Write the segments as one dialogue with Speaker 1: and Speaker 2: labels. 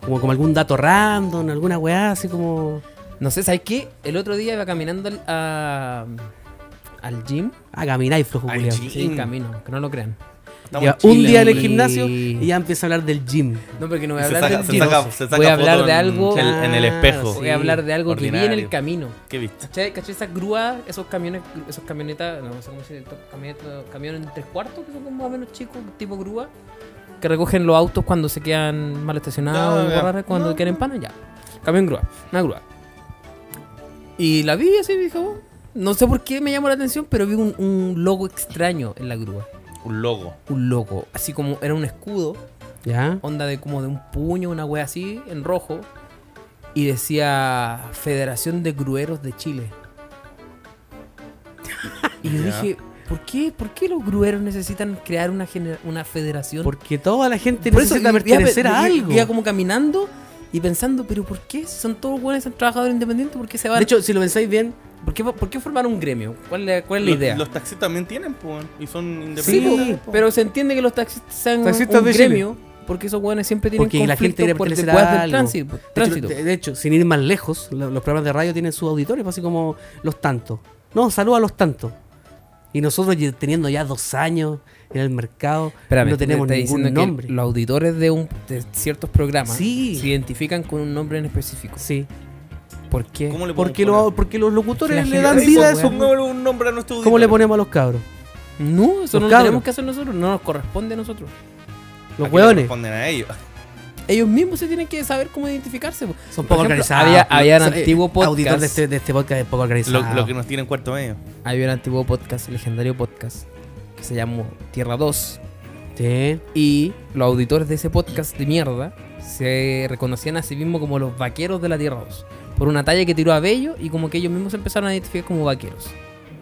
Speaker 1: Como, como algún dato random, alguna weá, así como.
Speaker 2: No sé, ¿sabes qué? El otro día iba caminando al, a- al gym.
Speaker 1: Ah, camináis, flojo,
Speaker 3: Al
Speaker 1: culiao.
Speaker 3: gym.
Speaker 2: Sí, camino, que no lo crean.
Speaker 3: Estamos
Speaker 1: Lleva
Speaker 3: en
Speaker 1: un
Speaker 3: Chile,
Speaker 1: día en el
Speaker 3: hombre.
Speaker 1: gimnasio
Speaker 2: Sí.
Speaker 1: y ya empieza a hablar del gym.
Speaker 2: No, porque no voy a
Speaker 3: Se
Speaker 2: hablar
Speaker 3: saca-
Speaker 2: del
Speaker 3: se
Speaker 2: gym.
Speaker 3: saca- se saca
Speaker 2: Voy a
Speaker 3: foto
Speaker 2: hablar de
Speaker 3: en-
Speaker 2: algo- Ah,
Speaker 3: En, en el espejo.
Speaker 2: Voy a hablar de algo que vi en
Speaker 3: Ordinario.
Speaker 2: el camino.
Speaker 3: ¿Qué viste?
Speaker 2: ¿Cachai? ¿Cachai esas grúas, esos camiones, esos camionetas, no, no sé cómo se llama, camionetas, camiones en tres cuartos, que son como más o menos chicos, tipo grúa, que recogen los autos cuando se quedan mal estacionados,
Speaker 3: Ah, ya.
Speaker 2: guarrar- cuando quieren pana, ya. Camión grúa, una grúa. Y la vi así, dije, "Oh". no sé por qué me llamó la atención, pero vi un, un logo extraño en la grúa.
Speaker 3: Un logo.
Speaker 2: Un logo, así como era un escudo,
Speaker 1: ¿Ya?
Speaker 2: onda de como de un puño, una wea así, en rojo, y decía Federación de Grueros de Chile. Y yo
Speaker 3: Ya.
Speaker 2: dije, ¿por qué, ¿por qué los grueros necesitan crear una, gener- una federación?
Speaker 1: Porque toda la gente
Speaker 2: Por
Speaker 1: necesita
Speaker 2: iba-
Speaker 1: pertenecer a
Speaker 2: iba-
Speaker 1: algo.
Speaker 2: Iba como caminando y pensando, ¿pero por qué? Si son todos buenos, son trabajadores independientes, ¿por qué se van?
Speaker 1: De hecho, si lo pensáis bien,
Speaker 2: ¿por qué, por qué formar un gremio? ¿Cuál, es la- cuál es la
Speaker 3: Los-
Speaker 2: idea?
Speaker 3: Los taxis también tienen, pues, y son
Speaker 2: Sí,
Speaker 3: independientes.
Speaker 1: Sí,
Speaker 2: po, pero se entiende que los taxistas sean un-
Speaker 1: Taxistas
Speaker 2: un
Speaker 1: de Chile.
Speaker 2: gremio porque esos hueones siempre tienen
Speaker 1: Porque la gente quiere
Speaker 2: conflictos
Speaker 1: pertenecer
Speaker 2: por descuidas
Speaker 1: a
Speaker 2: del
Speaker 1: algo.
Speaker 2: tránsito.
Speaker 1: De hecho,
Speaker 2: tránsito.
Speaker 1: de- de hecho, sin ir más lejos, lo- los programas de radio tienen sus auditores, así como los tantos. No, saluda a los tantos. Y nosotros ye- teniendo ya dos años en el mercado,
Speaker 2: Espérame,
Speaker 1: no
Speaker 2: tú me
Speaker 1: tenemos
Speaker 2: estás diciendo
Speaker 1: ningún
Speaker 2: que
Speaker 1: nombre.
Speaker 2: Los auditores de, un, de ciertos programas
Speaker 1: Sí.
Speaker 2: se identifican con un nombre en específico.
Speaker 1: Sí,
Speaker 2: ¿por qué?
Speaker 3: ¿Cómo le
Speaker 1: porque,
Speaker 3: podemos
Speaker 1: lo- porque los locutores
Speaker 2: La
Speaker 1: le
Speaker 2: gente-
Speaker 1: dan
Speaker 2: Ay,
Speaker 1: vida a
Speaker 2: pues,
Speaker 1: eso.
Speaker 2: weón.
Speaker 3: Pongámosle un nombre a nuestro
Speaker 1: ¿Cómo le
Speaker 3: auditor.
Speaker 1: ponemos a los cabros?
Speaker 2: No, eso
Speaker 1: Los
Speaker 2: no lo
Speaker 1: cabros.
Speaker 2: tenemos que hacer nosotros, no nos corresponde a nosotros.
Speaker 3: ¿A
Speaker 1: Los
Speaker 3: qué le
Speaker 1: hueones.
Speaker 3: Responden a ellos.
Speaker 2: Ellos mismos se tienen que saber cómo identificarse. po.
Speaker 1: Son
Speaker 2: Por
Speaker 1: poco
Speaker 2: ejemplo,
Speaker 1: organizados.
Speaker 2: Había, había un
Speaker 1: Son- eh,
Speaker 2: antiguo
Speaker 1: Auditor
Speaker 2: podcast.
Speaker 1: de este, de este podcast es poco organizado.
Speaker 3: Lo, lo que nos tienen cuarto medio.
Speaker 2: Había un antiguo podcast, legendario podcast, que se llamó Tierra 2.
Speaker 1: Sí.
Speaker 2: Y los auditores de ese podcast de mierda se reconocían a sí mismos como los vaqueros de la Tierra 2. Por una talla que tiró a Bello y como que ellos mismos se empezaron a identificar como vaqueros.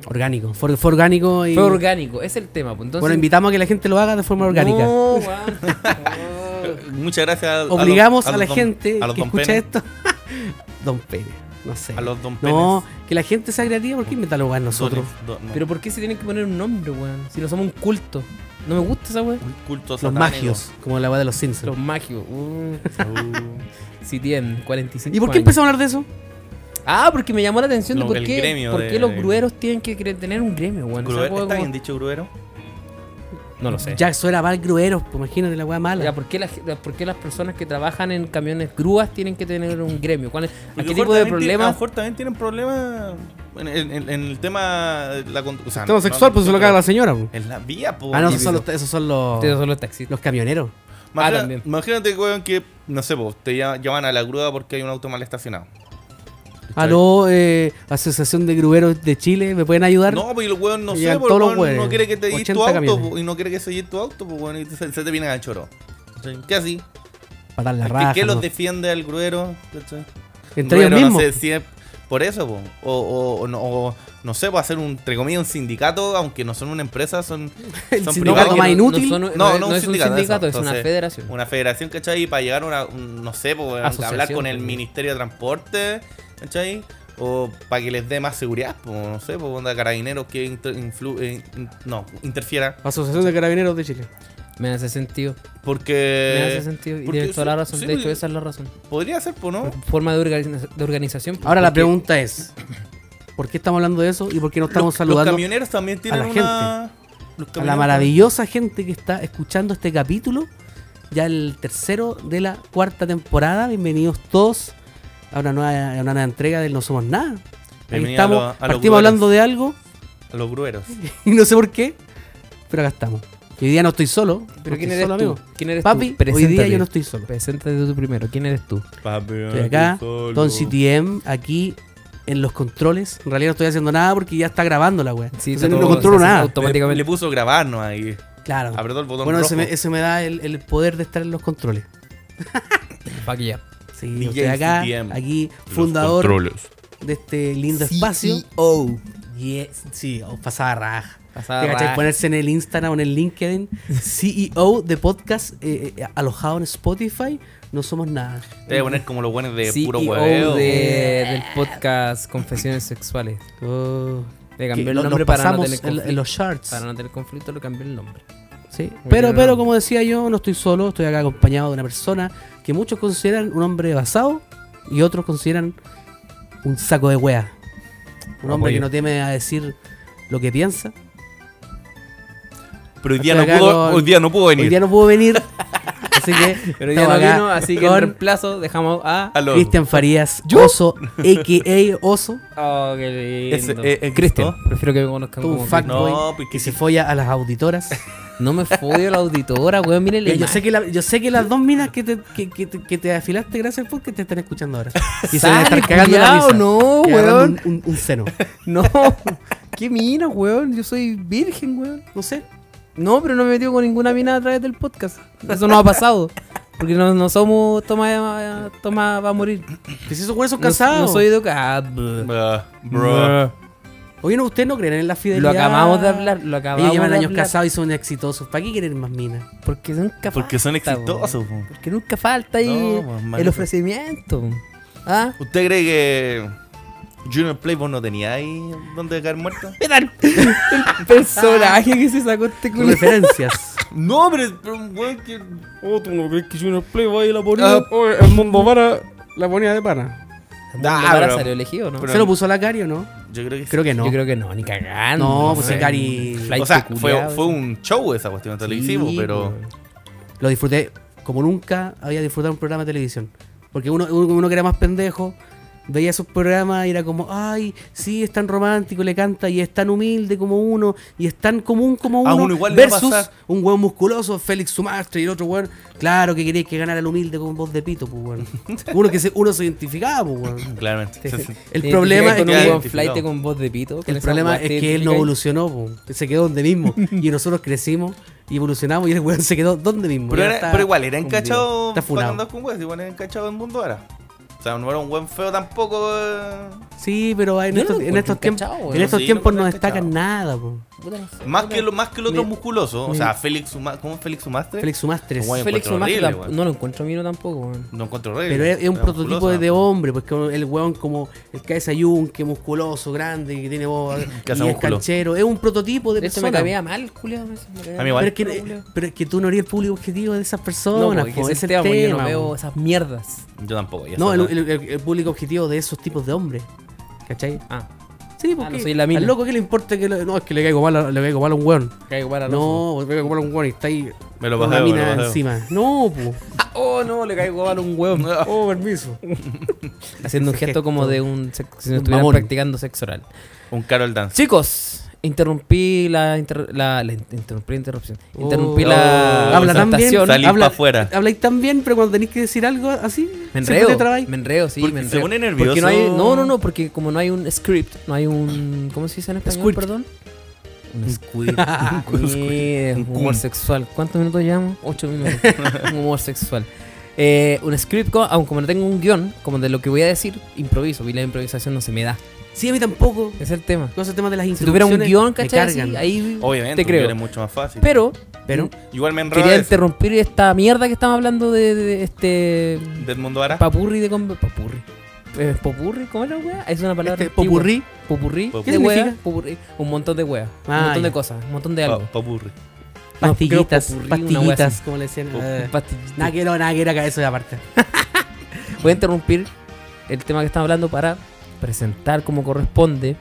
Speaker 1: Orgánico. Fue, fue orgánico y.
Speaker 2: Fue orgánico, es el tema. po. Entonces,
Speaker 1: bueno, invitamos a que la gente lo haga de forma orgánica.
Speaker 2: No, weón.
Speaker 3: Muchas gracias. a- a los-
Speaker 1: Obligamos a,
Speaker 3: los
Speaker 1: la
Speaker 3: don-
Speaker 1: gente
Speaker 3: a los
Speaker 1: que
Speaker 3: don
Speaker 1: escucha
Speaker 3: Pene,
Speaker 1: esto. don Pérez. No sé.
Speaker 3: A los don Penes.
Speaker 1: No, que la gente sea creativa, ¿por qué inventarlo a nosotros?
Speaker 3: Don- no.
Speaker 2: Pero ¿por qué se tienen que poner un nombre, weón? Si no somos un culto. No me gusta esa weón.
Speaker 3: Un culto
Speaker 1: Los
Speaker 3: satánico.
Speaker 1: magios, como la weá de los Simpsons.
Speaker 2: Los magios. Uh,
Speaker 3: Uh,
Speaker 2: si tienen 45
Speaker 1: ¿Y por qué
Speaker 2: años.
Speaker 1: empezó a hablar de eso?
Speaker 2: Ah, porque me llamó la atención de
Speaker 3: Lo-
Speaker 2: por
Speaker 3: el
Speaker 2: qué,
Speaker 3: gremio
Speaker 2: por
Speaker 3: de-
Speaker 2: qué los grueros tienen que cre- tener un gremio, weón. Esa
Speaker 3: Gruber-
Speaker 2: weá
Speaker 3: ¿Está
Speaker 2: como-
Speaker 3: bien dicho, Gruero?
Speaker 2: No lo sé.
Speaker 1: Ya suena mal grueros, pues imagínate la weá mala.
Speaker 2: Ya, ¿por, qué las, ¿Por qué las personas que trabajan en camiones grúas tienen que tener un gremio? ¿Cuál es- ¿A
Speaker 3: Porque
Speaker 2: qué
Speaker 3: a lo mejor
Speaker 2: tipo de
Speaker 3: también tiene- A lo
Speaker 2: problemas?
Speaker 3: mejor también tienen problemas en, en- en- en el tema. de La, con- o sea,
Speaker 1: El tema
Speaker 3: no-
Speaker 1: sexual,
Speaker 3: no-
Speaker 1: pues se lo caga la señora. pues.
Speaker 3: En la vía, pues.
Speaker 1: Ah, no, esos son los, esos son los,
Speaker 2: Ustedes Este, son los taxistas.
Speaker 1: los camioneros.
Speaker 3: Imagina-
Speaker 2: Ah, también.
Speaker 3: Imagínate, weón, que, no sé, pues, te lla- llaman a la grúa porque hay un auto mal estacionado.
Speaker 1: Ah, no, eh, Asociación de Gruberos de Chile, ¿me pueden ayudar?
Speaker 3: No, pues y los weón no sé,
Speaker 1: Llegan
Speaker 3: pues,
Speaker 1: todos
Speaker 3: el
Speaker 1: los
Speaker 3: weón no
Speaker 1: weones,
Speaker 3: quiere que te llegue tu
Speaker 1: 80
Speaker 3: auto,
Speaker 1: camiones.
Speaker 3: pues, y no quiere que se llegue tu auto, pues, weón, y se, se te viene al choro. ¿Cachai? ¿Qué así?
Speaker 1: Patar la
Speaker 3: ¿Qué-
Speaker 1: raja.
Speaker 3: ¿Qué los
Speaker 1: ¿no?
Speaker 3: defiende al gruero? ¿Cachai?
Speaker 1: Entre
Speaker 3: Bueno,
Speaker 1: ellos mismos.
Speaker 3: No sé, si es por eso, po. o, o- o no, o no sé, va hacer un, entre comillas, un sindicato, aunque no son una empresa, son,
Speaker 1: El
Speaker 3: son
Speaker 1: sindicato
Speaker 3: privados.
Speaker 1: más
Speaker 2: porque
Speaker 1: inútil.
Speaker 2: son-
Speaker 3: No,
Speaker 2: no,
Speaker 3: no
Speaker 2: no
Speaker 3: un
Speaker 2: es un
Speaker 3: sindicato,
Speaker 2: sindicato, es
Speaker 3: eso.
Speaker 2: una
Speaker 3: Entonces,
Speaker 2: federación.
Speaker 3: una federación, ¿cachai? Y para llegar a una, un- no sé, po, weón,
Speaker 2: Asociación,
Speaker 3: hablar con el
Speaker 2: pues.
Speaker 3: Ministerio de Transporte, ¿cachai? O para que les dé más seguridad, po, no sé, po, onda carabineros que inter- influ- eh, in- no, interfiera.
Speaker 1: Asociación de Carabineros de Chile.
Speaker 2: Me hace sentido.
Speaker 1: Eh,
Speaker 2: Me hace
Speaker 3: Porque
Speaker 2: sentido. Y
Speaker 3: porque
Speaker 2: tienes toda la
Speaker 3: sí,
Speaker 2: razón.
Speaker 3: sí,
Speaker 2: de hecho,
Speaker 1: pues.
Speaker 3: porque-
Speaker 2: esa es la razón.
Speaker 3: podría ser, pues, ¿no?
Speaker 2: Forma de, organiza- de organización. pues,
Speaker 1: Ahora la
Speaker 2: porque
Speaker 1: pregunta es: ¿por qué estamos hablando de eso y por qué no estamos
Speaker 3: Los-
Speaker 1: saludando
Speaker 3: Los camioneros también tienen
Speaker 1: la
Speaker 3: una... los
Speaker 1: a la
Speaker 3: camioneros
Speaker 1: maravillosa gente que está escuchando este capítulo? Ya el tercero de la cuarta temporada. Bienvenidos todos a una nueva, a una nueva entrega del No Somos Nada. Ahí
Speaker 3: Bienvenido
Speaker 1: estamos,
Speaker 3: a los- a los
Speaker 1: partimos
Speaker 3: lugares.
Speaker 1: hablando de algo
Speaker 3: Los grueros.
Speaker 1: y no sé por qué, pero acá estamos. Y hoy día no estoy solo.
Speaker 2: ¿Pero
Speaker 1: no
Speaker 2: quién
Speaker 1: estoy
Speaker 2: eres
Speaker 1: solo,
Speaker 2: tú?
Speaker 1: amigo.
Speaker 2: ¿Quién eres
Speaker 1: Papi,
Speaker 2: tú?
Speaker 1: hoy día
Speaker 2: Preséntate.
Speaker 1: yo no estoy solo.
Speaker 2: Preséntate tú primero. ¿Quién eres tú?
Speaker 1: Estoy acá, Don CTM, aquí en los controles. En realidad no estoy haciendo nada porque ya está grabando la wea.
Speaker 2: Sí,
Speaker 1: Entonces
Speaker 2: está
Speaker 1: no
Speaker 2: todo-
Speaker 1: controlo
Speaker 2: se hace
Speaker 1: nada.
Speaker 2: auto- Ah, Automáticamente.
Speaker 3: Le, le puso grabarnos ahí.
Speaker 1: Claro.
Speaker 3: Apretó el botón
Speaker 1: Ah. Bueno,
Speaker 3: rojo.
Speaker 1: eso me, eso me da el, el poder de estar en los controles.
Speaker 2: Pa' que ya.
Speaker 1: Sí,
Speaker 3: DJ
Speaker 1: estoy acá,
Speaker 3: CTM.
Speaker 1: aquí,
Speaker 3: Los
Speaker 1: fundador
Speaker 3: controles.
Speaker 1: de este lindo espacio.
Speaker 2: Oh.
Speaker 1: Yes, sí, oh, pasada raja.
Speaker 2: Pasada
Speaker 1: ¿Te cachai?
Speaker 2: Ah, raja.
Speaker 1: Ponerse en el Instagram o en el LinkedIn, CEO de podcast eh, eh, alojado en Spotify, no somos nada.
Speaker 3: Te voy a poner como los
Speaker 2: E
Speaker 3: buenos de puro
Speaker 2: CEO
Speaker 3: hueveo.
Speaker 2: de- del podcast Confesiones Sexuales.
Speaker 1: Oh,
Speaker 2: Le
Speaker 1: que
Speaker 2: cambié
Speaker 1: no-
Speaker 2: el
Speaker 1: nos
Speaker 2: nombre para no
Speaker 1: pasamos
Speaker 2: tener
Speaker 1: en, en
Speaker 2: conflicto.
Speaker 1: los charts.
Speaker 2: Para no tener conflicto le cambié el nombre.
Speaker 1: Sí,
Speaker 2: Muy
Speaker 1: Pero,
Speaker 2: bien,
Speaker 1: pero
Speaker 2: Ronald.
Speaker 1: como decía yo, no estoy solo, estoy acá acompañado de una persona que muchos consideran un hombre basado y otros consideran un saco de wea. Un hombre
Speaker 3: Apoyo.
Speaker 1: que no teme a decir lo que piensa.
Speaker 3: Pero hoy día,
Speaker 1: Estoy
Speaker 3: no
Speaker 1: acá
Speaker 3: pudo,
Speaker 1: con-
Speaker 3: hoy día no pudo venir.
Speaker 1: Hoy día no pudo venir, así que
Speaker 2: Pero ya
Speaker 1: estamos
Speaker 2: no
Speaker 1: acá
Speaker 2: vino, así que en
Speaker 1: con
Speaker 2: reemplazo dejamos a.
Speaker 3: Aló.
Speaker 1: Cristian Farías, Oso, a.k.a. Oso,
Speaker 2: Oh, qué
Speaker 3: Ese,
Speaker 2: lindo.
Speaker 3: eh, eh,
Speaker 2: Cristian.
Speaker 3: ¿no?
Speaker 2: Prefiero que pues, me conozcan
Speaker 1: Tú,
Speaker 2: como
Speaker 1: fuck.
Speaker 2: Cristian.
Speaker 3: No, porque
Speaker 1: que se folla a las auditoras.
Speaker 2: No me fodio la auditora, weón. Miren la
Speaker 1: Yo
Speaker 2: imagen.
Speaker 1: sé, que la- yo sé que las dos minas que te, que, que te, que te afilaste gracias porque te están escuchando ahora. Y se van a estar
Speaker 2: Sale,
Speaker 1: cagando la
Speaker 2: culiao,
Speaker 1: risa.
Speaker 2: no,
Speaker 1: Y agarrando
Speaker 2: weón.
Speaker 1: Un, un- un seno.
Speaker 2: No. Qué mina, weón. Yo soy virgen, weón.
Speaker 1: No sé.
Speaker 2: No, pero no me he metido con ninguna mina a través del podcast. Eso no ha pasado. Porque no, no somos. Toma, toma, va a morir.
Speaker 1: Que si esos huesos son
Speaker 2: No,
Speaker 1: casados.
Speaker 2: no soy educado.
Speaker 3: Bruh, bruh.
Speaker 1: Oye, no, ustedes no creen en la
Speaker 2: Lo
Speaker 1: fidelidad.
Speaker 2: acabamos de hablar. Lo acabamos
Speaker 1: Ellos llevan
Speaker 2: de
Speaker 1: años
Speaker 2: hablar.
Speaker 1: casados y son exitosos. ¿Para qué quieren más minas?
Speaker 2: Porque nunca
Speaker 3: Porque son
Speaker 2: falta,
Speaker 3: exitosos.
Speaker 2: weón.
Speaker 3: po.
Speaker 2: Porque nunca falta ahí
Speaker 3: No, pues,
Speaker 2: el
Speaker 3: manito.
Speaker 2: ofrecimiento. ¿Ah?
Speaker 3: ¿Usted cree que Junior Playboy no tenía ahí donde caer muerto?
Speaker 2: ¿Qué tal? El personaje que se sacó este culo.
Speaker 1: Referencias.
Speaker 3: no, pero, pero weón, que.
Speaker 2: Oh, tú no crees que Junior Playboy la ponía.
Speaker 3: Ah,
Speaker 1: el mundo para la ponía de pana.
Speaker 3: Ah, pero-
Speaker 2: salió elegido, ¿no?
Speaker 3: pero-
Speaker 1: ¿Se lo puso la Cari o no?
Speaker 3: Yo creo que sí.
Speaker 1: Creo que no.
Speaker 2: Yo creo que no, ni cagando.
Speaker 1: No, pues
Speaker 2: weón.
Speaker 1: el Gary-
Speaker 2: Flight
Speaker 3: o sea,
Speaker 2: culiao,
Speaker 3: fue,
Speaker 2: ese.
Speaker 3: fue un show esa cuestión televisivo,
Speaker 2: Sí,
Speaker 3: pero.
Speaker 2: weón.
Speaker 1: Lo disfruté como nunca había disfrutado un programa de televisión. Porque uno, uno uno que era más pendejo veía esos programas y era como, ay, sí, es tan romántico, le canta y es tan humilde como uno y es tan común como uno.
Speaker 3: A uno igual le va a
Speaker 1: versus
Speaker 3: pasar.
Speaker 1: un hueón musculoso, Félix Sumastre y el otro hueón. Claro que queréis que ganara el humilde con voz de pito, pues hueón. Uno que se, uno se identificaba, pues hueón.
Speaker 3: Claramente.
Speaker 2: Sí, sí.
Speaker 1: El
Speaker 2: Te
Speaker 1: problema es
Speaker 2: identificas con un
Speaker 1: que,
Speaker 2: buen flight con voz de pito. con
Speaker 1: el
Speaker 2: esa
Speaker 1: problema
Speaker 2: weá
Speaker 1: es
Speaker 2: te
Speaker 1: que él no
Speaker 2: identificas.
Speaker 1: evolucionó, pues. se quedó donde mismo. y nosotros crecimos y evolucionamos y el hueón se quedó donde mismo.
Speaker 3: Pero,
Speaker 1: Ya
Speaker 3: era-
Speaker 1: está
Speaker 3: pero igual, era
Speaker 1: hundido.
Speaker 3: encachado.
Speaker 1: Está funado.
Speaker 3: pagando con weas, igual era encachado en mundo ahora. O sea, no era un buen feo tampoco. eh.
Speaker 1: Sí, pero en
Speaker 2: Yo no
Speaker 1: estos,
Speaker 2: lo
Speaker 1: en estos
Speaker 2: encuentro
Speaker 1: tiempos,
Speaker 2: encachado, weón.
Speaker 1: en estos
Speaker 3: Sí, lo
Speaker 1: tiempos no
Speaker 3: encuentro
Speaker 1: destacan
Speaker 3: encachado.
Speaker 1: nada, po.
Speaker 2: Puta, no sé,
Speaker 3: Más
Speaker 2: puta.
Speaker 3: que, lo, más que el otro
Speaker 2: Mi-
Speaker 3: musculoso. O
Speaker 2: mi-
Speaker 3: sea, Félix Suma- ¿Cómo es Félix Sumastre?
Speaker 1: Félix Sumastres.
Speaker 3: Guay.
Speaker 2: Félix
Speaker 3: encuentro
Speaker 2: Omar
Speaker 3: horrible,
Speaker 2: tamp-
Speaker 3: weón.
Speaker 2: no lo encuentro mino tampoco, weón.
Speaker 3: No encuentro rey.
Speaker 1: Pero es, es un prototipo de, de hombre, pues como el weón como el Yun, que musculoso, grande, que tiene voz
Speaker 3: Que hace
Speaker 1: y es
Speaker 3: músculo.
Speaker 1: canchero. Es un prototipo de,
Speaker 2: De hecho, Este me
Speaker 1: persona.
Speaker 2: cabía mal, culiao. me- me cabía
Speaker 3: A mí
Speaker 2: mal,
Speaker 1: pero, es
Speaker 2: culiao,
Speaker 1: que,
Speaker 2: culiao.
Speaker 1: pero es que tú no eres el público objetivo de esas
Speaker 2: No,
Speaker 1: personas,
Speaker 2: porque
Speaker 1: po,
Speaker 2: ese
Speaker 1: es el
Speaker 2: tema,
Speaker 1: pues, tema.
Speaker 2: porque yo no
Speaker 1: po.
Speaker 2: veo esas mierdas.
Speaker 3: Yo tampoco. ya
Speaker 1: No,
Speaker 3: sabes.
Speaker 1: el, el- el público objetivo de esos tipos de hombres. ¿Cachai?
Speaker 2: Ah,
Speaker 1: Sí, porque
Speaker 2: soy la mina.
Speaker 1: al loco que le importa que lo- no es que le caigo mal, a- le caigo mal a un weón.
Speaker 2: caigo para
Speaker 1: No, le caigo mal a un weón y está ahí
Speaker 3: Me lo
Speaker 1: con
Speaker 3: bajé,
Speaker 1: una
Speaker 3: me lo
Speaker 1: mina
Speaker 3: bajé.
Speaker 1: encima. No, pues, po.
Speaker 2: Oh, no, le caigo mal a un huevo.
Speaker 1: Oh, permiso.
Speaker 2: Haciendo un
Speaker 1: Ese
Speaker 2: gesto como
Speaker 1: gesto.
Speaker 2: de un sex- si
Speaker 1: Un
Speaker 2: no estuvieran
Speaker 1: mamón.
Speaker 2: practicando sexo oral.
Speaker 3: Un Carol Dance.
Speaker 2: Chicos, interrumpí la, inter- la, la in- interrumpí la interrupción. Interrumpí
Speaker 1: Oh.
Speaker 2: la
Speaker 1: Habla tan bien.
Speaker 2: presentación.
Speaker 3: Salí
Speaker 1: habla-
Speaker 3: para afuera.
Speaker 1: Habláis tan bien, pero cuando tenéis que decir algo así,
Speaker 2: Me
Speaker 1: siempre te
Speaker 2: enreo,
Speaker 1: trabáis.
Speaker 2: me enreo, sí,
Speaker 3: Porque
Speaker 2: me
Speaker 3: se
Speaker 2: enreo.
Speaker 3: pone
Speaker 2: pues, Porque
Speaker 3: nervioso.
Speaker 2: no hay, no, no, no, porque como no hay un script, no hay un, ¿cómo se dice en español,
Speaker 1: Squirt.
Speaker 2: perdón?
Speaker 1: Ah,
Speaker 2: Un squirt. Eh,
Speaker 3: Un
Speaker 2: humor
Speaker 3: cun.
Speaker 2: sexual. ¿Cuántos minutos llevamos? Ocho minutos. un humor sexual. Eh, un script, co- aunque como no tengo un guión, como de lo que voy a decir, improviso. Y la improvisación no se me da.
Speaker 1: Sí, a mí tampoco.
Speaker 2: Ese es el tema.
Speaker 1: Con ese tema de las
Speaker 2: Si tuviera un
Speaker 1: introducciones,
Speaker 2: guión,
Speaker 1: me
Speaker 2: ¿cachai? Así,
Speaker 1: cargan.
Speaker 2: ahí
Speaker 3: Obviamente,
Speaker 2: te creo.
Speaker 3: Es mucho más fácil.
Speaker 2: Pero,
Speaker 1: Pero,
Speaker 3: Igual me enredé
Speaker 2: quería interrumpir esta mierda que estamos hablando de, de- de este.
Speaker 3: del mundo ahora.
Speaker 2: Papurri de con Papurri. Eh, ¿Popurri? ¿Cómo es la wea? Es una palabra.
Speaker 1: este
Speaker 2: antigua.
Speaker 1: popurrí,
Speaker 2: Popurrí.
Speaker 3: ¿Qué
Speaker 2: de wea,
Speaker 1: significa?
Speaker 2: popurrí. Un montón de weas.
Speaker 1: Ah,
Speaker 2: un montón de
Speaker 1: ya.
Speaker 2: cosas. Un montón de algo.
Speaker 3: Pa- Papurri.
Speaker 1: pastillitas,
Speaker 2: No, creo popurrí, una wea
Speaker 1: pastillitas,
Speaker 2: así.
Speaker 1: como le decían.
Speaker 3: Pop-
Speaker 1: Eh,
Speaker 2: Pastillitas.
Speaker 1: Nada que no, nada que era acá, eso de aparte.
Speaker 2: Voy a interrumpir el tema que estamos hablando para presentar como corresponde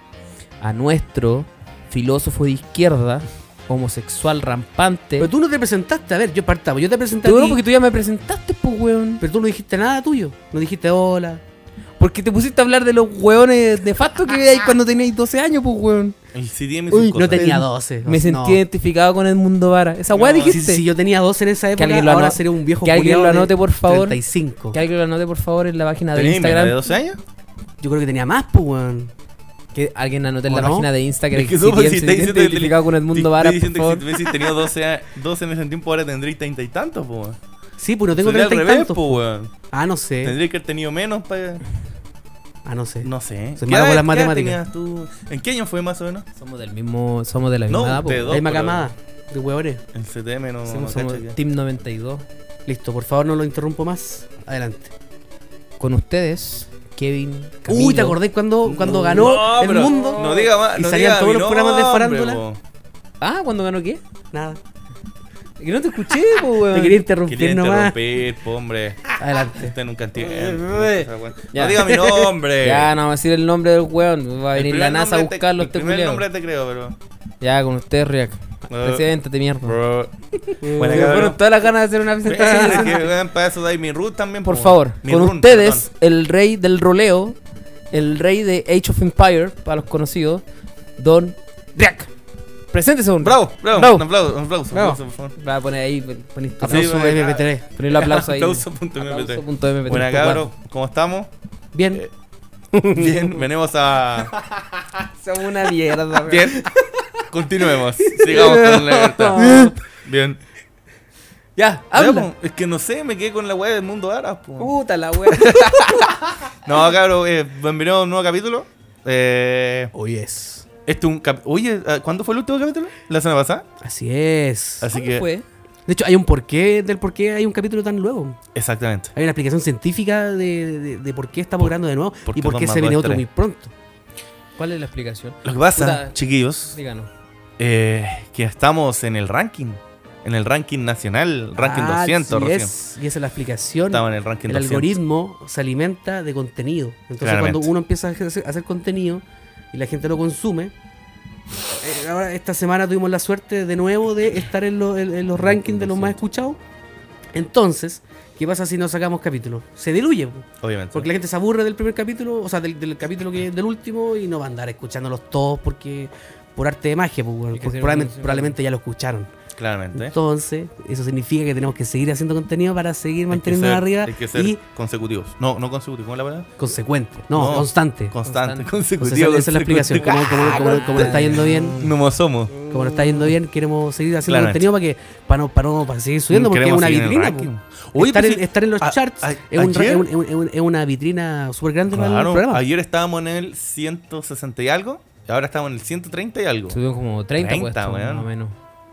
Speaker 2: a nuestro filósofo de izquierda, homosexual rampante.
Speaker 1: Pero tú no te presentaste, a ver, yo partamos, yo te presenté a
Speaker 2: Tú no,
Speaker 1: ti,
Speaker 2: porque tú ya me presentaste, pues, weón.
Speaker 1: pero tú no dijiste nada tuyo. No dijiste hola.
Speaker 2: Porque te pusiste a hablar de los weones de facto que veíais cuando teníais 12 años, pues, weón.
Speaker 3: El CDM y sus
Speaker 2: Uy,
Speaker 3: cosas.
Speaker 1: No tenía
Speaker 2: Eh,
Speaker 1: 12.
Speaker 2: Me
Speaker 1: no.
Speaker 2: sentí identificado con Edmundo Vara. Esa weá
Speaker 3: No,
Speaker 1: Si,
Speaker 2: dijiste.
Speaker 1: si yo tenía 12 en esa época,
Speaker 2: alguien lo
Speaker 1: ahora
Speaker 2: ano-
Speaker 1: sería un viejo
Speaker 2: que alguien
Speaker 1: culiao
Speaker 2: lo
Speaker 1: de
Speaker 2: anote, por favor.
Speaker 1: 35.
Speaker 2: Que alguien lo anote, por favor, en la página de
Speaker 3: ¿Tenía menos de
Speaker 2: Instagram.
Speaker 3: 12 años?
Speaker 1: Yo creo que tenía más, pues, weón.
Speaker 2: Que alguien anote en
Speaker 1: ¿O
Speaker 2: la
Speaker 1: no?
Speaker 2: página de Instagram.
Speaker 3: Es que
Speaker 2: si
Speaker 3: supo,
Speaker 2: tienen-
Speaker 3: si
Speaker 2: se
Speaker 3: te
Speaker 2: siente
Speaker 3: dicen-
Speaker 2: identificado con Edmundo Vara,
Speaker 3: Estoy
Speaker 2: por
Speaker 3: diciendo
Speaker 2: favor.
Speaker 3: que si hubiese tenido 12, a- 12 en ese tiempo, ahora tendría 30 y tantos, po. weón.
Speaker 1: Sí, pues no tengo
Speaker 3: Sería
Speaker 1: 30 y
Speaker 3: al revés,
Speaker 1: tantos.
Speaker 3: po, weón.
Speaker 1: Ah, no sé.
Speaker 3: Tendría que haber tenido menos para.
Speaker 1: Ah, no sé.
Speaker 3: No sé.
Speaker 1: Soy
Speaker 3: ¿Qué
Speaker 1: malo con las
Speaker 3: edad- qué edad
Speaker 1: matemáticas.
Speaker 3: tenías tú? ¿En qué año fue más o menos?
Speaker 2: Somos del mismo, somos de la misma
Speaker 3: No,
Speaker 2: edad, po.
Speaker 3: de
Speaker 1: La misma
Speaker 3: pero-
Speaker 1: camada de huevones.
Speaker 3: En CTM no. no
Speaker 2: Somos, somos
Speaker 3: cacho que-
Speaker 2: Team 92.
Speaker 1: Listo, por favor, no lo interrumpo más. Adelante.
Speaker 2: Con ustedes, Kevin.
Speaker 1: Uy, ¿te
Speaker 2: Camilo.
Speaker 1: acordás cuando, cuando ganó
Speaker 3: No,
Speaker 1: el
Speaker 3: pero
Speaker 1: mundo?
Speaker 3: No diga más.
Speaker 1: Y
Speaker 3: no
Speaker 1: salían
Speaker 3: diga
Speaker 1: todos
Speaker 3: mi
Speaker 1: los programas de
Speaker 3: nombre,
Speaker 1: farándula.
Speaker 3: po.
Speaker 2: Ah, ¿cuándo ganó qué?
Speaker 1: Nada.
Speaker 2: Que no te escuché, po, weón.
Speaker 1: Te quería interrumpir
Speaker 3: Quería
Speaker 1: nomás.
Speaker 3: interrumpir, po, hombre.
Speaker 1: Adelante.
Speaker 3: Usted nunca
Speaker 2: Ay,
Speaker 3: entiende. esa weá.
Speaker 2: Ya.
Speaker 3: No diga mi nombre.
Speaker 2: Ya, no va a decir el nombre del weón. Va a
Speaker 3: El
Speaker 2: venir
Speaker 3: primer
Speaker 2: la NASA a
Speaker 3: nombre te-
Speaker 2: buscarlo,
Speaker 3: El
Speaker 2: este
Speaker 3: primer
Speaker 2: culiao.
Speaker 3: nombre te creo, pero.
Speaker 2: Ya, con usted, React.
Speaker 3: Eh.
Speaker 2: Presidente, mierda.
Speaker 3: Bro.
Speaker 2: Bueno,
Speaker 3: Bueno, cabrón.
Speaker 2: Eh, todas las ganas de hacer una presentación.
Speaker 3: Espérate,
Speaker 2: decente.
Speaker 3: que vean para eso de ahí mi root también.
Speaker 2: Por
Speaker 3: po.
Speaker 2: favor,
Speaker 3: Mi
Speaker 2: con
Speaker 3: run,
Speaker 2: ustedes, el rey del roleo, el rey de Age of Empire, para los conocidos, Don React. Preséntese, Don.
Speaker 3: perdón. Bravo, bravo.
Speaker 2: Bravo.
Speaker 3: Un aplauso, un aplauso, un
Speaker 2: Bravo.
Speaker 3: aplauso, por favor.
Speaker 2: Va a poner ahí, pon-
Speaker 3: Ah, Sí,
Speaker 1: Aplauso
Speaker 3: bueno,
Speaker 1: MP3.
Speaker 2: poner el aplauso ahí.
Speaker 3: Aplauso.mp3.
Speaker 2: Aplauso.mp3.
Speaker 3: Buena cabros, ¿cómo estamos?
Speaker 1: Bien.
Speaker 3: Eh, Bien, venimos a.
Speaker 2: Somos una mierda, weón.
Speaker 3: Bien. Continuemos. Sigamos con la libertad. Bien.
Speaker 2: Ya,
Speaker 3: Ya, pues.
Speaker 2: habla.
Speaker 3: po, es que no sé, me quedé con la weá del mundo árabe. po.
Speaker 1: Uh.
Speaker 2: Puta la wea.
Speaker 3: No, cabrón, eh, bienvenido a un nuevo capítulo. Eh,
Speaker 1: Hoy es.
Speaker 3: este un cap- Oye, eh, ¿cuándo fue el último capítulo? ¿La semana pasada?
Speaker 1: Así es.
Speaker 3: Así que.
Speaker 2: fue?
Speaker 1: De hecho, hay un porqué del por qué hay un capítulo tan luego.
Speaker 3: Exactamente.
Speaker 1: Hay una explicación científica de, de- de por qué estamos grabando de nuevo
Speaker 3: por
Speaker 1: y
Speaker 3: qué
Speaker 1: por
Speaker 3: dos
Speaker 1: qué
Speaker 3: más
Speaker 1: se
Speaker 3: dos
Speaker 1: viene
Speaker 3: es
Speaker 1: otro
Speaker 3: tres?
Speaker 1: muy pronto.
Speaker 2: ¿Cuál es la explicación?
Speaker 3: Lo que pasa,
Speaker 2: Puta.
Speaker 3: chiquillos,
Speaker 2: Díganos.
Speaker 3: eh, que estamos en el ranking. En el ranking nacional, ranking
Speaker 1: Ah,
Speaker 3: 200
Speaker 1: así
Speaker 3: recién.
Speaker 1: es. Y esa es la explicación.
Speaker 3: Estamos en el ranking
Speaker 1: El
Speaker 3: 200.
Speaker 1: algoritmo se alimenta de contenido. Entonces,
Speaker 3: Claramente.
Speaker 1: cuando uno empieza a hacer, a hacer contenido y la gente lo consume. eh, Ahora, esta semana tuvimos la suerte de nuevo de estar en, lo- en- en los rankings de los más escuchados. Entonces, ¿qué pasa si no sacamos capítulos? Se diluye. po.
Speaker 3: Obviamente.
Speaker 1: Porque la gente se aburre del primer capítulo, o sea, del, del capítulo que del último, y no va a andar escuchándolos todos porque por arte de magia, pues, weón,
Speaker 2: Y que
Speaker 1: porque
Speaker 2: se-
Speaker 1: probablemente,
Speaker 2: se-
Speaker 1: probablemente ya lo escucharon.
Speaker 3: Claramente.
Speaker 1: Entonces, eso significa que tenemos que seguir haciendo contenido para seguir
Speaker 3: Hay que
Speaker 1: manteniéndonos
Speaker 3: ser-
Speaker 1: arriba
Speaker 3: Hay que ser
Speaker 1: y
Speaker 3: consecutivos. No, no consecutivos, ¿cómo es la palabra?
Speaker 1: consecuente, no,
Speaker 3: No,
Speaker 1: constante.
Speaker 3: Constante,
Speaker 2: Constante.
Speaker 1: Entonces,
Speaker 3: consecutivo. Ah,
Speaker 1: esa, esa es la explicación. Como, como- como- como nos está yendo bien,
Speaker 3: No mo- somos.
Speaker 1: como nos está yendo bien, queremos seguir haciendo
Speaker 3: Claramente.
Speaker 1: contenido para que para no, para no- para seguir subiendo, porque es
Speaker 3: Queremos
Speaker 1: una
Speaker 3: seguir en el
Speaker 1: vitrina.
Speaker 3: ranking.
Speaker 1: po.
Speaker 3: Oye,
Speaker 1: estar,
Speaker 3: pues
Speaker 1: en,
Speaker 3: sí,
Speaker 1: estar en los
Speaker 3: a-
Speaker 1: charts
Speaker 3: a-
Speaker 1: es, un ra-
Speaker 3: ayer-
Speaker 1: es un- es un- es un- es una vitrina súper grande para el
Speaker 3: Claro,
Speaker 1: programa.
Speaker 3: ayer estábamos en el 160 y algo, y ahora estamos en el 130 y algo.
Speaker 2: Subieron como 30,
Speaker 3: 30,
Speaker 2: puestos,
Speaker 3: weón.
Speaker 2: más o menos.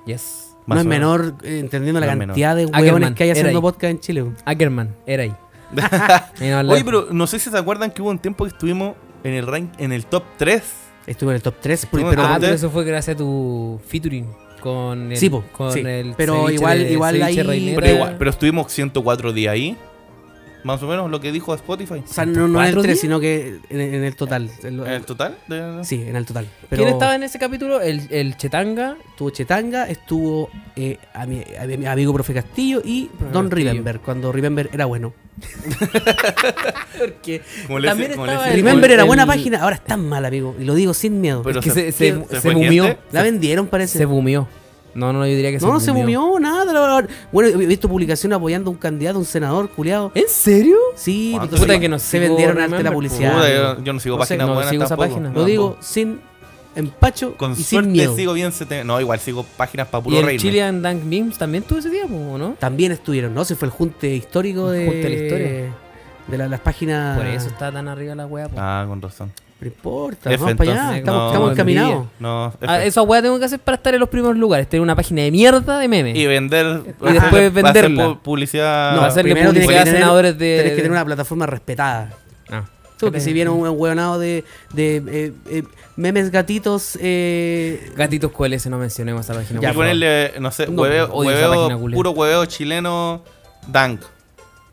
Speaker 2: Yes.
Speaker 1: No
Speaker 3: Más
Speaker 1: es
Speaker 3: o menos.
Speaker 1: menor, eh, entendiendo la
Speaker 3: No es
Speaker 1: cantidad de
Speaker 2: Ackerman,
Speaker 1: hueones que hay
Speaker 2: era
Speaker 1: haciendo
Speaker 2: ahí.
Speaker 1: podcast en Chile. weón.
Speaker 2: Ackerman, era ahí. Ahí no habla-
Speaker 3: Oye, pero no sé si se acuerdan que hubo un tiempo que estuvimos en el rank, en el top 3.
Speaker 1: Estuve en el top 3,
Speaker 3: Estuvo en
Speaker 1: pero,
Speaker 3: el
Speaker 2: ah,
Speaker 3: top
Speaker 2: pero
Speaker 3: usted-
Speaker 2: eso fue gracias a tu featuring con el,
Speaker 1: Sí, po,
Speaker 2: con
Speaker 1: sí.
Speaker 2: el
Speaker 1: Pero
Speaker 2: ceviche
Speaker 1: igual-
Speaker 2: de-
Speaker 1: igual
Speaker 2: ceviche
Speaker 1: ahí-
Speaker 2: reineta.
Speaker 3: Pero igual, pero estuvimos 104 días ahí. Más o menos lo que dijo Spotify.
Speaker 1: o sea, no, no en el
Speaker 2: ¿Cuatro
Speaker 1: 3,
Speaker 2: días?
Speaker 1: sino que en, en el total. El-
Speaker 3: ¿En el total? de-
Speaker 1: sí, en el total. Pero
Speaker 2: ¿Quién estaba en ese capítulo? El, el Chetanga.
Speaker 1: Estuvo Chetanga, estuvo eh, a, mi, a mi amigo Profe Castillo y
Speaker 2: Profe
Speaker 1: Don
Speaker 2: Castillo.
Speaker 1: Remember, cuando Remember era bueno.
Speaker 2: Porque
Speaker 3: Como le-
Speaker 2: También
Speaker 3: como le-
Speaker 2: estaba Ah, el-
Speaker 1: Remember era buena
Speaker 2: el-
Speaker 1: página, ahora es tan mal, amigo, y lo digo sin miedo.
Speaker 3: Pero
Speaker 2: es que
Speaker 3: se-
Speaker 2: se, se,
Speaker 3: ¿se
Speaker 2: se
Speaker 3: fue
Speaker 2: bumió.
Speaker 3: gente?
Speaker 1: la vendieron, parece.
Speaker 2: Se bumió. No, no, yo diría que se
Speaker 1: no, no
Speaker 2: bumió.
Speaker 1: se movió nada. la- la- Bueno, he visto publicaciones apoyando a un candidato, a un senador, culiado.
Speaker 2: ¿En serio?
Speaker 1: Sí,
Speaker 3: ¿Cuánto?
Speaker 1: entonces
Speaker 2: Puta que no
Speaker 1: se
Speaker 2: sigo
Speaker 1: vendieron arte
Speaker 2: Remember,
Speaker 1: la
Speaker 2: po.
Speaker 1: publicidad.
Speaker 3: Puta,
Speaker 1: amigo.
Speaker 3: yo, yo no sigo
Speaker 1: No sé,
Speaker 3: páginas
Speaker 2: no
Speaker 3: buenas
Speaker 2: sigo esa
Speaker 3: tampoco.
Speaker 2: página.
Speaker 1: Lo
Speaker 3: Tampoco.
Speaker 1: digo sin empacho
Speaker 3: Con
Speaker 1: y
Speaker 3: suerte
Speaker 1: sin miedo.
Speaker 3: sigo bien 70. No, igual sigo páginas para
Speaker 2: Y
Speaker 3: puro
Speaker 2: el
Speaker 3: reírme.
Speaker 2: Chilean Dank Memes también tuvo ese día, po, ¿o no?
Speaker 1: También estuvieron, ¿no? Se fue el junte histórico
Speaker 2: El
Speaker 1: de,
Speaker 2: junte de la historia.
Speaker 1: de la- las páginas.
Speaker 2: Por eso está tan arriba la wea. po. Ah,
Speaker 3: Ah, con razón.
Speaker 1: No importa,
Speaker 3: F,
Speaker 1: vamos para allá.
Speaker 3: entonces,
Speaker 1: Estamos,
Speaker 3: no,
Speaker 1: estamos
Speaker 3: no
Speaker 1: encaminados.
Speaker 3: No, F.
Speaker 2: esa wea tengo que hacer para estar en los primeros lugares. Tener una página de mierda de memes.
Speaker 3: Y vender.
Speaker 2: Y después
Speaker 3: hacer- hacer
Speaker 2: venderla.
Speaker 3: pu- publicidad.
Speaker 2: No, va a ser- hacerle
Speaker 1: primero tienes
Speaker 2: publicidad a
Speaker 1: que tener-
Speaker 2: senadores de-
Speaker 1: Tienes que tener una plataforma respetada.
Speaker 2: Ah.
Speaker 1: Porque si viene un hueonado de, de eh, eh, memes gatitos. Eh,
Speaker 2: Gatitos QLS no mencionemos esa página.
Speaker 3: Y
Speaker 2: por favor.
Speaker 3: ponerle, no sé,
Speaker 2: No,
Speaker 3: hueveo,
Speaker 2: odio esa
Speaker 3: hueveo-
Speaker 2: página, culia.
Speaker 3: puro hueveo chileno dank.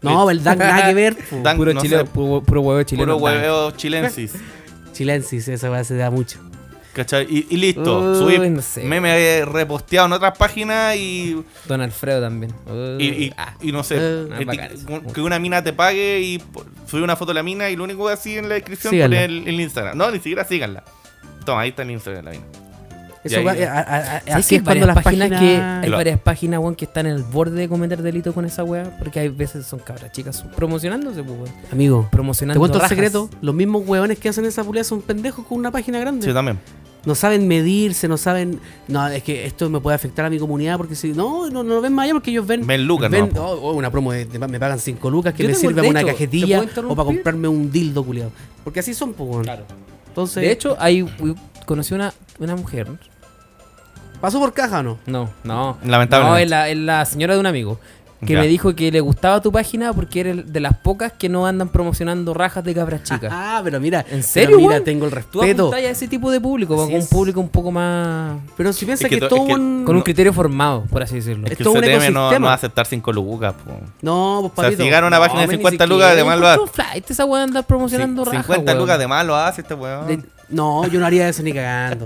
Speaker 1: no, el dank nada que ver. po.
Speaker 3: Dank,
Speaker 2: Uh, Puro,
Speaker 3: no
Speaker 2: chile,
Speaker 3: sé,
Speaker 2: puro, puro huevo chileno.
Speaker 3: puro
Speaker 2: Dank.
Speaker 3: hueveo chilensis.
Speaker 1: Chilensis, esa weá se da mucho.
Speaker 3: ¿Cachai? Y, y listo.
Speaker 2: Uy,
Speaker 3: subí
Speaker 2: no sé.
Speaker 3: meme eh, reposteado en otras páginas y,
Speaker 2: Don Alfredo también.
Speaker 3: y, y-
Speaker 2: Ah,
Speaker 3: y no sé.
Speaker 1: Eh,
Speaker 2: ah,
Speaker 3: que,
Speaker 2: bacán
Speaker 3: ti-
Speaker 2: eso.
Speaker 3: que una mina te pague y po- subí una foto de la mina y lo único que así en la descripción
Speaker 1: Síganla.
Speaker 3: poner el, el Instagram. No, ni siquiera síganla. Toma, ahí está el Instagram de la mina.
Speaker 1: Eso
Speaker 3: ahí-
Speaker 1: va- a- a- a-
Speaker 2: ¿Sabes
Speaker 1: así
Speaker 2: que
Speaker 1: es cuando las páginas.
Speaker 2: que hay
Speaker 3: Lo-
Speaker 2: varias páginas weón, que están en el borde de cometer delito con esa weá? Porque hay veces son cabras chicas su- promocionándose, pues, weón.
Speaker 1: Amigo,
Speaker 2: promocionando.
Speaker 1: te cuento un
Speaker 2: rajas.
Speaker 1: secreto. Los mismos hueones que hacen esa publicidad son pendejos con una página grande.
Speaker 3: Sí, yo también.
Speaker 1: No saben medirse, no saben. No, es que esto me puede afectar a mi comunidad porque si. No, no, no lo ven más allá porque ellos ven.
Speaker 3: Ven lucas,
Speaker 1: ven-
Speaker 3: ¿no?
Speaker 1: oh, oh, una promo de, de- me pagan 5 lucas que
Speaker 2: Yo
Speaker 1: me
Speaker 2: tengo-
Speaker 1: sirve
Speaker 2: de
Speaker 1: para una
Speaker 2: hecho, ¿te
Speaker 1: cajetilla
Speaker 2: puedo interrumpir?
Speaker 1: o para comprarme un dildo culiado. Porque así son, pues, weón.
Speaker 2: Claro.
Speaker 1: Entonces,
Speaker 2: De hecho, hay, we- conocí una, una mujer.
Speaker 1: ¿pasó por caja o no?
Speaker 2: No, no.
Speaker 3: Lamentablemente.
Speaker 2: No, es la, es la señora de un amigo. que
Speaker 3: Ya.
Speaker 2: me dijo que le gustaba tu página porque eres de las pocas que no andan promocionando rajas de cabras chicas.
Speaker 1: Ah, pero mira,
Speaker 2: ¿En
Speaker 1: pero
Speaker 2: serio,
Speaker 1: mira,
Speaker 2: weón?
Speaker 1: tengo el
Speaker 2: Tú
Speaker 1: respeto.
Speaker 2: apuntas a ese tipo de público,
Speaker 1: Así
Speaker 2: con un
Speaker 1: es.
Speaker 2: público un poco más.
Speaker 1: Pero si piensas
Speaker 3: Es que
Speaker 1: que,
Speaker 3: to-
Speaker 1: todo
Speaker 3: es que-
Speaker 1: un...
Speaker 2: con un
Speaker 3: No.
Speaker 2: criterio formado, por así decirlo.
Speaker 1: Es
Speaker 3: que
Speaker 1: todo
Speaker 3: el
Speaker 1: un
Speaker 3: CTM no,
Speaker 1: ecosistema.
Speaker 3: no va a aceptar 5 lucas, po.
Speaker 1: No, pues
Speaker 3: O sea,
Speaker 1: papito.
Speaker 3: si gana una página de 50 lucas, además lo hace.
Speaker 2: Flight, esa weá anda promocionando rajas.
Speaker 3: 50
Speaker 2: weón.
Speaker 3: lucas, además lo hace este weón.
Speaker 1: De- no, yo no haría eso ni cagando.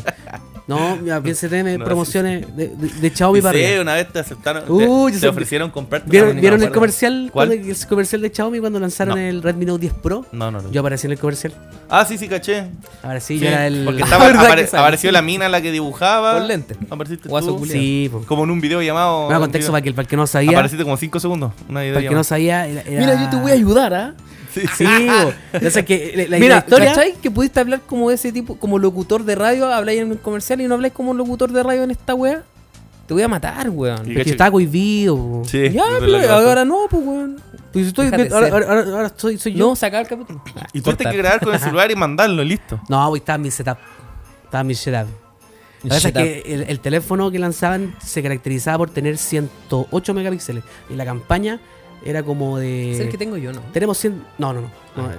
Speaker 1: No, mira, PCTM,
Speaker 3: No,
Speaker 1: promociones de, de, de Xiaomi
Speaker 3: Sí,
Speaker 1: para arriba.
Speaker 3: una vez te aceptaron, te-
Speaker 1: Uy,
Speaker 3: te,
Speaker 1: yo sé-
Speaker 3: ofrecieron comprarte. una
Speaker 1: ¿Vieron,
Speaker 3: máquina,
Speaker 1: vieron
Speaker 3: me
Speaker 1: el
Speaker 3: acuerdo.
Speaker 1: comercial?
Speaker 3: ¿Cuál?
Speaker 1: Cuando- el comercial de Xiaomi cuando lanzaron
Speaker 3: No.
Speaker 1: el Redmi Note 10 Pro.
Speaker 3: No, no, no.
Speaker 1: Yo aparecí en el comercial.
Speaker 3: Ah, sí, sí, caché.
Speaker 1: Ahora sí,
Speaker 3: Sí,
Speaker 1: yo era el.
Speaker 3: Porque
Speaker 2: Ah,
Speaker 3: estaba,
Speaker 2: ¿verdad
Speaker 3: apare-
Speaker 2: que sale?
Speaker 3: apareció la mina la que dibujaba.
Speaker 2: Con lentes.
Speaker 3: Apareciste
Speaker 2: Guaso
Speaker 3: tú.
Speaker 2: culiao.
Speaker 1: sí, pues.
Speaker 3: Como en un video llamado.
Speaker 1: Me da contexto para que para el que no sabía.
Speaker 3: Apareciste como 5 segundos. Una video
Speaker 1: para el que no sabía. era- era-
Speaker 2: Mira, yo te voy a ayudar, ¿ah?
Speaker 3: Sí,
Speaker 1: Sí, po. O sea, que la- la,
Speaker 2: Mira,
Speaker 1: la historia.
Speaker 2: ¿cachai? Que pudiste hablar como ese tipo, como locutor de radio, habláis en un comercial y no habláis como un locutor de radio en esta wea. Te voy a matar, weón.
Speaker 3: Y
Speaker 1: Porque
Speaker 3: caché-
Speaker 1: estaba cohibido. po.
Speaker 3: Sí,
Speaker 2: ya,
Speaker 3: es verdad
Speaker 2: pero
Speaker 3: que pasó.
Speaker 2: ahora no, pues weón.
Speaker 1: Pues estoy-
Speaker 2: Deja de
Speaker 1: ahora,
Speaker 2: ser.
Speaker 1: ahora- ahora- ahora estoy- soy yo.
Speaker 2: No, sacar el capítulo. Ah,
Speaker 3: Y tú tienes
Speaker 2: cortar.
Speaker 3: que grabar con el celular y mandarlo, listo.
Speaker 1: No, pues estaba en mi setup. Estaba en mi setup. La verdad es
Speaker 2: Shut
Speaker 1: que el, el teléfono que lanzaban se caracterizaba por tener 108 megapíxeles. Y la campaña era como
Speaker 2: up.
Speaker 1: de.
Speaker 2: Es el que tengo yo, ¿no?
Speaker 1: Tenemos 100. No, no, no. no,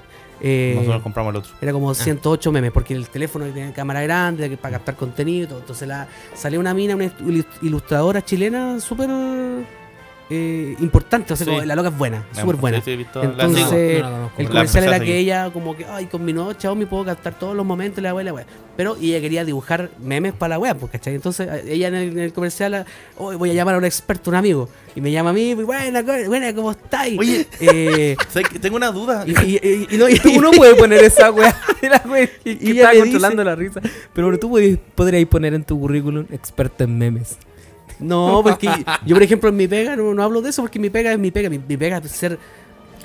Speaker 1: eh,
Speaker 3: Nosotros compramos el otro.
Speaker 1: era como 108 memes, porque el teléfono tenía cámara grande que para captar contenido. y todo. Entonces la, salió una mina, una ilu- ilustradora chilena súper eh, importante. O sea,
Speaker 3: Sí.
Speaker 1: como la loca es buena, súper
Speaker 3: Sí,
Speaker 1: buena.
Speaker 3: sí, he visto la-
Speaker 2: sigo.
Speaker 1: Entonces,
Speaker 2: No, no la conozco,
Speaker 1: el
Speaker 2: pero
Speaker 1: comercial
Speaker 3: la empecé a
Speaker 1: era que
Speaker 3: seguir.
Speaker 1: ella como que, ay, con mi nuevo Xiaomi puedo captar todos los momentos, la wea, la wea. Pero y ella quería dibujar memes para la wea, pues, ¿cachai? Entonces, a- ella en el, en el comercial, a- "Hoy voy a llamar a un experto, un amigo. Y me llama a mí, buena, co- buena, ¿cómo estáis?
Speaker 3: Oye.
Speaker 1: Eh,
Speaker 3: ¿Sabes qué? Tengo una duda.
Speaker 1: y, y- y- y no, y-
Speaker 2: Uno puede poner esa weá. La weá que
Speaker 1: Y ella
Speaker 2: estaba
Speaker 1: me
Speaker 2: controlando la risa. Pero bueno, tú podías- podrías poner en tu currículum experto en memes.
Speaker 1: no, porque yo, por ejemplo, en mi pega no, no hablo de eso, porque mi pega es mi pega. Mi, mi pega es ser.
Speaker 2: Ya,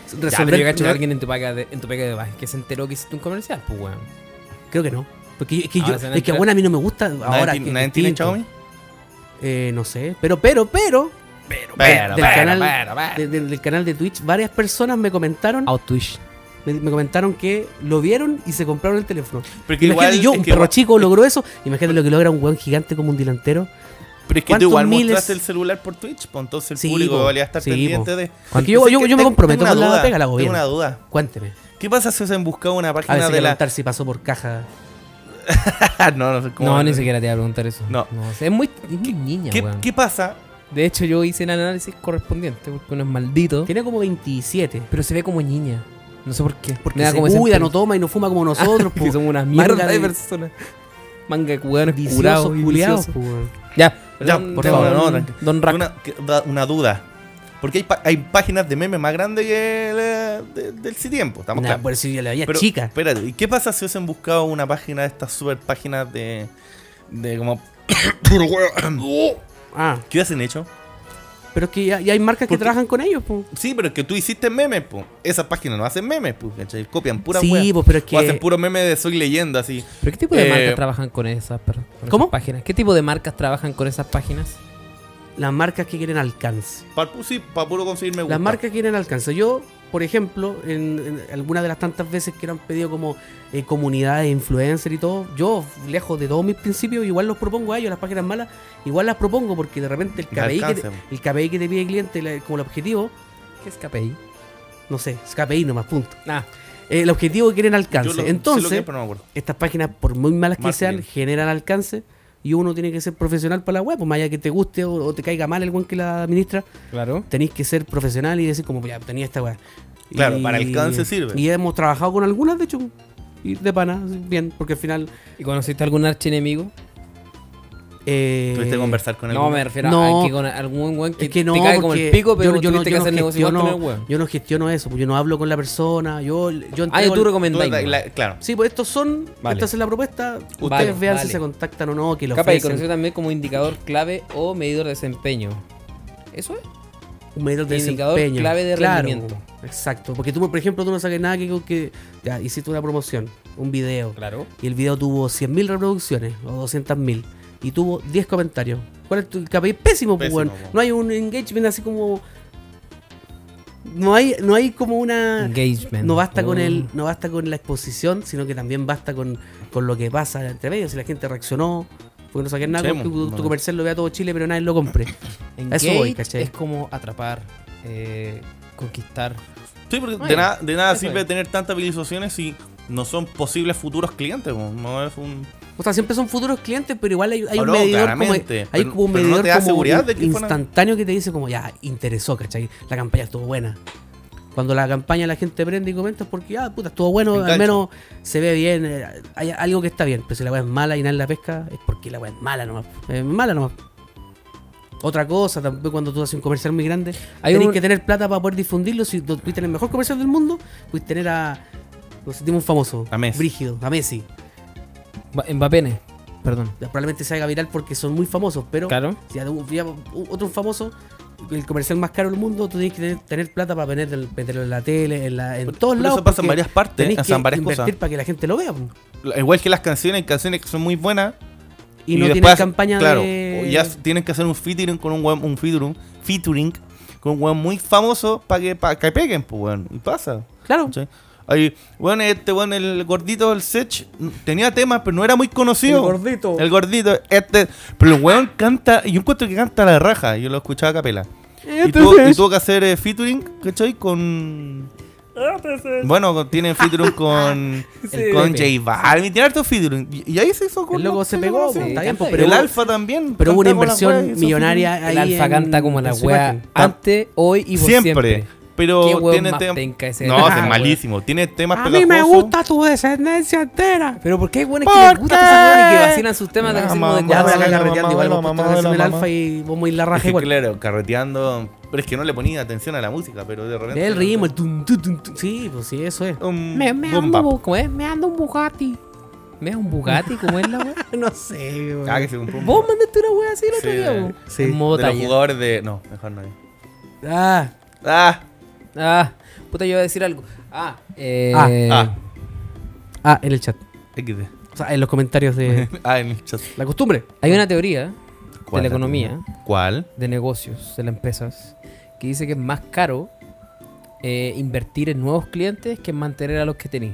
Speaker 2: pero yo
Speaker 1: resolver-
Speaker 2: cacho que alguien en tu pega de, en tu pega de baje que se enteró que hiciste un comercial, pues weón.
Speaker 1: Creo que no. Porque es que, yo,
Speaker 2: Ahora se van a
Speaker 1: es que
Speaker 2: enterar.
Speaker 1: bueno, a mí no me gusta. Ahora,
Speaker 3: ¿Nadie,
Speaker 1: que-
Speaker 3: nadie tiene
Speaker 1: distinto.
Speaker 3: Xiaomi?
Speaker 1: Eh, no sé. Pero, pero, pero.
Speaker 3: Pero,
Speaker 1: del
Speaker 3: pero,
Speaker 1: canal-
Speaker 3: pero, pero.
Speaker 1: de- de- del canal de Twitch, varias personas me comentaron,
Speaker 2: Out Twitch.
Speaker 1: me, me comentaron que lo vieron y se compraron el teléfono.
Speaker 3: Pero que
Speaker 1: Imagínate
Speaker 3: igual-
Speaker 1: yo,
Speaker 3: es
Speaker 1: un
Speaker 3: que
Speaker 1: perro
Speaker 3: igual-
Speaker 1: chico logró eso. Imagínate lo que logra un weón gigante como un delantero.
Speaker 3: Pero es que tú
Speaker 1: ¿Cuántos
Speaker 3: igual
Speaker 1: miles?
Speaker 3: mostraste el celular por Twitch, pues entonces el
Speaker 1: Sí,
Speaker 3: público
Speaker 1: po.
Speaker 3: valía estar
Speaker 1: Sí,
Speaker 3: pendiente
Speaker 1: po.
Speaker 3: de.
Speaker 1: Porque yo,
Speaker 3: Entonces,
Speaker 1: yo,
Speaker 3: Pues que
Speaker 1: yo me
Speaker 3: te-
Speaker 1: comprometo
Speaker 3: tengo
Speaker 1: con
Speaker 3: una
Speaker 1: la
Speaker 3: duda,
Speaker 1: pega, la hago
Speaker 3: Tengo
Speaker 1: bien.
Speaker 3: una duda.
Speaker 1: Cuénteme.
Speaker 3: ¿Qué pasa si se han buscado una
Speaker 1: A
Speaker 3: página
Speaker 1: veces
Speaker 3: de la.
Speaker 1: preguntar si pasó por caja.
Speaker 3: no, no sé cómo.
Speaker 2: No, ni siquiera te iba a preguntar eso.
Speaker 3: No.
Speaker 2: o sea, es, muy, es muy niña,
Speaker 3: ¿Qué,
Speaker 2: weón.
Speaker 3: qué pasa?
Speaker 2: De hecho, yo hice el análisis correspondiente porque uno es maldito,
Speaker 1: Tiene como 27.
Speaker 2: pero se ve como niña. No sé por qué.
Speaker 1: Porque
Speaker 2: Me da
Speaker 1: se
Speaker 2: como ese
Speaker 1: cuida,
Speaker 2: sentido.
Speaker 1: no toma y no fuma como nosotros. pues. po.
Speaker 2: Que somos unas
Speaker 1: manga
Speaker 2: mierdas
Speaker 1: de-
Speaker 2: de personas. Manga de cubanos
Speaker 1: Viciosos,
Speaker 2: curados y
Speaker 1: culiados,
Speaker 2: viciosos.
Speaker 1: po, pues, weón.
Speaker 2: Ya,
Speaker 3: Ya,
Speaker 2: perdón,
Speaker 3: por
Speaker 2: don-
Speaker 3: favor, no, tranqui-
Speaker 2: Don Rack.
Speaker 3: Una, que- da- una duda. Porque hay, pa- hay páginas de memes más grandes que la- de- del tiempo, estamos
Speaker 1: Nah,
Speaker 3: claros.
Speaker 1: por eso yo la veía
Speaker 3: Pero,
Speaker 1: chica.
Speaker 3: Espérate, ¿y qué pasa si hubiesen buscado una página de estas super páginas de. de como. puro huevo?
Speaker 1: Ah,
Speaker 3: ¿Qué hacen hecho?
Speaker 1: pero es que ya, ya hay marcas que
Speaker 3: Porque-
Speaker 1: trabajan con ellos, pues. po.
Speaker 3: Sí, pero es que tú hiciste memes, pues. Esas páginas no hacen memes, pues, ¿cachai? Copian pura
Speaker 1: sí,
Speaker 3: wea.
Speaker 1: po, pero es que.
Speaker 3: O hacen puro meme de soy leyenda, así.
Speaker 2: ¿Pero qué tipo de
Speaker 3: Eh,
Speaker 2: marcas trabajan con esas, per- con esas
Speaker 1: ¿Cómo?
Speaker 2: páginas? ¿Qué tipo de marcas trabajan con esas páginas?
Speaker 1: Las marcas que quieren alcance.
Speaker 3: Para sí, pa puro conseguirme
Speaker 1: Las marcas quieren alcance. Yo, por ejemplo, en, en algunas de las tantas veces que lo han pedido como eh, comunidades, influencers y todo, yo, lejos de todos mis principios, igual los propongo a ellos, las páginas malas, igual las propongo porque de repente el
Speaker 3: Me
Speaker 1: KPI, que te,
Speaker 3: alcanza,
Speaker 1: el KPI que te pide el cliente la- como el objetivo,
Speaker 2: ¿Qué es KPI?
Speaker 1: no sé, es KPI nomás, punto.
Speaker 2: Ah,
Speaker 1: Eh, el objetivo que quieren alcance.
Speaker 3: Yo lo- sé lo que es,
Speaker 1: Entonces,
Speaker 3: pero no me acuerdo.
Speaker 1: estas páginas, por muy malas que
Speaker 3: Marketing.
Speaker 1: sean, generan alcance y uno tiene que ser profesional para la web, pues más allá que te guste o, o te caiga mal el buen que la administra,
Speaker 2: claro.
Speaker 1: tenéis que ser profesional y decir como ya tenía esta weá.
Speaker 3: Claro, para alcance sirve.
Speaker 1: Y hemos trabajado con algunas, de hecho, y de pana, así, bien, porque al final...
Speaker 2: ¿Y conociste algún archienemigo?
Speaker 1: Eh,
Speaker 3: Tuviste que conversar con él.
Speaker 2: No, me refiero
Speaker 1: no.
Speaker 2: a que con algún weón que,
Speaker 1: Es que no,
Speaker 2: te cae como
Speaker 1: porque
Speaker 2: el pico, pero
Speaker 1: yo, yo no,
Speaker 2: tuviste
Speaker 1: yo
Speaker 2: que
Speaker 1: no
Speaker 2: hacer negocio igual con el
Speaker 1: gestiono,
Speaker 2: weón.
Speaker 1: yo no gestiono eso, pues yo no hablo con la persona, yo, yo
Speaker 2: Ah, yo
Speaker 1: entrego
Speaker 2: tú
Speaker 1: el-
Speaker 2: recomendáis.
Speaker 3: Tú-
Speaker 2: ¿no?
Speaker 3: la- claro.
Speaker 1: Sí, pues estos son,
Speaker 2: Vale.
Speaker 1: esta es la propuesta, ustedes
Speaker 2: Vale,
Speaker 1: vean
Speaker 2: vale.
Speaker 1: si se contactan o no, que lo
Speaker 2: KPI,
Speaker 1: ofrecen,
Speaker 2: conocido también como indicador clave o medidor de desempeño. ¿Eso es?
Speaker 1: un medidor de
Speaker 2: indicador
Speaker 1: desempeño.
Speaker 2: clave de
Speaker 1: Claro,
Speaker 2: rendimiento.
Speaker 1: Exacto, porque tú, por ejemplo, tú no saques nada que, que ya, hiciste una promoción, un video,
Speaker 2: Claro.
Speaker 1: y el video tuvo 100.000 reproducciones o 200.000 y tuvo 10 comentarios. ¿Cuál es tu KPI? Pésimo, pues,
Speaker 3: Pésimo,
Speaker 1: weón.
Speaker 3: po.
Speaker 1: No hay un engagement así como no hay no hay como una Ah,
Speaker 2: Engagement.
Speaker 1: no basta con
Speaker 2: Uh.
Speaker 1: el no basta con la exposición, sino que también basta con, con lo que pasa entre medio, si la gente reaccionó, porque no saques nada,
Speaker 3: Sí,
Speaker 1: porque
Speaker 3: mo,
Speaker 1: tu, tu
Speaker 3: no.
Speaker 1: comercial lo vea todo Chile, pero nadie lo compre.
Speaker 2: Oh. Engage
Speaker 1: eso voy, ¿cachai?
Speaker 2: es como atrapar, eh, conquistar.
Speaker 3: Sí, porque
Speaker 2: Muy
Speaker 3: de
Speaker 2: bien.
Speaker 3: nada, de nada
Speaker 2: Eso
Speaker 3: sirve
Speaker 2: es.
Speaker 3: tener tantas habilitaciones si no son posibles futuros clientes. po. No es un.
Speaker 1: O sea, siempre son futuros clientes, pero igual hay, hay
Speaker 3: Ah,
Speaker 1: un
Speaker 3: no,
Speaker 1: medidor como,
Speaker 3: claramente,
Speaker 1: hay
Speaker 3: pero-
Speaker 1: como un
Speaker 3: pero no
Speaker 1: medidor
Speaker 3: te da
Speaker 1: como
Speaker 3: seguridad de que fueron-
Speaker 1: instantáneo que te dice como ya interesó, ¿cachai? La campaña estuvo buena. Cuando la campaña la gente prende y comenta es porque ah, puta, estuvo bueno,
Speaker 3: Me
Speaker 1: al
Speaker 3: engancho.
Speaker 1: menos se ve bien, eh, hay algo que está bien, pero si la weá es mala y nadie la pesca, es porque la weá es mala nomás, es mala nomás. Otra cosa, también cuando tú haces un comercial muy grande,
Speaker 2: Hay
Speaker 1: tenés
Speaker 2: un-
Speaker 1: que tener plata para poder difundirlo. Si tú puedes tener el mejor comercial del mundo, puedes tener a. No sé, dime un famoso.
Speaker 3: A Messi.
Speaker 1: Brígido, a Messi.
Speaker 2: Ba- Mbappé, perdón.
Speaker 1: probablemente se haga viral porque son muy famosos, pero
Speaker 2: Claro.
Speaker 1: si ya hubiera otro famoso, el comercial más caro del mundo, tú tienes que tener, tener plata para vender el- meterlo en la tele, en, la- en
Speaker 3: Pero-
Speaker 1: todos
Speaker 3: pero
Speaker 1: lados.
Speaker 3: Eso pasa en
Speaker 1: porque
Speaker 3: varias partes,
Speaker 1: tenés
Speaker 3: hacen
Speaker 1: que
Speaker 3: varias
Speaker 1: invertir
Speaker 3: cosas.
Speaker 1: para que la gente lo vea. po.
Speaker 3: Igual que las canciones, hay canciones que son muy buenas.
Speaker 1: Y, no
Speaker 3: después
Speaker 1: tienen
Speaker 3: hacen-
Speaker 1: campaña
Speaker 3: claro,
Speaker 1: de...
Speaker 3: o ya tienen que hacer un featuring con un weón, un featuring, featuring con un weón muy famoso para que, pa' que peguen, pues weón. Y pasa.
Speaker 1: Claro.
Speaker 3: ¿cachai? Ahí, weón, este weón, el gordito, el Sech, n- tenía temas, pero no era muy
Speaker 2: El
Speaker 3: conocido.
Speaker 2: gordito.
Speaker 3: El gordito, este. Pero el weón canta, yo encuentro que canta a la raja, yo lo escuchaba a capela. Y
Speaker 1: Este
Speaker 3: tuvo, y tuvo que hacer eh, featuring, ¿cachai? Con.
Speaker 1: Este
Speaker 3: Bueno, con- tiene featuring con.
Speaker 2: Sí.
Speaker 3: con J
Speaker 2: Pepe.
Speaker 3: Balvin, tiene harto featuring. Y, y ahí se hizo con.
Speaker 1: El loco
Speaker 3: los-
Speaker 1: se
Speaker 3: con
Speaker 1: pegó, po,
Speaker 3: los-
Speaker 2: sí,
Speaker 1: está
Speaker 2: sí,
Speaker 1: bien, po,
Speaker 2: canta
Speaker 1: pero,
Speaker 3: el
Speaker 1: hubo-
Speaker 3: Alfa también.
Speaker 1: pero hubo una
Speaker 3: cantaba con la
Speaker 1: inversión
Speaker 3: wea y hizo
Speaker 1: millonaria ahí
Speaker 2: El alfa
Speaker 1: en-
Speaker 2: canta como la
Speaker 1: en su
Speaker 2: wea
Speaker 1: imagen.
Speaker 2: antes, hoy y por
Speaker 3: featuring.
Speaker 2: siempre.
Speaker 3: Siempre. Pero
Speaker 2: Qué weón
Speaker 3: tiene
Speaker 2: más
Speaker 3: temas.
Speaker 2: penca ese
Speaker 3: No,
Speaker 2: Alfa,
Speaker 3: es
Speaker 2: weón. Ah,
Speaker 3: malísimo. Tiene temas
Speaker 1: A mí me
Speaker 3: pegajosos.
Speaker 1: gusta tu descendencia entera.
Speaker 2: Pero porque hay buenas que les
Speaker 3: ¿Por
Speaker 2: gusta esa weá y que
Speaker 3: qué?
Speaker 2: vacilan sus temas de
Speaker 3: Ah,
Speaker 2: así como
Speaker 3: mamá,
Speaker 2: de
Speaker 1: Ya,
Speaker 3: mamá,
Speaker 1: pero acá
Speaker 3: la
Speaker 1: carreteando
Speaker 3: mamá,
Speaker 1: igual,
Speaker 3: la
Speaker 1: vos
Speaker 3: mamá,
Speaker 1: puedes hacer
Speaker 3: la
Speaker 1: el
Speaker 3: mamá.
Speaker 1: alfa y vamos a ir la
Speaker 3: Es
Speaker 1: raja
Speaker 3: que,
Speaker 1: igual.
Speaker 3: claro, carreteando. Pero es que no le ponía atención a la música, pero de repente.
Speaker 1: El ritmo, el tum, tum, tum, tum. Sí, pues sí, eso es.
Speaker 3: Un
Speaker 2: Me, me
Speaker 3: boom
Speaker 2: ando,
Speaker 3: bap.
Speaker 2: bu- ¿cómo es? Me ando un Bugatti. ¿Me ando un Bugatti? ¿Cómo es la weá?
Speaker 1: No sé,
Speaker 3: Ah, que se compró un
Speaker 2: Vos mandaste una weá así el otro
Speaker 3: Sí,
Speaker 2: día,
Speaker 3: de-
Speaker 2: weón.
Speaker 1: sí,
Speaker 2: En modo
Speaker 3: De los
Speaker 2: taller.
Speaker 3: jugadores de. No, mejor no.
Speaker 1: Ah,
Speaker 3: Ah,
Speaker 2: Ah, puta, yo iba a decir algo. Ah, eh.
Speaker 1: Ah,
Speaker 3: ah,
Speaker 1: ah, en el chat.
Speaker 3: XD.
Speaker 1: O sea, en los comentarios de
Speaker 3: Ah, en el chat.
Speaker 1: la costumbre.
Speaker 2: Hay una teoría de
Speaker 3: ¿Cuál
Speaker 2: la
Speaker 3: la
Speaker 2: economía,
Speaker 3: ¿Cuál?
Speaker 2: de negocios, de las empresas, que dice que es más caro eh, invertir en nuevos clientes que en mantener a los que tenéis.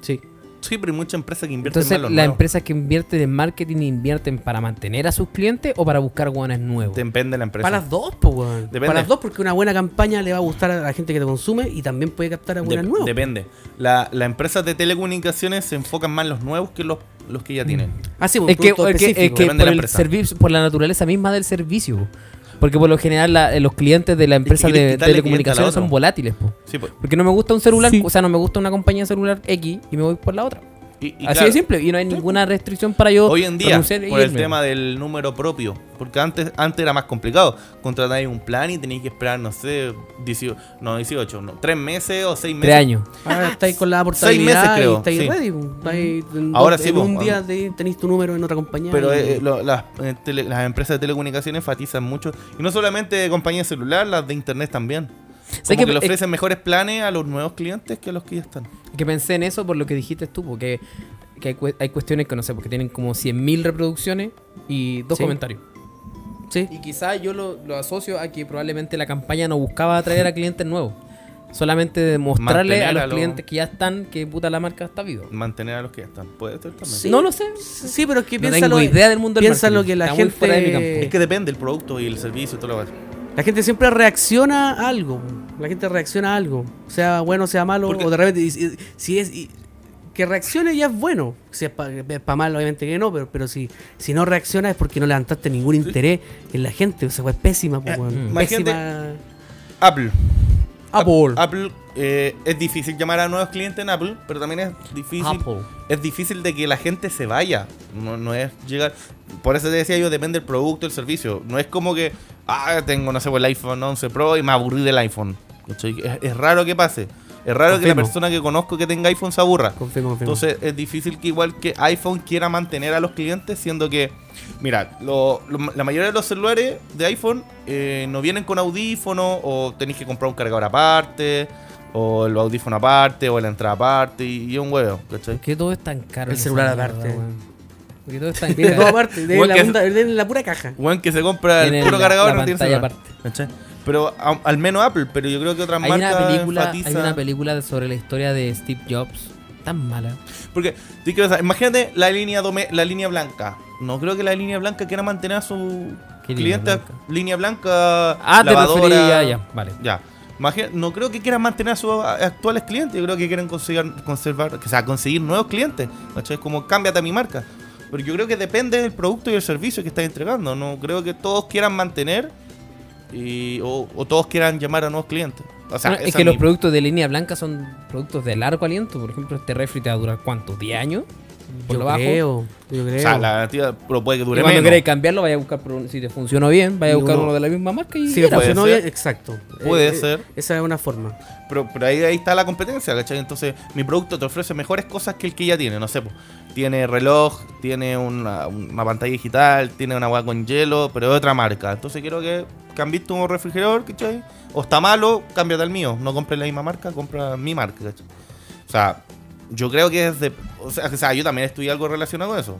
Speaker 1: Sí.
Speaker 3: Sí, pero hay mucha empresa que invierte
Speaker 2: Entonces,
Speaker 3: en malos
Speaker 2: las
Speaker 3: nuevos.
Speaker 2: empresas que invierten en marketing invierten para mantener a sus clientes o para buscar guanes nuevos.
Speaker 3: Depende de la empresa.
Speaker 1: Para las dos, pues, weón.
Speaker 3: Depende.
Speaker 1: Para las dos, porque una buena campaña le va a gustar a la gente que te consume y también puede captar a buenas
Speaker 3: Dep-
Speaker 1: nuevas.
Speaker 3: Depende. La- Las empresas de telecomunicaciones se enfocan más en los nuevos que los, los que ya tienen.
Speaker 2: Mm.
Speaker 1: Ah, sí, un
Speaker 2: Es que,
Speaker 1: producto
Speaker 2: es que- es
Speaker 1: específico.
Speaker 2: que
Speaker 3: Depende de
Speaker 2: por,
Speaker 3: la
Speaker 2: el
Speaker 3: empresa.
Speaker 2: servicio, por la naturaleza misma del servicio. Porque por lo general la- eh, los clientes de la empresa de
Speaker 3: quieres quitarle cliente a la
Speaker 2: telecomunicaciones
Speaker 3: otra.
Speaker 2: son volátiles. po.
Speaker 3: Sí, pues,
Speaker 2: Porque no me gusta un celular,
Speaker 1: Sí.
Speaker 2: o sea, no me gusta una compañía celular X y me voy por la otra.
Speaker 3: y-
Speaker 2: Así
Speaker 3: y claro,
Speaker 2: de simple. Y no hay ninguna restricción para yo
Speaker 3: Hoy en día,
Speaker 2: renunciar y
Speaker 3: por el
Speaker 2: irme.
Speaker 3: tema del número propio, porque antes antes era más complicado. Contratáis un plan y tenéis que esperar, no sé, 18, no, 18, no, 3 meses o 6 meses.
Speaker 2: Tres años.
Speaker 1: Ahora estáis con la portabilidad
Speaker 3: meses, creo,
Speaker 1: y estáis
Speaker 3: sí.
Speaker 1: ready. pues. Estáis en
Speaker 3: Ahora
Speaker 1: dos-
Speaker 3: sí,
Speaker 1: en
Speaker 3: pues,
Speaker 1: un
Speaker 3: weón.
Speaker 1: día te- tenéis tu número en otra compañía.
Speaker 3: Pero
Speaker 1: y-
Speaker 3: eh, lo- las, eh, tele- las empresas de telecomunicaciones enfatizan mucho, y no solamente de compañías celular, las de internet también.
Speaker 2: Sé
Speaker 3: Como
Speaker 2: que-
Speaker 3: que, le
Speaker 2: eh,
Speaker 3: ofrecen mejores planes a los nuevos clientes que a los que ya están.
Speaker 2: Que pensé en eso por lo que dijiste tú, porque que hay, cue- hay cuestiones que no sé, porque tienen como 100.000 reproducciones y dos
Speaker 1: Sí.
Speaker 2: comentarios.
Speaker 1: Sí.
Speaker 2: Y quizás yo lo, lo asocio a que probablemente la campaña no buscaba atraer a clientes nuevos. Solamente demostrarle
Speaker 3: Mantener
Speaker 2: a los
Speaker 3: a los-
Speaker 2: clientes que ya están que puta la marca está viva.
Speaker 3: Mantener a los que ya están. Puede ser también.
Speaker 1: Sí.
Speaker 2: No lo sé.
Speaker 1: Sí, pero es que eh,
Speaker 2: No
Speaker 1: piensa
Speaker 2: tengo
Speaker 1: lo-
Speaker 2: idea del mundo del
Speaker 1: piensa lo
Speaker 2: marketing.
Speaker 1: que la
Speaker 2: Está muy
Speaker 1: gente-
Speaker 2: fuera de mi campo.
Speaker 3: Es que depende el producto y el servicio y todo lo demás.
Speaker 1: La gente siempre reacciona a algo. La gente reacciona a algo. Sea bueno, sea malo.
Speaker 3: Porque-
Speaker 1: O de repente, y- y- si es. y- que reaccione ya es bueno. Si es para mal, obviamente que no. Pero, pero si, si no reacciona es porque no levantaste ningún interés en la gente. O sea, es pésima. po,
Speaker 3: Eh,
Speaker 1: weón.
Speaker 3: imagínate-
Speaker 1: pésima. Ah,
Speaker 3: Apple.
Speaker 1: Apple.
Speaker 3: Apple eh, es difícil llamar a nuevos clientes en Apple, pero también es difícil.
Speaker 2: Apple.
Speaker 3: Es difícil de que la gente se vaya. No, no es llegar. Por eso te decía yo, depende del producto, el servicio. No es como que, ah, tengo, no sé, pues, el iPhone 11 Pro y me aburrí del iPhone. ¿Cachai? Es, es raro que pase. Es raro que la
Speaker 1: Confirmo.
Speaker 3: persona que conozco que tenga iPhone se aburra.
Speaker 1: Confirmo, confirmo.
Speaker 3: Entonces es difícil que igual que iPhone quiera mantener a los clientes, siendo que, mira, lo- lo- la mayoría de los celulares de iPhone eh, no vienen con audífono o tenéis que comprar un cargador aparte, o el audífono aparte, o la entrada aparte, y, y un huevo, ¿cachai?
Speaker 2: ¿Por qué todo es tan caro?
Speaker 1: El
Speaker 2: en esa
Speaker 1: celular
Speaker 2: mierda,
Speaker 1: aparte.
Speaker 2: weón? ¿Por qué todo es tan
Speaker 1: de todas
Speaker 2: caro?
Speaker 1: partes. De,
Speaker 3: Igual
Speaker 1: la
Speaker 3: que-
Speaker 1: bunda- de la pura caja.
Speaker 3: Weón que se compra el
Speaker 2: Tienen
Speaker 3: puro
Speaker 2: la-
Speaker 3: cargador
Speaker 2: la
Speaker 3: no tiene
Speaker 2: pantalla
Speaker 3: celular, ¿cachai? Pero a- al menos Apple, pero yo creo que otras
Speaker 2: Hay
Speaker 3: marcas
Speaker 2: una, película, hay
Speaker 3: enfatizan-
Speaker 2: una película sobre la historia de Steve Jobs. Tan mala.
Speaker 3: Porque, sí que, o sea, imagínate la línea, dome- la línea blanca. No creo que la línea blanca quiera mantener a su,
Speaker 2: ¿Qué línea
Speaker 3: clientes,
Speaker 2: blanca?
Speaker 3: línea blanca,
Speaker 2: Ah, te
Speaker 3: lavadora.
Speaker 2: referí ya, ya. Vale.
Speaker 3: Ya. Imagi- no creo que quieran mantener a sus a- actuales clientes, yo creo que quieren conseguir, conservar, o sea, conseguir nuevos clientes. ¿Cachai? Es como cámbiate a mi marca. Pero yo creo que depende del producto y el servicio que estás entregando. No creo que todos quieran mantener y, o, o todos quieran llamar a nuevos clientes. O sea,
Speaker 2: No, es
Speaker 3: esa
Speaker 2: que los
Speaker 3: mi-
Speaker 2: productos de línea blanca son productos de largo aliento. Por ejemplo, este refri te va a durar cuánto? ¿10 años? Por lo
Speaker 1: Yo
Speaker 2: bajo.
Speaker 1: creo, yo creo.
Speaker 3: O sea, la garantía pero puede que
Speaker 2: Y
Speaker 3: dure
Speaker 2: cuando
Speaker 3: menos.
Speaker 2: queráis cambiarlo, vaya a buscar por un- si te funcionó bien, vaya a
Speaker 1: Y
Speaker 2: buscar
Speaker 1: uno- pues.
Speaker 2: uno de la misma marca y
Speaker 1: Si le
Speaker 2: era,
Speaker 3: puede
Speaker 1: funcionó
Speaker 3: ser.
Speaker 1: bien, exacto. Eh,
Speaker 3: Puede ser.
Speaker 1: Esa es una forma.
Speaker 3: Pero, pero ahí, ahí está la competencia, ¿cachai? Entonces, mi producto te ofrece mejores cosas que el que ya tiene, no sé. po. Tiene reloj, tiene una, una pantalla digital, tiene una agua con hielo, pero de otra marca. Entonces, quiero que cambies tu refrigerador, ¿cachai? O está malo, cámbiate al mío. No compres la misma marca, compra mi marca, ¿cachai? O sea, yo creo que es de. O sea, o sea, yo también estudié algo relacionado con eso.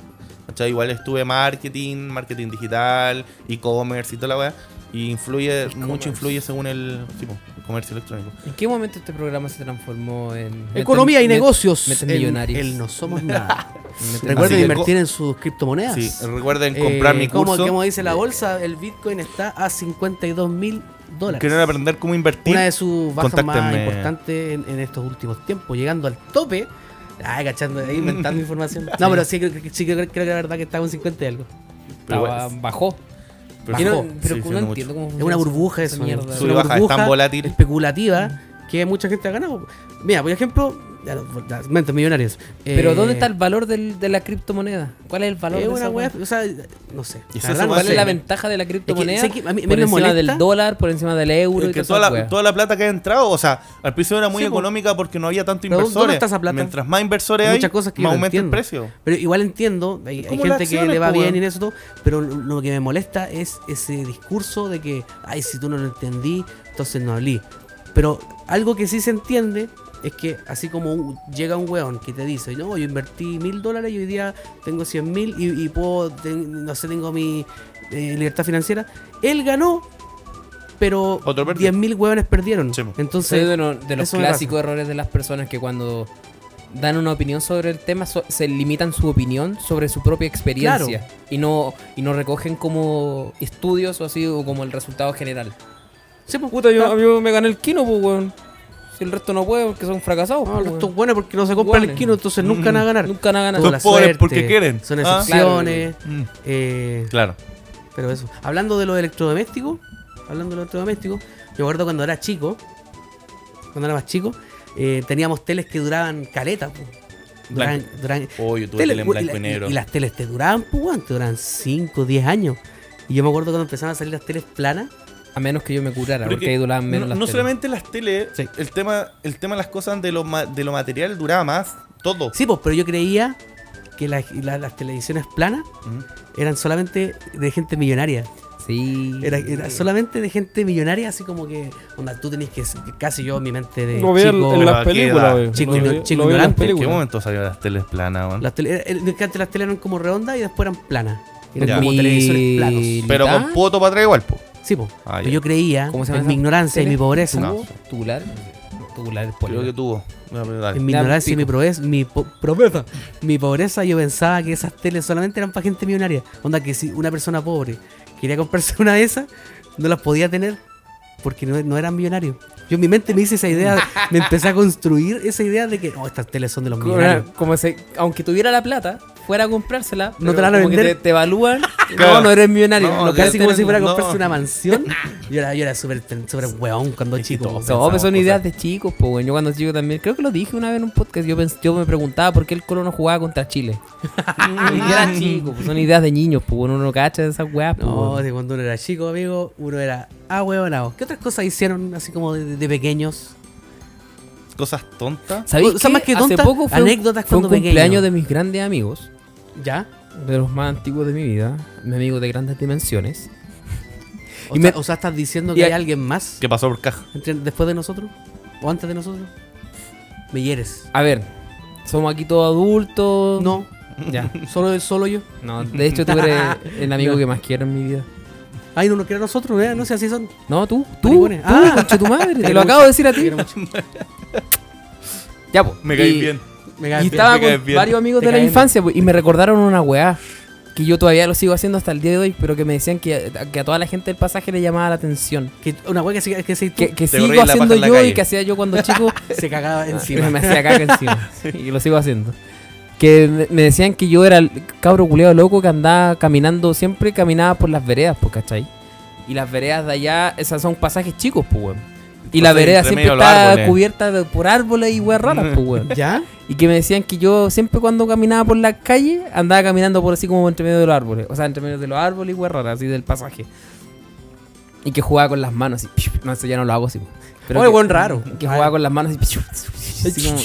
Speaker 3: ¿Cachai? Igual estuve marketing, marketing digital, e-commerce y toda la weá. Y influye, mucho
Speaker 2: E-commerce.
Speaker 3: influye según el, sí, po, el comercio electrónico.
Speaker 2: ¿En qué momento este programa se transformó en.
Speaker 1: Economía y
Speaker 2: meten-
Speaker 1: negocios.
Speaker 2: meten
Speaker 1: en
Speaker 2: millonarios.
Speaker 1: El no somos nada.
Speaker 2: meten-
Speaker 1: Recuerden
Speaker 3: Así que
Speaker 1: invertir en sus criptomonedas.
Speaker 3: Sí, recuerden comprar
Speaker 1: Eh,
Speaker 3: mi
Speaker 1: como-
Speaker 3: curso.
Speaker 1: Como dice la bolsa, el Bitcoin está a 52 mil dólares.
Speaker 3: Quieren aprender cómo invertir.
Speaker 1: Una de sus bajas más
Speaker 3: Contáctenme.
Speaker 1: importantes en, en estos últimos tiempos, llegando al tope. Ah, cachando, ahí inventando información. No, pero sí, creo que- sí creo, creo que la verdad que está con 50 y algo.
Speaker 2: Ah,
Speaker 3: Pero
Speaker 2: Estaba-
Speaker 1: Pues,
Speaker 3: igual-
Speaker 2: bajó.
Speaker 3: pero-
Speaker 2: Yo no-
Speaker 1: bajó.
Speaker 2: pero
Speaker 3: Sí,
Speaker 2: no
Speaker 3: subió mucho.
Speaker 2: entiendo cómo
Speaker 1: Es una
Speaker 2: funciona
Speaker 1: burbuja
Speaker 2: esa
Speaker 1: eso.
Speaker 2: mierda.
Speaker 1: es
Speaker 3: Sube
Speaker 1: una
Speaker 3: y baja, es
Speaker 1: burbuja
Speaker 3: tan volátil.
Speaker 1: Especulativa que mucha gente ha ganado. Mira, por ejemplo, ya no- ya, mentes millonarios.
Speaker 2: Pero
Speaker 1: Eh,
Speaker 2: ¿dónde está el valor del- de la criptomoneda? ¿cuál es el valor
Speaker 1: Es
Speaker 2: de
Speaker 1: una
Speaker 2: esa
Speaker 1: wea,
Speaker 2: wea?
Speaker 1: o sea, no sé.
Speaker 3: Y
Speaker 1: La
Speaker 3: se
Speaker 1: verdad
Speaker 3: hace
Speaker 1: no
Speaker 2: ¿Cuál
Speaker 1: sé.
Speaker 2: es la ventaja de la criptomoneda?
Speaker 1: sé que a mí- a mí
Speaker 2: por
Speaker 1: me
Speaker 2: encima
Speaker 1: molesta-
Speaker 2: del dólar, por encima del euro.
Speaker 3: Es
Speaker 2: y
Speaker 3: que
Speaker 2: todas
Speaker 3: toda
Speaker 2: esas
Speaker 3: la,
Speaker 2: weas.
Speaker 3: toda la plata que ha entrado, o sea, al principio era muy
Speaker 1: Sí, po.
Speaker 3: económica porque no había tantos
Speaker 1: Pero ¿dónde
Speaker 3: inversores.
Speaker 1: está esa plata?
Speaker 3: Mientras más inversores
Speaker 1: Hay
Speaker 3: hay,
Speaker 1: muchas cosas que yo
Speaker 3: más
Speaker 1: no
Speaker 3: aumenta el
Speaker 1: entiendo.
Speaker 3: precio.
Speaker 1: Pero igual entiendo, hay, hay
Speaker 3: como las
Speaker 1: gente que
Speaker 3: acciones,
Speaker 1: le va
Speaker 3: po,
Speaker 1: bien
Speaker 3: weón.
Speaker 1: y en eso todo, pero lo- lo que me molesta es ese discurso de que, ay, si tú no lo entendí, entonces no hablé. Pero algo que sí se entiende es que así como un- llega un weón que te dice, no, yo invertí mil dólares y hoy día tengo cien mil y, y puedo, ten- no sé, tengo mi eh, libertad financiera, él ganó, pero
Speaker 3: Otro perdió.
Speaker 1: diez mil weones perdieron.
Speaker 3: Sí, po.
Speaker 2: Soy
Speaker 1: Entonces,
Speaker 2: de, lo- de los
Speaker 1: eso me pasa.
Speaker 2: clásicos errores de las personas que cuando dan una opinión sobre el tema so- se limitan su opinión sobre su propia experiencia y no y no recogen como estudios o así o como el resultado general.
Speaker 1: sí, po,
Speaker 2: Puta, yo,
Speaker 1: ah,
Speaker 2: me gané el kino, pues weón. Si el resto no puede, porque son fracasados.
Speaker 1: no, estos weones porque no se compran el
Speaker 2: Weones.
Speaker 1: kino, entonces nunca van a ganar.
Speaker 2: Nunca van a ganar.
Speaker 1: Tuvo
Speaker 3: Son
Speaker 1: la
Speaker 3: pobres
Speaker 1: suerte,
Speaker 3: porque quieren.
Speaker 1: Son
Speaker 3: Ah.
Speaker 1: excepciones.
Speaker 3: Mm,
Speaker 1: eh,
Speaker 3: Claro.
Speaker 1: pero eso. Hablando de los electrodomésticos. Hablando de los electrodomésticos. Yo recuerdo cuando era chico. Cuando era más chico. eh, teníamos teles que duraban caleta. po. Duraban, duraban-
Speaker 3: Oh, yo tuve
Speaker 1: tele-
Speaker 3: tele en blanco
Speaker 1: la-
Speaker 3: y negro.
Speaker 1: las teles te duraban, pues, weón, te duraban 5, 10 años. Y yo me acuerdo cuando empezaban a salir las teles planas.
Speaker 2: A menos que yo me curara,
Speaker 3: Pero
Speaker 2: porque
Speaker 3: que
Speaker 2: ahí duraban menos
Speaker 3: no,
Speaker 2: las
Speaker 3: no
Speaker 2: teles.
Speaker 3: solamente las teles,
Speaker 1: Sí.
Speaker 3: el tema el tema de las cosas de lo, ma- de lo material duraba más, todo.
Speaker 1: Sí, pues, pero yo creía que las- la- las televisiones planas
Speaker 3: Mm.
Speaker 1: eran solamente de gente millonaria.
Speaker 2: Sí.
Speaker 1: Era, era solamente de gente millonaria, así como que, onda, tú tenés que, casi yo, mi mente de
Speaker 4: Lo vi en-
Speaker 1: chico,
Speaker 4: en
Speaker 3: Pero
Speaker 4: las
Speaker 3: aquí
Speaker 4: películas,
Speaker 3: da.
Speaker 4: güey.
Speaker 1: Chico
Speaker 4: Lo
Speaker 1: igno-
Speaker 4: vi- lo
Speaker 1: chico
Speaker 4: vi en las
Speaker 1: ignorante.
Speaker 3: ¿En qué
Speaker 4: películas.
Speaker 3: momento salieron las teles planas? weón?
Speaker 1: las tele- era- era que antes las teles eran como redondas y después eran planas. Eran
Speaker 3: Ya.
Speaker 1: como
Speaker 2: Mi-
Speaker 1: televisores planos.
Speaker 3: Pero
Speaker 2: ¿Ah?
Speaker 3: con poto para atrás igual, po.
Speaker 1: Sí, po.
Speaker 3: Ah,
Speaker 1: Pero
Speaker 3: ya.
Speaker 1: yo creía,
Speaker 2: ¿Cómo se llama
Speaker 1: en
Speaker 2: esa
Speaker 1: mi ignorancia y
Speaker 2: tele?
Speaker 1: mi pobreza,
Speaker 3: No.
Speaker 2: Tubular. Tubular es
Speaker 3: Creo que
Speaker 2: polio.
Speaker 3: tuvo. Ya, pero dale.
Speaker 1: en mi
Speaker 2: Ya,
Speaker 1: ignorancia y mi
Speaker 2: pico.
Speaker 1: pobreza, mi po- pobreza, mi pobreza, yo pensaba que esas teles solamente eran para gente millonaria. Onda, que si una persona pobre quería comprarse una de esas, no las podía tener porque no, no eran millonarios. Yo en mi mente me hice esa idea, me empecé a construir esa idea de que, oh, estas teles son de los
Speaker 2: Como,
Speaker 1: millonarios.
Speaker 2: como se, aunque tuviera la plata, fuera a comprársela, pero
Speaker 1: te la van a
Speaker 2: como que
Speaker 1: vender.
Speaker 2: Te, te evalúan. y
Speaker 3: Claro.
Speaker 2: No, no eres millonario.
Speaker 3: No,
Speaker 2: lo que
Speaker 1: Casi
Speaker 2: hacen
Speaker 1: como
Speaker 2: es-
Speaker 1: si fuera a
Speaker 3: no.
Speaker 1: comprarse una mansión. Yo era, yo era súper súper weón cuando chico.
Speaker 3: todos
Speaker 1: weón.
Speaker 2: No, pero son
Speaker 3: cosas.
Speaker 2: ideas de chicos, po, weón. Yo cuando chico también, creo que lo dije una vez en un podcast, yo, pens- yo me preguntaba por qué el Colo no jugaba contra Chile. y yo era chico, pues son ideas de niños, pues uno no cacha de esas weas, po,
Speaker 1: No,
Speaker 2: weón.
Speaker 1: de cuando uno era chico, amigo, uno era "Ah, ahueonado. ¿Qué otras cosas hicieron así como de, de pequeños?
Speaker 3: Cosas tontas.
Speaker 2: ¿Sabéis
Speaker 1: o sea,
Speaker 2: qué?
Speaker 1: más que
Speaker 2: Hace
Speaker 1: tontas,
Speaker 2: poco fue un-
Speaker 1: anécdotas
Speaker 2: fue un
Speaker 1: cuando
Speaker 2: cumpleaños
Speaker 1: pequeño.
Speaker 2: de mis grandes amigos,
Speaker 1: ¿Ya?
Speaker 2: de los más antiguos de mi vida, mi amigo de grandes dimensiones.
Speaker 1: O,
Speaker 2: Y
Speaker 1: sea,
Speaker 2: me-
Speaker 1: o sea, estás diciendo
Speaker 2: y
Speaker 1: que hay
Speaker 2: a-
Speaker 1: alguien más
Speaker 3: ¿Qué pasó por caja?
Speaker 1: entre- después de nosotros o antes de nosotros. Me hieres.
Speaker 2: A ver, somos aquí todos adultos.
Speaker 1: No,
Speaker 2: Ya.
Speaker 1: solo, solo yo.
Speaker 2: No, de hecho tú eres el amigo que más quiero en mi vida.
Speaker 1: Ay, no nos quiere a nosotros, ¿eh? no sé, así son.
Speaker 2: No, tú, tú, tú,
Speaker 1: Maricones. Ah.
Speaker 2: concha tu madre, te
Speaker 1: quiero
Speaker 2: lo acabo
Speaker 1: mucho,
Speaker 2: de decir a
Speaker 1: te
Speaker 2: ti.
Speaker 1: quiero mucho.
Speaker 2: Ya, pues.
Speaker 3: Me caí
Speaker 2: y-
Speaker 3: bien.
Speaker 1: Me
Speaker 2: Y
Speaker 1: caes bien.
Speaker 2: estaba
Speaker 3: me caes
Speaker 2: con
Speaker 3: bien.
Speaker 2: varios amigos
Speaker 1: Te
Speaker 2: de la
Speaker 1: caes bien.
Speaker 2: infancia, pues, y me recordaron una weá. que yo todavía lo sigo haciendo hasta el día de hoy, pero que me decían que, que a toda la gente del pasaje le llamaba la atención.
Speaker 1: Que una weá que, se- que, se-
Speaker 2: Que, que
Speaker 3: Te
Speaker 2: sigo
Speaker 3: corrí la paja
Speaker 2: haciendo
Speaker 3: en la
Speaker 2: yo y
Speaker 3: calle.
Speaker 2: que hacía yo cuando chico.
Speaker 1: se cagaba
Speaker 2: Y
Speaker 1: encima.
Speaker 2: Me hacía caca encima. Y lo sigo haciendo. Que me- me decían que yo era el cabro culeado loco que andaba caminando, siempre caminaba por las veredas, pues, ¿cachai? Y las veredas de allá, esas son pasajes chicos, pues, weón. Y la
Speaker 3: Entonces,
Speaker 2: vereda
Speaker 3: entre
Speaker 2: siempre
Speaker 3: medio los
Speaker 2: está
Speaker 3: árboles.
Speaker 2: cubierta de- por árboles y weas raras, pues, weón.
Speaker 1: ¿Ya?
Speaker 2: Y que me decían que yo siempre cuando caminaba por la calle, andaba caminando por así como entre medio de los árboles. O sea, entre medio de los árboles y weas raras, así del pasaje. Y que jugaba con las manos así. No, eso ya no lo hago así. weón.
Speaker 1: Oye,
Speaker 2: que-
Speaker 1: weón raro.
Speaker 2: que
Speaker 1: Ay,
Speaker 2: jugaba con las manos así, así como-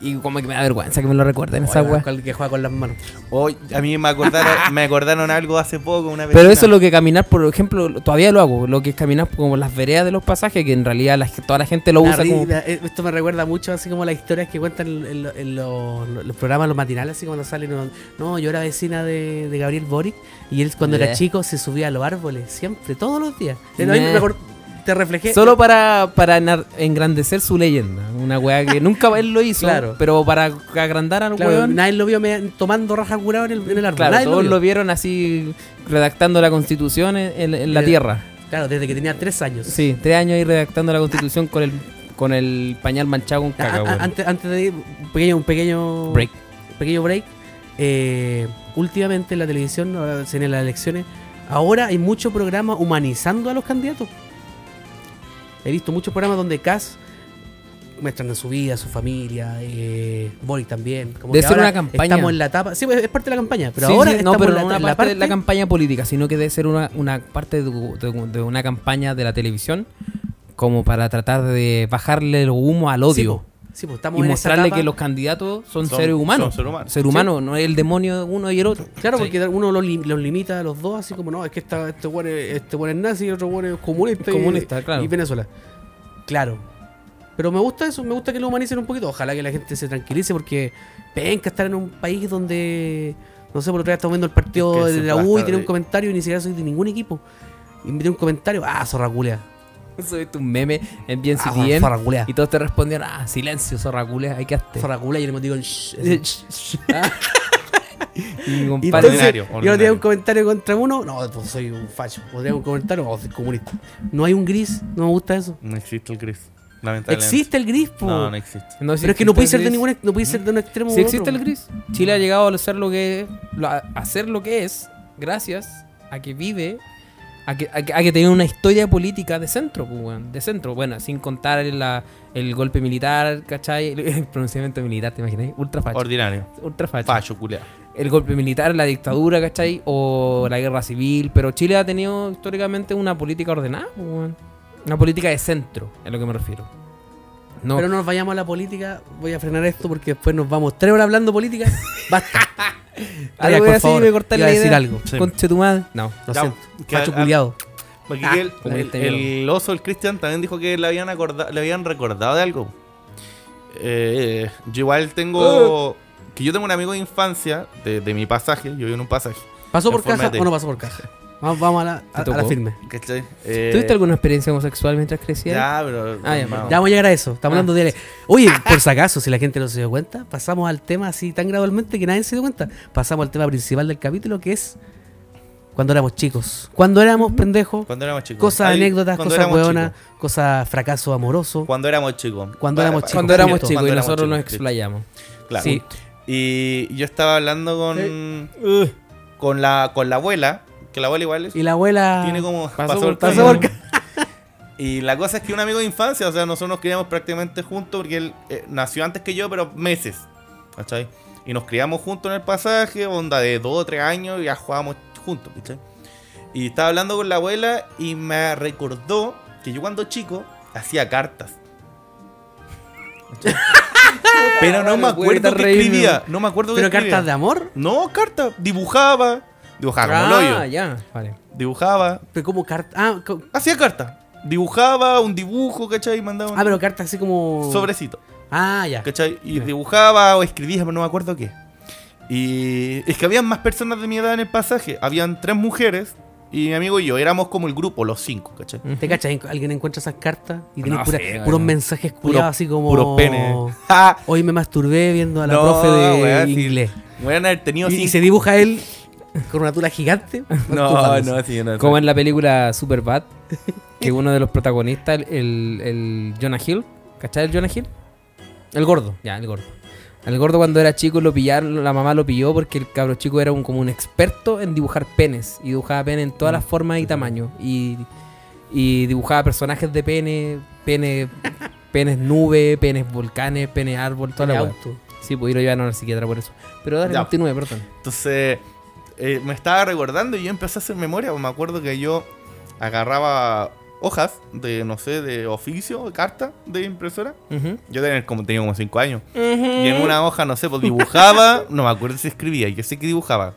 Speaker 2: y como que me da vergüenza que me lo recuerden esa
Speaker 1: oye,
Speaker 2: weá.
Speaker 1: cual- Que juega con las manos.
Speaker 3: Hoy a mí me acordaron, me acordaron algo hace poco, una vez.
Speaker 2: Pero eso es lo que caminar, por ejemplo, lo- todavía lo hago. Lo que es caminar como las veredas de los pasajes, que en realidad la, toda la gente lo
Speaker 1: La
Speaker 2: usa como.
Speaker 1: rida, eh, Esto me recuerda mucho así como las historias que cuentan en, en lo- en lo- lo- los programas, los matinales, así cuando salen. uno, No, yo era vecina de, de Gabriel Boric y él cuando
Speaker 2: Ya.
Speaker 1: era chico se subía a los árboles, siempre, todos los días. Pero ahí
Speaker 2: Nah.
Speaker 1: me acor- te reflejé.
Speaker 2: Solo para, para enar- engrandecer su leyenda. Una weá que nunca él lo hizo,
Speaker 1: Claro.
Speaker 2: pero para agrandar al
Speaker 1: Claro,
Speaker 2: weón.
Speaker 1: nadie lo vio me- tomando raja curado en el, en el árbol.
Speaker 2: Claro,
Speaker 1: nadie
Speaker 2: todos
Speaker 1: lo
Speaker 2: lo
Speaker 1: vio.
Speaker 2: vieron así redactando la constitución en, en- en la
Speaker 1: Eh,
Speaker 2: tierra.
Speaker 1: Claro, desde que tenía tres años.
Speaker 2: Sí, tres años ahí redactando la constitución con el con el pañal manchado con
Speaker 1: A- a-
Speaker 2: caca, weón.
Speaker 1: Ah, antes, antes de ir, un pequeño, un pequeño
Speaker 2: Break.
Speaker 1: pequeño break. Eh, últimamente en la televisión, ahora se vienen las elecciones, ahora hay muchos programas humanizando a los candidatos. He visto muchos programas donde Cas muestran su vida, su familia, eh, Boric también. Como
Speaker 2: Debe
Speaker 1: que
Speaker 2: ser
Speaker 1: ahora
Speaker 2: una campaña.
Speaker 1: Estamos en la etapa. Sí, pues, es parte de la campaña, pero
Speaker 2: Sí,
Speaker 1: ahora
Speaker 2: sí,
Speaker 1: estamos
Speaker 2: no, pero
Speaker 1: en la,
Speaker 2: no una
Speaker 1: en la
Speaker 2: parte de la
Speaker 1: parte-
Speaker 2: campaña política, sino que debe ser una, una parte de, de- de una campaña de la televisión como para tratar de bajarle el humo al
Speaker 1: Sí,
Speaker 2: odio
Speaker 1: po. Sí, po, estamos
Speaker 2: y
Speaker 1: en esa
Speaker 2: mostrarle
Speaker 1: etapa.
Speaker 2: que los candidatos son,
Speaker 3: Son-
Speaker 2: seres humanos.
Speaker 3: son seres humanos.
Speaker 2: Ser humano, no es el demonio uno y el otro.
Speaker 1: Claro,
Speaker 2: Sí.
Speaker 1: porque uno los, lim- los limita a los dos, así como, no, es que esta, este bueno es, este weón es nazi y otro bueno es comunista, y-
Speaker 2: Comunista,
Speaker 1: y,
Speaker 2: claro.
Speaker 1: Venezuela. Claro. Pero me gusta eso, me gusta que lo humanicen un poquito. Ojalá que la gente se tranquilice porque penca estar en un país donde, no sé, por otra vez estamos viendo el partido
Speaker 3: Es
Speaker 1: de
Speaker 3: que se
Speaker 1: la
Speaker 3: puede
Speaker 1: U y
Speaker 3: estar
Speaker 1: tiene un
Speaker 3: de-
Speaker 1: comentario y ni siquiera soy de ningún equipo. Y me tiene un comentario, ah, zorra culia.
Speaker 2: Subiste un meme en bien
Speaker 1: Ah, zorra culia.
Speaker 2: y todos te respondieron, ah, silencio, zorraculea, hay que hacer.
Speaker 1: Zorra culia, y yo le digo, shh. así. Ah.
Speaker 2: Y mi
Speaker 1: Y
Speaker 2: compadre-
Speaker 1: Entonces,
Speaker 3: Ordinario,
Speaker 1: yo no tenía un
Speaker 3: ordinario.
Speaker 1: comentario contra uno, no, pues soy un facho. O tenía un comentario, oh, soy comunista. No hay un gris, no me gusta eso.
Speaker 3: No existe el gris. Lamentablemente.
Speaker 1: Existe el gris, po.
Speaker 3: No, no existe.
Speaker 2: No, si
Speaker 1: pero es que
Speaker 2: existe
Speaker 1: no puede
Speaker 2: el
Speaker 1: ser de
Speaker 2: gris.
Speaker 1: ningún ex- no puede ser de un extremo.
Speaker 2: Si
Speaker 1: u
Speaker 2: existe
Speaker 1: otro.
Speaker 2: el gris, Chile ha llegado a ser lo que lo- a hacer lo que es gracias a que vive a que, a que, a que tiene una historia política de centro, pues, weón, de centro, bueno, sin contar la- el golpe militar, ¿cachai? El pronunciamiento militar, ¿te imaginas? Ultra facho.
Speaker 3: Ordinario.
Speaker 2: ultra facho.
Speaker 3: Facho, culiao.
Speaker 2: El golpe militar, la dictadura, ¿cachai? O la guerra civil, pero Chile ha tenido históricamente una política ordenada, pues, weón. Una política de centro, es lo que me refiero. No,
Speaker 1: Pero no nos vayamos a la política. Voy a frenar esto porque después nos vamos tres horas hablando política. Basta.
Speaker 2: Algo
Speaker 1: por
Speaker 2: así
Speaker 1: favor,
Speaker 2: me cortar
Speaker 1: iba
Speaker 2: la
Speaker 1: a decir
Speaker 2: idea.
Speaker 1: algo.
Speaker 3: Sí.
Speaker 2: conche tu madre. No.
Speaker 1: Lo
Speaker 3: Ya,
Speaker 1: siento.
Speaker 3: que-
Speaker 1: Facho
Speaker 3: ah,
Speaker 1: culiado.
Speaker 3: Porque
Speaker 1: Ah,
Speaker 3: aquí el-
Speaker 2: como
Speaker 3: el,
Speaker 2: este mierda.
Speaker 3: el oso, el Cristian, también dijo que le habían, acorda- le habían recordado de algo. Eh, yo igual tengo... Que yo tengo un amigo de infancia, de, de mi pasaje, yo vivo en un pasaje.
Speaker 1: ¿Pasó por caja
Speaker 3: Confórmate.
Speaker 1: o no pasó por caja? Vamos, vamos a la, a- a la
Speaker 2: tocó?
Speaker 1: firme.
Speaker 3: ¿Cachai? Eh,
Speaker 2: ¿Tuviste alguna experiencia homosexual mientras crecías?
Speaker 3: Ya, pero...
Speaker 2: Ah, ya,
Speaker 3: vamos.
Speaker 1: Ya vamos a llegar a eso. Estamos
Speaker 2: Ah.
Speaker 1: hablando de. Oye, por si acaso, si la gente no se dio cuenta, pasamos al tema así tan gradualmente que nadie se dio cuenta. Pasamos al tema principal del capítulo que es cuando éramos chicos. Cuando éramos pendejos,
Speaker 3: Cuando éramos chicos.
Speaker 1: cosas,
Speaker 3: Ahí,
Speaker 1: anécdotas,
Speaker 3: cuando
Speaker 1: cosas
Speaker 3: éramos
Speaker 1: hueonas,
Speaker 3: chicos.
Speaker 1: cosas fracaso amoroso.
Speaker 3: Cuando éramos chicos.
Speaker 1: Cuando éramos
Speaker 3: Pa- pa-
Speaker 1: chicos,
Speaker 2: Cuando éramos
Speaker 1: Justo.
Speaker 2: chicos y
Speaker 3: Cuando éramos
Speaker 2: nosotros nos
Speaker 3: chicos, sí.
Speaker 2: explayamos.
Speaker 3: Claro.
Speaker 2: Sí.
Speaker 3: Y yo estaba hablando con, con, la, con la abuela, que la abuela igual es-
Speaker 1: Y la abuela.
Speaker 3: tiene como...
Speaker 2: Pasó por-
Speaker 3: caño.
Speaker 1: Ah, pasó por ca-
Speaker 3: Y la cosa es que un amigo de infancia, o sea, nosotros nos criamos prácticamente juntos porque él eh, nació antes que yo, pero meses. ¿Cachai? Y nos criamos juntos en el pasaje, onda de dos o tres años, y ya jugábamos juntos, ¿cachai? Y estaba hablando con la abuela y me recordó que yo cuando chico hacía cartas. ¿Cachai? pero no me
Speaker 2: Bueno, güey,
Speaker 3: acuerdo
Speaker 2: te
Speaker 3: que
Speaker 2: reí,
Speaker 3: escribía. No me acuerdo que
Speaker 1: Pero
Speaker 3: escribía.
Speaker 1: cartas de amor.
Speaker 3: No, cartas. Dibujaba. Dibujaba como el
Speaker 2: Ah,
Speaker 3: hoyo.
Speaker 2: ya. Vale.
Speaker 3: Dibujaba.
Speaker 1: Pero como cartas. Ah, co-
Speaker 3: Hacía cartas. Dibujaba un dibujo, ¿cachai? Mandaba un
Speaker 1: ah, pero cartas así como.
Speaker 3: sobrecito,
Speaker 1: Ah, ya.
Speaker 3: ¿cachai? Y dibujaba o escribía, pero no me acuerdo qué. Y es que habían más personas de mi edad en el pasaje. Habían tres mujeres y mi amigo y yo. Éramos como el grupo, los cinco, ¿cachai?
Speaker 1: ¿Te cachas? Alguien encuentra esas cartas y tiene
Speaker 2: No
Speaker 1: pura-
Speaker 2: sé,
Speaker 1: puros
Speaker 2: bueno.
Speaker 1: mensajes
Speaker 3: Puros-
Speaker 1: curados así como.
Speaker 3: Puros penes.
Speaker 1: Ah.
Speaker 3: ¡Ja!
Speaker 1: Hoy me masturbé viendo a la
Speaker 3: No,
Speaker 1: profe de
Speaker 3: weón, sí.
Speaker 1: inglés.
Speaker 3: Hubieran haber tenido
Speaker 1: Y, y
Speaker 3: cinco.
Speaker 1: se dibuja él con una tula gigante.
Speaker 3: No, no, sí, no.
Speaker 2: Como en la película Superbad, que uno de los protagonistas, el, el Jonah Hill, ¿cachai el Jonah Hill? El gordo, ya, el gordo. El gordo cuando era chico lo pillaron, la mamá lo pilló porque el cabro chico era un, como un experto en dibujar penes. Y dibujaba penes en todas
Speaker 3: Mm.
Speaker 2: las formas y tamaños. Y, y dibujaba personajes de pene, pene, penes nube, penes volcanes, penes árbol, toda la
Speaker 1: Pene
Speaker 2: weá.
Speaker 1: auto.
Speaker 2: Sí, pues y lo llevaron al psiquiatra por eso. Pero dale,
Speaker 3: Ya.
Speaker 2: continúe, perdón.
Speaker 3: Entonces, eh, me estaba recordando y yo empecé a hacer memoria. Me acuerdo que yo agarraba hojas de, no sé, de oficio, de carta de impresora.
Speaker 2: Ujú.
Speaker 3: Yo tenía como, tenía como 5 años. Y en una hoja, no sé, pues dibujaba. no me acuerdo si escribía, yo sé que dibujaba.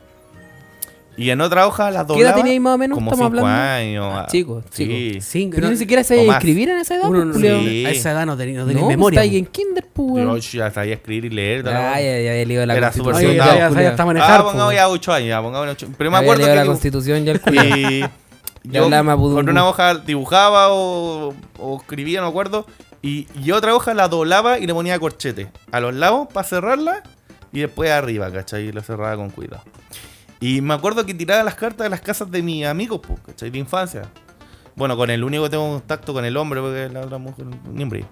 Speaker 3: Y en otra hoja las
Speaker 2: ¿Qué edad
Speaker 3: doblaba.
Speaker 2: teníais más o menos?
Speaker 3: como
Speaker 2: Estamos
Speaker 3: 5
Speaker 2: hablando.
Speaker 3: años.
Speaker 2: Ah,
Speaker 3: ah,
Speaker 2: chico,
Speaker 3: sí.
Speaker 1: Sí,
Speaker 2: Pero
Speaker 1: no-
Speaker 2: ni siquiera
Speaker 3: o
Speaker 2: sabía
Speaker 3: más.
Speaker 2: escribir en esa edad.
Speaker 1: uno no-
Speaker 2: pues, culiao.
Speaker 3: Sí.
Speaker 1: a esa edad no tenía, no pues, tenía
Speaker 2: No,
Speaker 1: memoria.
Speaker 2: está ahí
Speaker 1: po.
Speaker 2: en kinder, pues.
Speaker 3: Yo
Speaker 2: weón.
Speaker 3: ya sabía escribir y leer. todo.
Speaker 2: Ah, ya, ya había leído la
Speaker 3: Era
Speaker 2: constitución.
Speaker 3: súper
Speaker 1: Oye, ya,
Speaker 3: soldado,
Speaker 1: ya- ya
Speaker 2: culiao.
Speaker 1: está
Speaker 3: Ah,
Speaker 1: manejado.
Speaker 3: pongamos ya 8 años, ya, pongamos 8. Pero me
Speaker 2: pues. Había
Speaker 3: acuerdo
Speaker 2: leído
Speaker 3: que
Speaker 2: la
Speaker 3: dibu-
Speaker 2: constitución ya el culiao.
Speaker 3: Y
Speaker 2: Ya hablaba
Speaker 3: yo con
Speaker 2: Budungu.
Speaker 3: una hoja dibujaba o, o escribía, no me acuerdo. Y, y otra hoja la doblaba y le ponía corchete a los lados para cerrarla y después arriba, ¿cachai? Y lo cerraba con cuidado. Y me acuerdo que tiraba las cartas de las casas de mis amigos, pues, ¿cachai? De infancia. Bueno, con el único que tengo contacto con el hombre, porque la otra mujer, ni un brillo.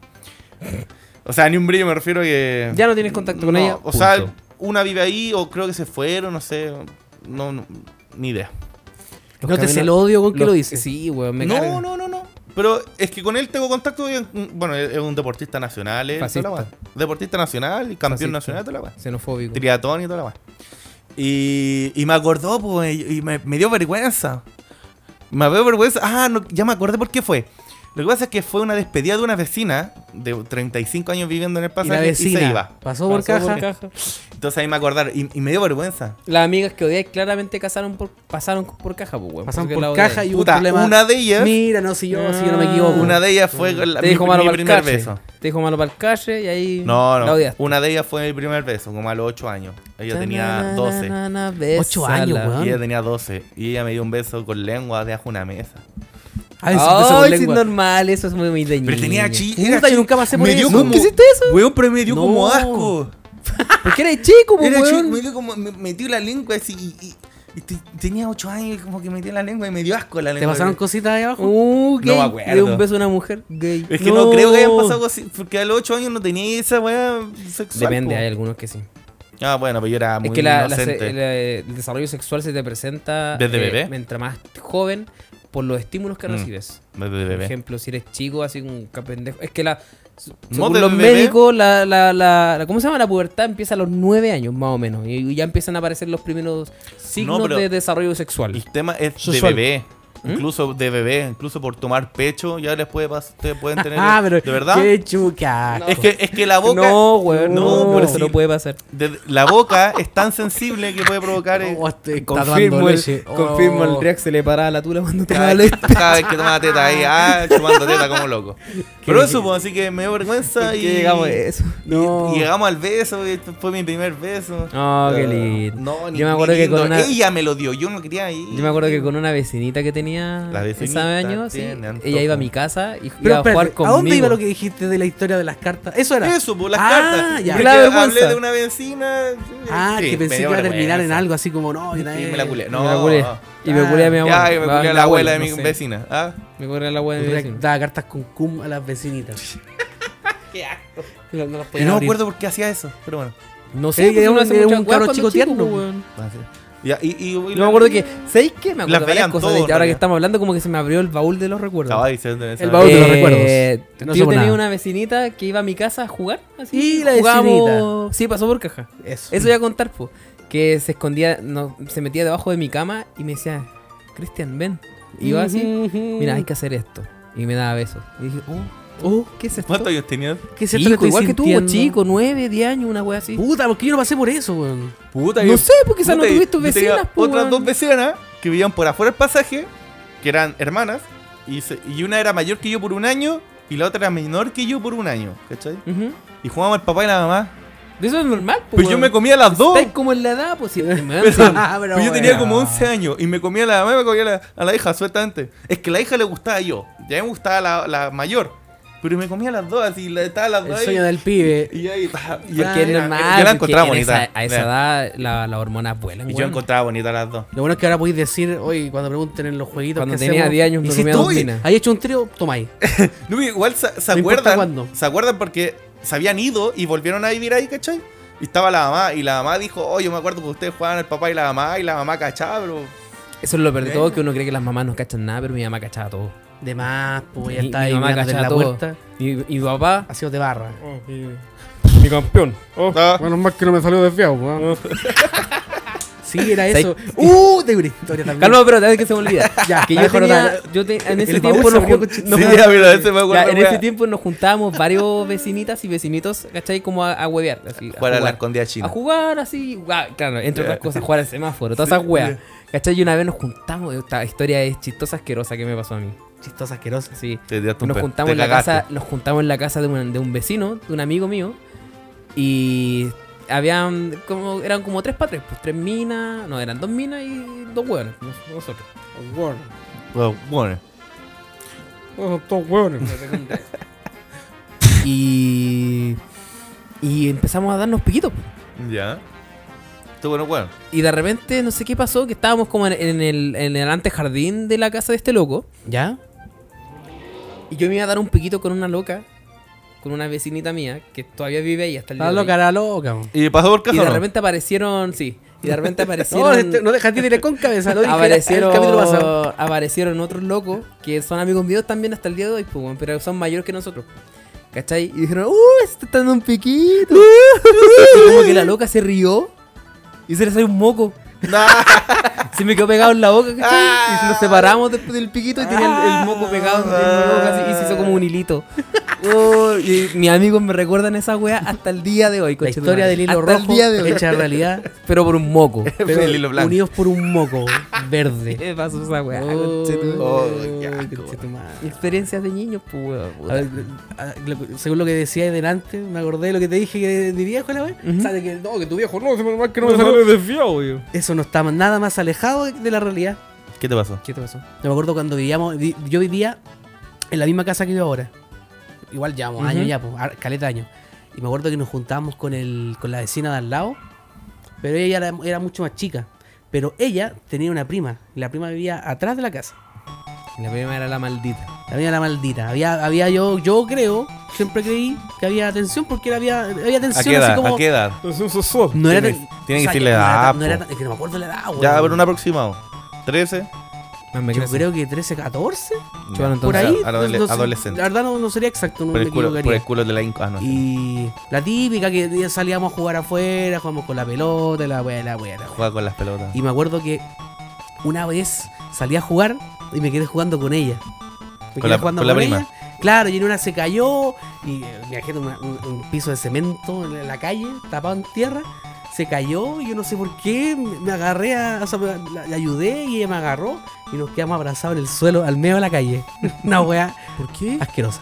Speaker 3: O sea, ni un brillo me refiero que.
Speaker 2: Ya no tienes contacto con
Speaker 3: No,
Speaker 2: ella.
Speaker 3: O sea,
Speaker 2: punto.
Speaker 3: una vive ahí o creo que se fueron, no sé. No, no, ni idea.
Speaker 2: Los
Speaker 1: No te
Speaker 2: caminos-
Speaker 1: sé el odio con que
Speaker 2: los-
Speaker 1: lo dices.
Speaker 2: Sí, weón, me
Speaker 3: no,
Speaker 2: carga.
Speaker 3: no, no, no. Pero es que con él tengo contacto. y, mm, bueno, es es un deportista nacional. eh,
Speaker 2: Fascista.
Speaker 3: toda la weá. deportista nacional y campeón
Speaker 2: Fascista.
Speaker 3: nacional, toda la weá.
Speaker 2: Xenofóbico.
Speaker 3: Triatón y toda la weá. Y, y me acordó, pues, y y me, me dio vergüenza. Me dio vergüenza. Ah, no, ya me acordé por qué fue. Lo que pasa es que fue una despedida de una vecina de 35 años viviendo en el
Speaker 1: Y
Speaker 3: pasaje
Speaker 1: la vecina
Speaker 3: se iba.
Speaker 1: pasó por caja.
Speaker 3: Entonces ahí me acordaron y, y me dio vergüenza.
Speaker 2: Las amigas que odiáis claramente casaron por, pasaron por caja, pues, weón.
Speaker 1: Pasaron
Speaker 2: porque
Speaker 1: por
Speaker 2: la odiáis.
Speaker 1: caja y hubo un
Speaker 3: Puta,
Speaker 1: problema.
Speaker 3: una de ellas,
Speaker 1: Mira, no, si yo, si yo no me equivoco.
Speaker 3: Ah. una de ellas fue la,
Speaker 2: Te
Speaker 3: mi,
Speaker 2: dijo malo
Speaker 3: mi
Speaker 2: para el
Speaker 3: primer
Speaker 2: calle.
Speaker 3: beso.
Speaker 2: Te dijo malo para el calle y ahí
Speaker 3: No,
Speaker 2: la
Speaker 3: no.
Speaker 2: odiaste.
Speaker 3: Una de ellas fue mi primer beso, como a los 8 años. Ella tenía 12.
Speaker 1: Ocho años, weón.
Speaker 3: Y ella tenía 12. Y ella me dio un beso con lengua de abajo una mesa.
Speaker 1: Ay,
Speaker 2: Ay,
Speaker 1: sí, empezó con
Speaker 2: sí,
Speaker 1: lengua.
Speaker 2: normal, eso es muy, muy de
Speaker 3: Pero tenía
Speaker 2: niño.
Speaker 3: chi.
Speaker 1: Puta, yo nunca pasé por
Speaker 3: me dio
Speaker 1: eso.
Speaker 3: como,
Speaker 1: ¿Nunca hiciste
Speaker 3: eso? Weón, pero me dio
Speaker 1: No.
Speaker 3: como asco.
Speaker 2: Porque era chico, pues,
Speaker 3: Era chico, me
Speaker 2: weón.
Speaker 3: dio como. Me metió la lengua así. Y, y- y te- tenía 8 años y como que metió la lengua y me dio asco la
Speaker 1: ¿Te
Speaker 3: lengua.
Speaker 1: pasaron cositas ahí abajo?
Speaker 2: Uh,
Speaker 3: No
Speaker 2: gay.
Speaker 3: me acuerdo.
Speaker 2: Le dio un beso a una mujer gay.
Speaker 3: Es que no, creo que hayan pasado cosas. Porque a los 8 años no tenía esa weá sexual.
Speaker 2: Depende,
Speaker 3: po.
Speaker 2: hay algunos que sí.
Speaker 3: Ah, bueno, pero yo era muy
Speaker 2: es que la- la se-
Speaker 3: inocente.
Speaker 2: el, eh, el desarrollo sexual se te presenta eh,
Speaker 3: ¿Desde bebé?
Speaker 2: mientras más joven por los estímulos que
Speaker 3: Mm.
Speaker 2: recibes.
Speaker 3: Desde
Speaker 2: Por
Speaker 3: bebé.
Speaker 2: ejemplo, si eres chico, así un ca- pendejo. Es que la. s-
Speaker 3: No,
Speaker 2: Según
Speaker 3: desde
Speaker 2: los
Speaker 3: bebé.
Speaker 2: médicos, la, la, la, la- ¿Cómo se llama? La pubertad empieza a los nueve años, más o menos. Y, y ya empiezan a aparecer los primeros signos
Speaker 3: pero-
Speaker 2: de desarrollo sexual.
Speaker 3: El tema es
Speaker 2: Sexual.
Speaker 3: de bebé.
Speaker 2: ¿Mm?
Speaker 3: Incluso de bebé, incluso por tomar pecho, ya les puede pas- ustedes pueden tener.
Speaker 1: Ah, pero.
Speaker 3: de verdad.
Speaker 1: Qué chuca.
Speaker 3: Es que es que la boca
Speaker 2: No, weón.
Speaker 3: No,
Speaker 2: No,
Speaker 3: pero
Speaker 2: eso
Speaker 3: sí.
Speaker 2: no puede pasar.
Speaker 3: de- la boca es tan sensible que puede provocar eh,
Speaker 1: Oh, estoy dando leche. Oh.
Speaker 2: React se le paraba la tula cuando
Speaker 3: cada, vez, cada vez que toma teta ahí, ah, chupando teta como loco. Pero eso, pues, así que me dio vergüenza y,
Speaker 2: llegamos a eso?
Speaker 1: No.
Speaker 3: y llegamos al beso, que este fue mi primer beso.
Speaker 1: Ah,
Speaker 2: Oh, qué
Speaker 3: Eh,
Speaker 2: lindo.
Speaker 3: No, ni,
Speaker 2: Yo me
Speaker 3: ni
Speaker 2: acuerdo que
Speaker 3: lindo.
Speaker 2: con una-
Speaker 3: ella me lo dio, yo no quería ir.
Speaker 2: Yo me acuerdo que con una vecinita que tenía
Speaker 3: La
Speaker 2: ese
Speaker 3: vecinita
Speaker 2: año, sí,
Speaker 3: tiene antojo.
Speaker 2: ella iba a mi casa
Speaker 1: Pero
Speaker 2: y iba a jugar
Speaker 1: espérate, ¿a
Speaker 2: conmigo.
Speaker 1: dónde iba lo que dijiste de la historia de las cartas? Eso era.
Speaker 3: Eso, pues, las
Speaker 1: Ah,
Speaker 3: cartas.
Speaker 1: ya.
Speaker 3: Porque
Speaker 2: La vergüenza.
Speaker 3: hablé de una vecina.
Speaker 1: Ah,
Speaker 3: sí,
Speaker 1: que
Speaker 3: me
Speaker 1: pensé que
Speaker 3: dio
Speaker 1: iba a terminar en
Speaker 3: vergüenza.
Speaker 1: algo eh. así como, no, yo
Speaker 3: Y
Speaker 1: nadie-
Speaker 3: me la culé.
Speaker 2: Y
Speaker 3: No,
Speaker 2: me la culé. Y me
Speaker 1: Ah.
Speaker 2: culé a mi abuela.
Speaker 3: Ya, y me
Speaker 2: a
Speaker 3: culé a
Speaker 2: mi
Speaker 3: la abuela de mi
Speaker 2: no sé.
Speaker 3: vecina. Ah,
Speaker 2: Me culé a la abuela de mi
Speaker 1: Yo
Speaker 2: vecina.
Speaker 1: Daba cartas con cum a las vecinitas. Qué asco. No las
Speaker 3: y
Speaker 1: podía
Speaker 3: no me
Speaker 1: abrir.
Speaker 3: acuerdo por qué hacía eso, pero bueno.
Speaker 2: No
Speaker 1: Era
Speaker 2: sé, pues
Speaker 1: un-
Speaker 2: uno hace
Speaker 1: era
Speaker 2: muchas
Speaker 1: un
Speaker 2: weas
Speaker 1: cabro
Speaker 2: cuando
Speaker 1: chico tierno,
Speaker 2: pues,
Speaker 1: weón.
Speaker 3: Ah, sí. Ya, y, y- y-
Speaker 2: Yo me acuerdo que, ¿sabéis qué? Me acuerdo de varias
Speaker 3: veían
Speaker 2: cosas
Speaker 3: todos,
Speaker 2: de- este, ahora que
Speaker 3: en
Speaker 2: estamos hablando como que se me abrió el baúl de los recuerdos.
Speaker 3: Ay, se- se-
Speaker 1: El baúl de los recuerdos. Eh, No
Speaker 2: yo
Speaker 1: somos
Speaker 2: tenía
Speaker 1: nada.
Speaker 2: una vecinita que iba a mi casa a jugar. Así,
Speaker 1: Y la
Speaker 2: Jugábamos- Sí, pasó por caja.
Speaker 1: Eso.
Speaker 2: Eso voy a contar, po. Que se escondía, no, se metía debajo de mi cama y me decía, Cristian, ven. Y yo así, mira, hay que hacer esto. Y me daba besos. Y dije, oh,
Speaker 1: Oh,
Speaker 2: ¿qué es esto?
Speaker 3: ¿Cuántos años tenías?
Speaker 1: ¿Qué es esto
Speaker 2: Chico,
Speaker 1: que estoy
Speaker 2: igual que tú,
Speaker 1: sintiendo?
Speaker 2: chico, nueve, diez años, una wea así.
Speaker 1: Puta, porque yo no pasé por eso, weón.
Speaker 3: Puta,
Speaker 2: No sé, porque quizás no tuviste tus vecinas, po,
Speaker 3: Otras
Speaker 2: weón.
Speaker 3: dos vecinas que vivían por afuera del pasaje, que eran hermanas, y, se- y una era mayor que yo por un año, y la otra era menor que yo por un año, ¿cachai?
Speaker 2: Ujú.
Speaker 3: Y jugábamos el papá y la mamá.
Speaker 2: Eso es normal, po,
Speaker 3: Pues yo
Speaker 2: weón.
Speaker 3: me comía las dos.
Speaker 2: Estáis como en la edad, pues si
Speaker 1: Ah, pero
Speaker 3: Pues yo tenía
Speaker 1: bueno.
Speaker 3: como 11 años y me comía a la mamá y me comía a la, a la hija, sueltamente. Es que la hija le gustaba yo, ya me gustaba la, la mayor. Pero Pero me comía las dos, así, la- estaba las
Speaker 1: El
Speaker 3: dos.
Speaker 1: sueño
Speaker 3: ahí,
Speaker 1: del pibe.
Speaker 3: Y ahí está. Y
Speaker 1: Porque
Speaker 2: Porque es
Speaker 1: ya,
Speaker 2: normal.
Speaker 3: Yo la
Speaker 2: porque
Speaker 3: encontraba
Speaker 2: en
Speaker 3: bonita.
Speaker 2: esa- a esa edad la- las hormonas vuelan.
Speaker 3: Y yo
Speaker 2: weón.
Speaker 3: encontraba bonita las dos.
Speaker 1: Lo bueno es que ahora podéis decir, oye, cuando pregunten en los jueguitos
Speaker 2: Cuando
Speaker 1: que
Speaker 2: tenía
Speaker 1: hacemos,
Speaker 2: 10 años no
Speaker 1: ¿hiciste
Speaker 2: comía
Speaker 1: un-
Speaker 2: rutina.
Speaker 1: ¿Hay hecho un trío? Tomáis.
Speaker 3: No, igual se, se
Speaker 1: No importa cuándo.
Speaker 3: acuerdan. Se acuerdan porque se habían ido y volvieron a vivir ahí, ¿cachai? Y estaba la mamá, y la mamá dijo, oh, yo me acuerdo que ustedes jugaban el papá y la mamá, y la mamá cachaba, pero
Speaker 2: Eso es lo peor de todo, que uno cree que las mamás no cachan nada, pero mi mamá cachaba todo.
Speaker 1: De más, pues ya
Speaker 2: Mi-
Speaker 1: está
Speaker 2: mi
Speaker 1: ahí
Speaker 2: mamá
Speaker 1: mirándote en
Speaker 2: cachaba
Speaker 1: la
Speaker 2: todo.
Speaker 1: puerta.
Speaker 2: Y, y papá...
Speaker 1: Ha sido de barra.
Speaker 2: Mi campeón.
Speaker 4: Oh.
Speaker 3: Ah,
Speaker 1: Bueno, más que no me salió desviado, weón.
Speaker 4: Ah.
Speaker 1: Sí, era eso.
Speaker 2: ¿Sabes?
Speaker 1: ¡Uh! Tengo una historia también.
Speaker 2: Calma, pero antes que se me olvida.
Speaker 1: Ya,
Speaker 2: que
Speaker 1: la
Speaker 2: yo
Speaker 1: dejo
Speaker 2: tenía-
Speaker 1: anotada.
Speaker 2: yo te- en ese
Speaker 1: El
Speaker 2: tiempo
Speaker 1: baúl se
Speaker 2: nos,
Speaker 1: abrió con-
Speaker 2: jun- nos
Speaker 3: sí,
Speaker 2: jun-
Speaker 3: ya, mira, ese me
Speaker 2: ya,
Speaker 3: acuerdo.
Speaker 2: en
Speaker 3: wea.
Speaker 2: ese tiempo nos juntábamos varios vecinitas y vecinitos, ¿cachai? Como a, a huevear. Así, a
Speaker 3: Jugar a la
Speaker 2: jugar.
Speaker 3: escondida
Speaker 2: a
Speaker 3: china.
Speaker 2: jugar así, ah, claro, entre otras cosas, jugar al semáforo, todas esas weas. ¿Cachai? Y una vez nos juntamos, esta historia es chistosa, asquerosa que me pasó a mí.
Speaker 1: Chistosa, asquerosa.
Speaker 2: Sí.
Speaker 3: Te tiraste un
Speaker 2: Nos
Speaker 3: pe-
Speaker 2: juntamos,
Speaker 3: te
Speaker 2: en la
Speaker 3: cagaste.
Speaker 2: casa, nos juntamos en la casa de un, de un vecino, de un amigo mío, y habían como, eran como tres patres, pues tres minas, no, eran dos minas y dos hueones, nos- nosotros.
Speaker 1: Bueno,
Speaker 3: Bueno, bueno.
Speaker 1: son todos hueones.
Speaker 2: Y, y empezamos a darnos piquitos. pues.
Speaker 3: Ya. Tú, bueno, bueno.
Speaker 2: Y de repente, no sé qué pasó, que estábamos como en, en el, en el antejardín de la casa de este loco.
Speaker 1: ¿Ya?
Speaker 2: Y yo me iba a dar un piquito con una loca, con una vecinita mía, que todavía vive ahí hasta el día
Speaker 1: La
Speaker 2: de hoy.
Speaker 1: loca, la loca. weón.
Speaker 3: ¿Y pasó por
Speaker 2: Y
Speaker 3: casa
Speaker 2: de
Speaker 3: o no?
Speaker 2: repente aparecieron, sí, y de repente
Speaker 1: No,
Speaker 2: aparecieron...
Speaker 1: este- no dejaste ir con cabeza, lo dije en
Speaker 2: aparecieron,
Speaker 1: el capítulo pasado.
Speaker 2: aparecieron otros locos que son amigos míos también hasta el día de hoy, pues, weón, pero son mayores que nosotros. ¿Cachai? Y dijeron, ¡uh! Se está dando un piquito. y como que la loca se rió y se le salió un moco. Se me quedó pegado en la boca, ¿cachai?
Speaker 1: Ah.
Speaker 2: Y nos separamos después del piquito y tenía el, el moco pegado en mi boca así, y se hizo como un hilito. Oh, y mis amigos me recuerdan esa weá hasta el día de hoy,
Speaker 1: La
Speaker 2: conchetumare.
Speaker 1: historia del hilo
Speaker 2: Hasta el
Speaker 1: rojo
Speaker 2: día de hoy.
Speaker 1: hecha realidad,
Speaker 2: Pero por un moco.
Speaker 1: pero
Speaker 3: El hilo blanco.
Speaker 1: unidos por un moco verde.
Speaker 2: ¿Qué pasó esa weá?
Speaker 1: Oh,
Speaker 2: conchetumare?
Speaker 3: Oh, qué asco.
Speaker 1: conchetumare.
Speaker 2: Experiencias de niños, pues, weón.
Speaker 1: A ver, a- lo- según lo que decías delante, me acordé de lo que te dije que de, de viejo la vez.
Speaker 2: Ujú.
Speaker 1: O sea, de que no, que tu viejo no, se me- mal que no me salió. Eso no está nada más alejado de- de la realidad.
Speaker 3: ¿Qué te pasó?
Speaker 2: ¿Qué te pasó?
Speaker 1: Yo me acuerdo cuando vivíamos, vi- yo vivía en la misma casa que yo ahora. Igual llevamos
Speaker 2: Ujú.
Speaker 1: años ya, pues, ar- caleta de años. Y me acuerdo que nos juntábamos con, el, con la vecina de al lado, pero ella era, era mucho más chica. Pero ella tenía una prima, y la prima vivía atrás de la casa.
Speaker 2: La primera era la maldita.
Speaker 1: La mía era maldita. Había, había yo, yo creo, siempre creí que había atención porque era- había, había
Speaker 3: ¿A
Speaker 1: atención
Speaker 3: qué
Speaker 1: así
Speaker 3: edad?
Speaker 1: como.
Speaker 3: ¿A qué edad?
Speaker 1: No era
Speaker 3: Tiene-
Speaker 1: tan-
Speaker 3: tiene
Speaker 1: o
Speaker 3: que
Speaker 1: sea,
Speaker 3: decirle
Speaker 1: no era
Speaker 3: edad,
Speaker 1: tan- No era
Speaker 3: po.
Speaker 1: tan- es que no me acuerdo la edad,
Speaker 3: Ya,
Speaker 1: weón.
Speaker 3: pero un aproximado. ¿13?
Speaker 2: Más me
Speaker 1: Yo
Speaker 2: crece.
Speaker 1: creo que 13, 14,
Speaker 2: Chupan
Speaker 3: Ya.
Speaker 2: entonces.
Speaker 1: por ahí. pues,
Speaker 3: Adole-
Speaker 1: no- no sé,
Speaker 3: adolescente.
Speaker 1: La verdad no, no sería exacto, no
Speaker 3: Por
Speaker 1: me
Speaker 3: el, culo, por
Speaker 1: equivocaría.
Speaker 3: el culo de la Inco. Ah, no.
Speaker 1: Y la típica que ya salíamos a jugar afuera, jugamos con la pelota, la wea, la wea, la wea.
Speaker 3: Juega con las pelotas.
Speaker 1: Y me acuerdo que una vez salí a jugar y me quedé jugando con ella. Me
Speaker 3: Con
Speaker 1: quedé
Speaker 3: la-
Speaker 1: jugando
Speaker 3: con la prima.
Speaker 1: ella. Claro, y en una se cayó y eh, viajé de una- un, un piso de cemento en la calle, tapado en tierra. Se cayó y yo no sé por qué me me agarré, a, o sea, me- la, la ayudé y ella me agarró y nos quedamos abrazados en el suelo, al medio de la calle. una wea
Speaker 2: ¿Por qué?
Speaker 1: asquerosa.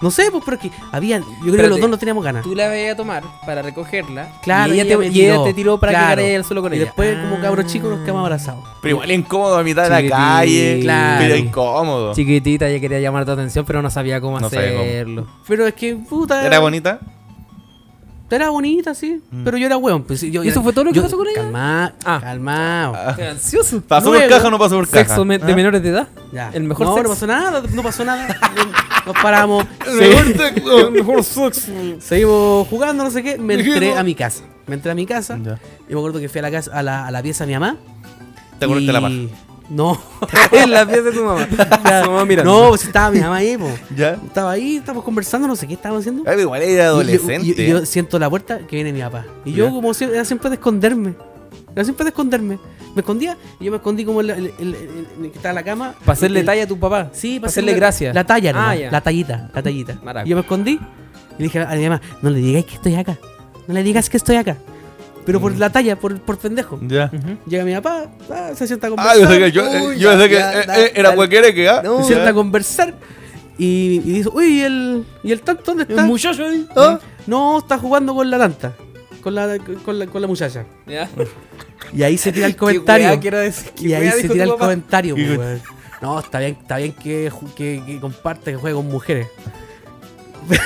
Speaker 1: No sé, pues, pero es que había. Yo creo que los
Speaker 2: Espérate.
Speaker 1: dos no teníamos ganas.
Speaker 2: Tú la veías a tomar para recogerla.
Speaker 1: Claro,
Speaker 2: y ella,
Speaker 1: ella
Speaker 2: te,
Speaker 1: me
Speaker 2: y ella
Speaker 1: tiró.
Speaker 2: te tiró para
Speaker 1: Claro.
Speaker 2: que caeras al suelo con
Speaker 1: Y
Speaker 2: ella.
Speaker 1: después, como cabros
Speaker 2: Ah.
Speaker 1: chicos, nos quedamos abrazados.
Speaker 3: Pero igual incómodo a mitad de la
Speaker 2: Chiquitín,
Speaker 3: calle.
Speaker 1: claro.
Speaker 3: Pero incómodo.
Speaker 2: Chiquitita, ella quería llamar tu atención, pero no sabía cómo
Speaker 3: No sabía cómo.
Speaker 2: hacerlo.
Speaker 1: Pero es que, puta.
Speaker 3: ¿Era bonita?
Speaker 1: Era bonita, sí.
Speaker 3: Mm.
Speaker 1: Pero yo era hueón. Pues, yo,
Speaker 2: ¿Y eso fue todo lo que pasó con ella?
Speaker 1: Calma,
Speaker 2: Ah.
Speaker 1: calmado.
Speaker 2: Estoy ansioso.
Speaker 3: ¿Pasó por
Speaker 1: Luego,
Speaker 3: caja o no pasó por caja?
Speaker 2: Sexo me- de
Speaker 3: ¿Ah?
Speaker 2: menores de edad.
Speaker 1: Ya.
Speaker 2: El mejor
Speaker 1: no,
Speaker 2: sexo.
Speaker 1: no pasó nada, no pasó nada. Nos paramos,
Speaker 3: Mejor sexo.
Speaker 1: seguimos jugando, no sé qué. Me entré
Speaker 3: Dijimos-
Speaker 1: a mi casa. Me entré a mi casa.
Speaker 3: Ya.
Speaker 1: Y me acuerdo que fui a la casa, a la, a la pieza de mi mamá.
Speaker 3: Te acordaste la paja.
Speaker 1: y- No.
Speaker 2: en la pieza de tu mamá. Su mamá mira.
Speaker 1: No, pues estaba mi mamá ahí, po.
Speaker 3: ¿Ya?
Speaker 1: Estaba ahí, estábamos conversando, no sé qué estábamos haciendo.
Speaker 3: Ay, pero igual era adolescente.
Speaker 1: Y yo, y- y yo siento la puerta que viene mi papá. Y yo,
Speaker 3: Ya.
Speaker 1: como siempre, era siempre de esconderme. Era siempre de esconderme. Me escondía y yo me escondí como en la- en- en- en- en que estaba la cama.
Speaker 2: Para hacerle
Speaker 1: El-
Speaker 2: talla a tu papá.
Speaker 1: Sí,
Speaker 2: para hacerle gracia.
Speaker 1: La talla,
Speaker 2: Ah,
Speaker 1: nomás,
Speaker 2: ya.
Speaker 1: la tallita, la tallita.
Speaker 2: Maraco.
Speaker 1: Y yo me escondí y le dije a mi mamá: No le digáis que estoy acá. No le digas que estoy acá. Pero por la talla, por, por pendejo.
Speaker 3: Ya.
Speaker 1: Llega mi papá, ah, se sienta a
Speaker 3: Ah,
Speaker 1: conversar.
Speaker 3: yo sé que yo,
Speaker 1: Uy,
Speaker 3: yo
Speaker 1: ya,
Speaker 3: sé que
Speaker 1: ya,
Speaker 3: eh,
Speaker 1: da-
Speaker 3: eh, era
Speaker 1: dale.
Speaker 3: cualquiera que ah.
Speaker 1: Se sienta a conversar y, y dice: Uy, ¿y el, ¿y el tanto dónde está?
Speaker 2: muchacho ahí.
Speaker 1: No, está jugando con la tanta. Con la, con la, con la muchacha.
Speaker 2: Ya.
Speaker 1: Y ahí se tira el
Speaker 2: Qué
Speaker 1: comentario.
Speaker 2: weá quiero decir. Qué
Speaker 1: y ahí
Speaker 2: weá
Speaker 1: se
Speaker 2: dijo
Speaker 1: tira
Speaker 2: tu
Speaker 1: el
Speaker 2: papá.
Speaker 1: comentario,
Speaker 3: Y-
Speaker 1: pues, weón. No, está bien, está bien que, ju- que, que comparte, que juegue con mujeres.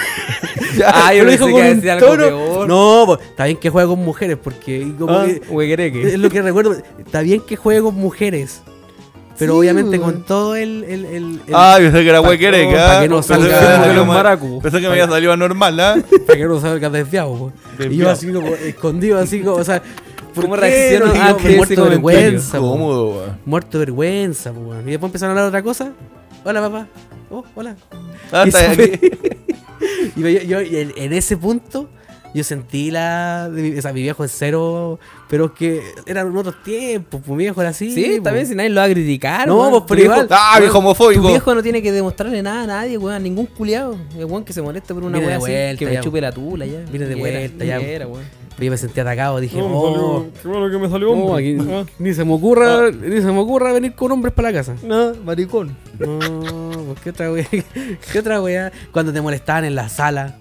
Speaker 2: Ah, yo
Speaker 1: Pero
Speaker 2: pensé que iba a decir algo peor.
Speaker 1: No, po, está bien que juega con mujeres, porque como
Speaker 2: Ah,
Speaker 1: que-
Speaker 2: huequereque.
Speaker 1: es lo que recuerdo. Está bien que juegue con mujeres. Pero
Speaker 2: Sí,
Speaker 1: obviamente
Speaker 2: weón. Ah.
Speaker 1: con todo el. el, el- el-
Speaker 3: Ay, pensé Ah, que era huequereca.
Speaker 1: pa' que no
Speaker 3: Pensé que
Speaker 1: salga-
Speaker 3: me
Speaker 1: como
Speaker 3: había
Speaker 2: los
Speaker 3: salido-
Speaker 2: maracos.
Speaker 3: Pensé que me había salido anormal, ¿ah?
Speaker 1: para que no salga desviado, po. Y yo
Speaker 3: Desviado.
Speaker 1: así como escondido, así como, o sea. ¿por
Speaker 2: ¿Cómo
Speaker 1: qué?
Speaker 2: reaccionó
Speaker 1: No, y yo
Speaker 2: ante ese
Speaker 1: Muerto de
Speaker 2: comentario?
Speaker 1: vergüenza, po.
Speaker 3: Cómodo, weón.
Speaker 1: Muerto de vergüenza, po, weón. Y después empezaron a hablar otra cosa. Hola, papá. Oh, hola.
Speaker 3: Ah,
Speaker 1: Y
Speaker 3: está
Speaker 1: eso
Speaker 3: aquí.
Speaker 1: Y yo, yo- y en, en ese punto yo sentí la... de mi- O sea, mi viejo es cero, pero es que eran otros tiempos, pues mi viejo era así.
Speaker 2: Sí,
Speaker 1: pues.
Speaker 2: también si nadie lo va a criticar.
Speaker 1: No,
Speaker 2: weón.
Speaker 1: pues,
Speaker 2: Tu
Speaker 1: pero
Speaker 2: viejo-
Speaker 1: igual.
Speaker 3: Ah, viejo
Speaker 2: Tu
Speaker 3: homofóbico.
Speaker 2: viejo no tiene que demostrarle nada a nadie, weón, a ningún culiado. El weón que se molesta por una
Speaker 1: Mira de
Speaker 2: weá así,
Speaker 1: vuelta,
Speaker 2: que me
Speaker 1: ya.
Speaker 2: chupe la tula ya.
Speaker 1: Mira de
Speaker 2: Ni
Speaker 1: vuelta,
Speaker 2: ni
Speaker 1: ya.
Speaker 2: era, weón.
Speaker 1: Yo me sentí atacado, dije, oh,
Speaker 4: qué bueno que me salió Ah.
Speaker 1: no, aquí ni se me ocurra, ni se me ocurra venir con hombres para la casa.
Speaker 2: No, maricón.
Speaker 1: No, pues qué otra weá, qué otra weá. Cuando te molestaban en la sala.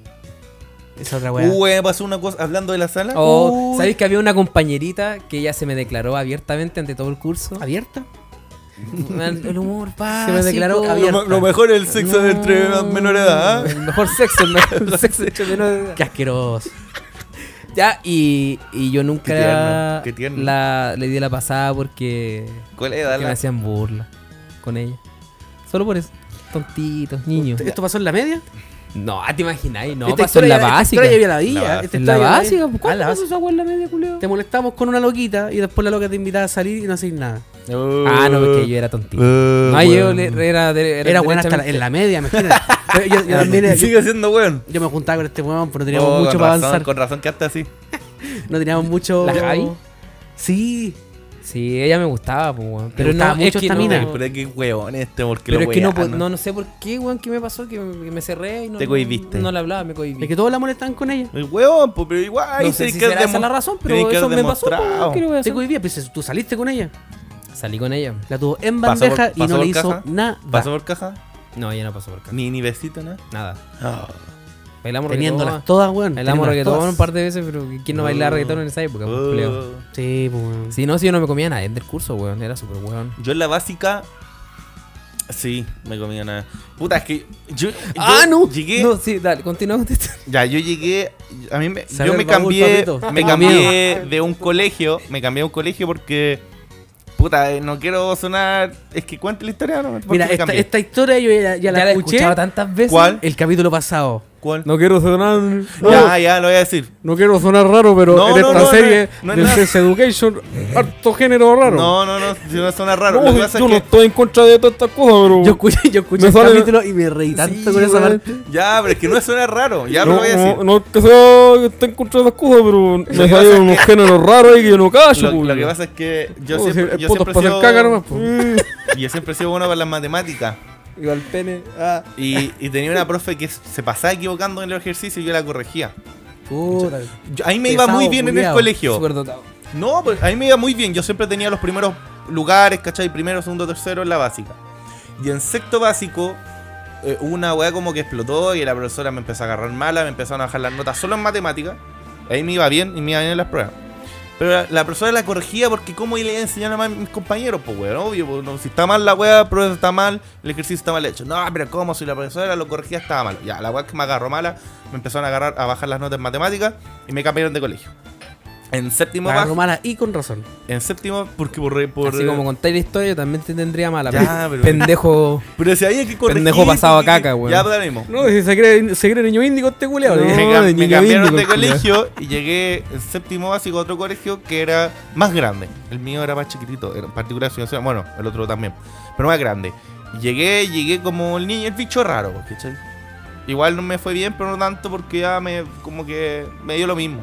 Speaker 1: Esa otra weá. Oh,
Speaker 3: Uh, weón, pasó una cosa hablando de la sala.
Speaker 2: O,
Speaker 1: Uy.
Speaker 2: Oh, ¿sabéis que había una compañerita que ella se me declaró abiertamente ante todo el curso?
Speaker 1: ¿Abierta?
Speaker 2: Man, el humor, pa.
Speaker 1: Se me declaró abierta.
Speaker 3: Lo, lo mejor es el sexo de entre menor edad, ¿ah?
Speaker 2: El mejor sexo, el mejor sexo hecho menor edad.
Speaker 1: Qué asqueroso.
Speaker 2: Ya, y, y yo nunca
Speaker 3: Qué tierno, qué tierno.
Speaker 2: La, le di la pasada porque
Speaker 3: ¿Cuál
Speaker 2: que
Speaker 3: edad?
Speaker 2: me hacían burla con ella. Solo por eso. Tontitos, niños.
Speaker 1: ¿Esto pasó en la media?
Speaker 2: No, ah, te imagináis, no,
Speaker 1: Esta
Speaker 2: pasó en
Speaker 1: historia-
Speaker 2: la
Speaker 1: esta
Speaker 2: básica.
Speaker 1: historia yo la vi,
Speaker 3: La
Speaker 1: ¿eh?
Speaker 3: básica.
Speaker 1: Esta
Speaker 2: En la
Speaker 1: historia yo vi.
Speaker 2: básica, pues,
Speaker 1: Ah, la
Speaker 2: ¿cuándo
Speaker 1: básica.
Speaker 2: pasó esa weá en la media, culeo?
Speaker 1: Te molestamos con una loquita y después la loca te invitaba a salir y no hacéis nada. Uh,
Speaker 2: Ah, no, porque yo era tontito.
Speaker 3: Uh,
Speaker 2: no, yo
Speaker 3: weón.
Speaker 2: le- era, de-
Speaker 1: Era, buena hasta la- en la media, imagínate. Yo, yo-
Speaker 2: Ah,
Speaker 1: yo también era-
Speaker 3: Y
Speaker 1: yo,
Speaker 3: sigue siendo weón.
Speaker 1: yo me juntaba con este weón, pero no teníamos
Speaker 3: Oh,
Speaker 1: mucho
Speaker 3: con
Speaker 1: para
Speaker 3: razón,
Speaker 1: avanzar.
Speaker 3: Con razón que hasta así.
Speaker 1: No teníamos mucho.
Speaker 2: ¿La Javi?
Speaker 1: Sí.
Speaker 2: Sí, ella me gustaba, pues, weón. Pero
Speaker 1: gustaba
Speaker 2: no,
Speaker 1: mucho
Speaker 2: es que
Speaker 1: esta
Speaker 2: no,
Speaker 1: mina.
Speaker 2: pero
Speaker 3: Pero es que weón este, porque
Speaker 2: pero
Speaker 3: lo
Speaker 2: es que no, po-
Speaker 3: weanan.
Speaker 2: no, no sé por qué, weón, qué me pasó, que me, que me cerré y no,
Speaker 3: Te cohibiste.
Speaker 2: no, le hablaba, me cohibí.
Speaker 1: Es que todos la molestaban con ella.
Speaker 3: El weón, pues, pero igual.
Speaker 2: no sé
Speaker 3: tenés
Speaker 2: si
Speaker 3: que
Speaker 2: será esa
Speaker 3: demo-
Speaker 2: la razón,
Speaker 3: tenés
Speaker 2: pero
Speaker 3: que
Speaker 2: eso
Speaker 3: haber
Speaker 2: me pasó, pues,
Speaker 3: demostrado.
Speaker 2: weón, ¿qué le voy a
Speaker 1: Te
Speaker 2: hacer?
Speaker 1: cohibía, pues tú saliste con ella.
Speaker 2: Salí con ella.
Speaker 1: La tuvo en
Speaker 3: Pasó por-
Speaker 1: bandeja y
Speaker 3: pasó
Speaker 1: no
Speaker 3: por
Speaker 1: le hizo
Speaker 3: caja.
Speaker 1: nada.
Speaker 3: ¿Pasó por caja?
Speaker 2: No, ella no pasó por acá.
Speaker 3: Ni, ni besito, ¿no?
Speaker 2: Nada.
Speaker 3: Ah.
Speaker 2: Bailamos
Speaker 1: Teniéndolas
Speaker 2: reggaetón.
Speaker 1: todas, weón.
Speaker 2: Bailamos
Speaker 1: teniéndolas
Speaker 2: reggaetón
Speaker 1: todas.
Speaker 2: un par de veces, pero ¿quién no bailaba
Speaker 3: Oh.
Speaker 2: reggaetón en esa época? pues,
Speaker 3: Oh.
Speaker 2: culeo?
Speaker 1: Sí, pues, weón.
Speaker 2: Si no, si yo no me comía nada del curso, weón. Era súper weón.
Speaker 3: Yo en la básica. Sí, me comía nada. Puta, es que. Yo, yo Llegué,
Speaker 2: Ah, No, sí, dale, continúa con tu historia.
Speaker 3: Ya, yo llegué. A mí me,
Speaker 1: Salió
Speaker 3: yo me
Speaker 1: el baúl,
Speaker 3: cambié.
Speaker 1: papito.
Speaker 3: Me
Speaker 1: Tengo
Speaker 3: cambié de un colegio. Me cambié de un colegio porque. Puta, eh, no quiero sonar. Es que cuente la historia, ¿no?
Speaker 1: Mira,
Speaker 3: ¿Por qué me
Speaker 1: esta,
Speaker 3: cambié?
Speaker 1: esta historia yo ya, ya
Speaker 2: Ya
Speaker 1: la,
Speaker 2: la he
Speaker 1: escuché
Speaker 2: escuchado tantas veces.
Speaker 3: ¿Cuál?
Speaker 1: el capítulo pasado.
Speaker 3: ¿Cuál?
Speaker 4: No quiero sonar.
Speaker 3: Ya,
Speaker 4: Ah.
Speaker 3: ya, lo voy a decir.
Speaker 4: No quiero sonar raro, pero
Speaker 3: No,
Speaker 4: en
Speaker 3: no,
Speaker 4: esta
Speaker 3: no, no,
Speaker 4: serie
Speaker 3: no es
Speaker 4: del
Speaker 3: nada.
Speaker 4: Sex Education, harto género raro.
Speaker 3: No, no, no, si no suena raro.
Speaker 4: No,
Speaker 3: lo que
Speaker 4: yo
Speaker 3: pasa
Speaker 4: no
Speaker 3: es que.
Speaker 4: estoy en contra de todas estas cosas, pero.
Speaker 1: Yo escuché, yo escuché
Speaker 4: Me
Speaker 1: el
Speaker 4: sale-
Speaker 1: capítulo y me reí tanto
Speaker 4: Sí,
Speaker 1: con esa
Speaker 4: weón.
Speaker 1: parte.
Speaker 3: Ya, pero es que no suena raro. Ya lo
Speaker 4: no,
Speaker 3: voy a decir.
Speaker 4: no, no es que sea que esté en contra de las cosas, pero
Speaker 3: que
Speaker 4: me salieron unos géneros raros ahí que yo no callo,
Speaker 3: Lo, lo
Speaker 4: culiao.
Speaker 3: que pasa es que yo
Speaker 4: Oh,
Speaker 3: siempre,
Speaker 4: si
Speaker 3: yo
Speaker 4: el puto
Speaker 3: siempre,
Speaker 4: es
Speaker 3: he
Speaker 4: para
Speaker 3: sido,
Speaker 4: hacer caca nomás, pues. po.
Speaker 3: yo siempre he sido bueno para las matemáticas.
Speaker 2: Y al pene. Ah.
Speaker 3: Y, y tenía una profe que se pasaba equivocando en el ejercicio y yo la corregía.
Speaker 1: Puta.
Speaker 3: Yo- a mí me iba
Speaker 1: Pesado,
Speaker 3: muy bien en el
Speaker 1: culiao.
Speaker 3: colegio.
Speaker 2: Súper dotado.
Speaker 3: No, pues a mí me iba muy bien. Yo siempre tenía los primeros lugares, ¿cachai? Primero, segundo, tercero en la básica. Y en sexto básico, eh, hubo una weá como que explotó y la profesora me empezó a agarrar mala, me empezaron a bajar las notas solo en matemáticas. Ahí me iba bien y me iba bien en las pruebas. Pero la, la profesora la corregía porque cómo le iba a enseñar a más mis compañeros, pues weón, obvio, pues, no, si está mal la weá, prueba está mal, el ejercicio está mal hecho. No, pero cómo, si la profesora lo corregía estaba mal. Ya, la weá que me agarró mala, me empezaron a agarrar, a bajar las notas en matemáticas y me cambiaron de colegio. En séptimo
Speaker 1: La
Speaker 3: básico.
Speaker 1: agarró mala y con razón.
Speaker 3: En séptimo, porque por. por
Speaker 2: Así como contar la historia, yo también te tendría mala.
Speaker 3: Ya,
Speaker 2: pero-
Speaker 3: pero-
Speaker 2: Pendejo.
Speaker 3: Pero si ahí es que corregir,
Speaker 2: Pendejo pasado a
Speaker 3: y-
Speaker 2: caca, weón.
Speaker 3: Ya, da lo mismo.
Speaker 4: No, si se cree, se cree niño índigo este culiao.
Speaker 3: me,
Speaker 4: No,
Speaker 3: cam- me
Speaker 4: de niño
Speaker 3: cambiaron
Speaker 4: índigo,
Speaker 3: de
Speaker 4: el culiao.
Speaker 3: colegio y llegué en séptimo básico a otro colegio que era más grande. El mío era más chiquitito, era en particular situación. Bueno, el otro también, pero más grande. Y Llegué, llegué como el niño, el bicho raro, ¿cachai? Igual no me fue bien, pero no tanto porque ya me, como que me dio lo mismo.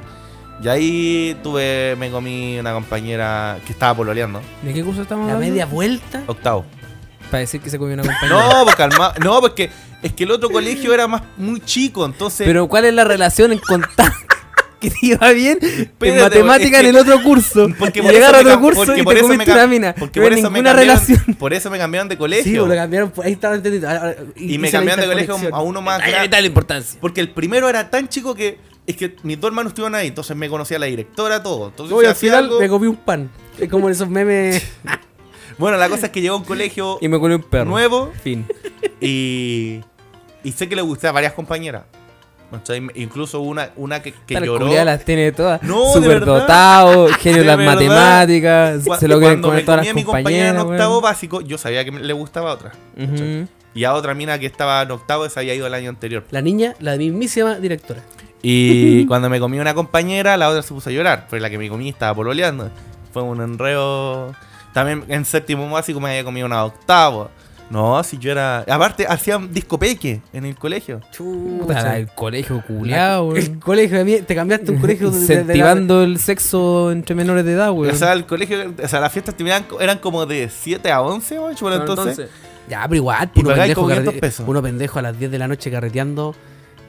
Speaker 3: Y ahí tuve, me comí una compañera que estaba pololeando,
Speaker 2: ¿De qué curso estamos
Speaker 3: Ah.
Speaker 1: La
Speaker 2: hablando?
Speaker 1: media vuelta.
Speaker 3: octavo.
Speaker 2: Para decir que se comió una compañera.
Speaker 3: No, pues calma. No, porque es que el otro colegio era más muy chico, entonces.
Speaker 2: Pero ¿cuál es la relación en contar que te iba bien en
Speaker 3: Espérate,
Speaker 2: matemática en
Speaker 3: es que-
Speaker 2: el otro curso?
Speaker 3: porque
Speaker 2: y
Speaker 3: por eso
Speaker 2: llegar a
Speaker 3: me
Speaker 2: otro
Speaker 3: cam-
Speaker 2: curso
Speaker 3: porque
Speaker 2: y
Speaker 3: por
Speaker 2: te
Speaker 3: eso
Speaker 2: comiste
Speaker 3: me cam-
Speaker 2: una mina.
Speaker 3: Porque
Speaker 2: no
Speaker 3: por
Speaker 2: hay
Speaker 3: eso me
Speaker 2: ninguna
Speaker 3: cambiaron,
Speaker 2: relación. pues,
Speaker 3: Por eso me cambiaron de
Speaker 1: Sí,
Speaker 3: colegio.
Speaker 1: lo cambiaron. Ahí estaba entendido. Ah, ah,
Speaker 3: y me
Speaker 1: hice la
Speaker 3: cambiaron de colegio a
Speaker 1: interconexión.
Speaker 3: uno más
Speaker 2: Ahí
Speaker 3: grande.
Speaker 2: está la importancia.
Speaker 3: Porque el primero era tan chico que. Es que mis dos hermanos estuvieron ahí, entonces me conocía la directora, todo. Entonces,
Speaker 4: No, y
Speaker 3: si
Speaker 4: al
Speaker 3: hacía
Speaker 4: final
Speaker 3: algo-
Speaker 1: Me comí un pan. Es como esos memes.
Speaker 3: Bueno, la cosa es que llegó a un colegio
Speaker 2: Y me colé un perro.
Speaker 3: nuevo
Speaker 2: Fin.
Speaker 3: y. Y sé que le gustaba a varias compañeras. ¿cachai? Incluso una, una que, que
Speaker 2: Tal
Speaker 3: lloró.
Speaker 2: culiao las tiene todas.
Speaker 3: No, de
Speaker 2: Super
Speaker 3: verdad.
Speaker 2: dotado, genio de
Speaker 3: De
Speaker 2: las
Speaker 3: verdad.
Speaker 2: matemáticas,
Speaker 3: Cua-
Speaker 2: se lo quieren
Speaker 3: cuando me
Speaker 2: comer todas
Speaker 3: comía
Speaker 2: las
Speaker 3: mi compañera
Speaker 2: compañeras.
Speaker 3: en
Speaker 2: weón.
Speaker 3: octavo básico, yo sabía que me- le gustaba otra.
Speaker 2: Ujú.
Speaker 3: Y a otra mina que estaba en octavo se había ido el año anterior.
Speaker 1: La niña, la mismísima directora.
Speaker 3: Y cuando me comí una compañera, la otra se puso a llorar. Fue la que me comí, estaba pololeando. Fue un enreo. También en séptimo básico me había comido una octavo. No, si yo era. Aparte, hacían discopeque en el colegio.
Speaker 2: Puta, la
Speaker 1: Chuta.
Speaker 2: del colegio culiao,
Speaker 1: El
Speaker 2: weón.
Speaker 1: colegio de mie- te cambiaste un colegio de- de- de- de-
Speaker 2: Incentivando el sexo entre menores de edad, weón.
Speaker 3: O sea, el colegio, o sea, las fiestas terminaban, co- eran como de 7 a 11, ocho, por entonces.
Speaker 1: Ya, pero igual, pues,
Speaker 3: Y
Speaker 1: uno
Speaker 3: pagáis
Speaker 1: pendejo,
Speaker 3: como 500
Speaker 1: carre-
Speaker 3: pesos.
Speaker 1: uno pendejo a las 10 de la noche carreteando,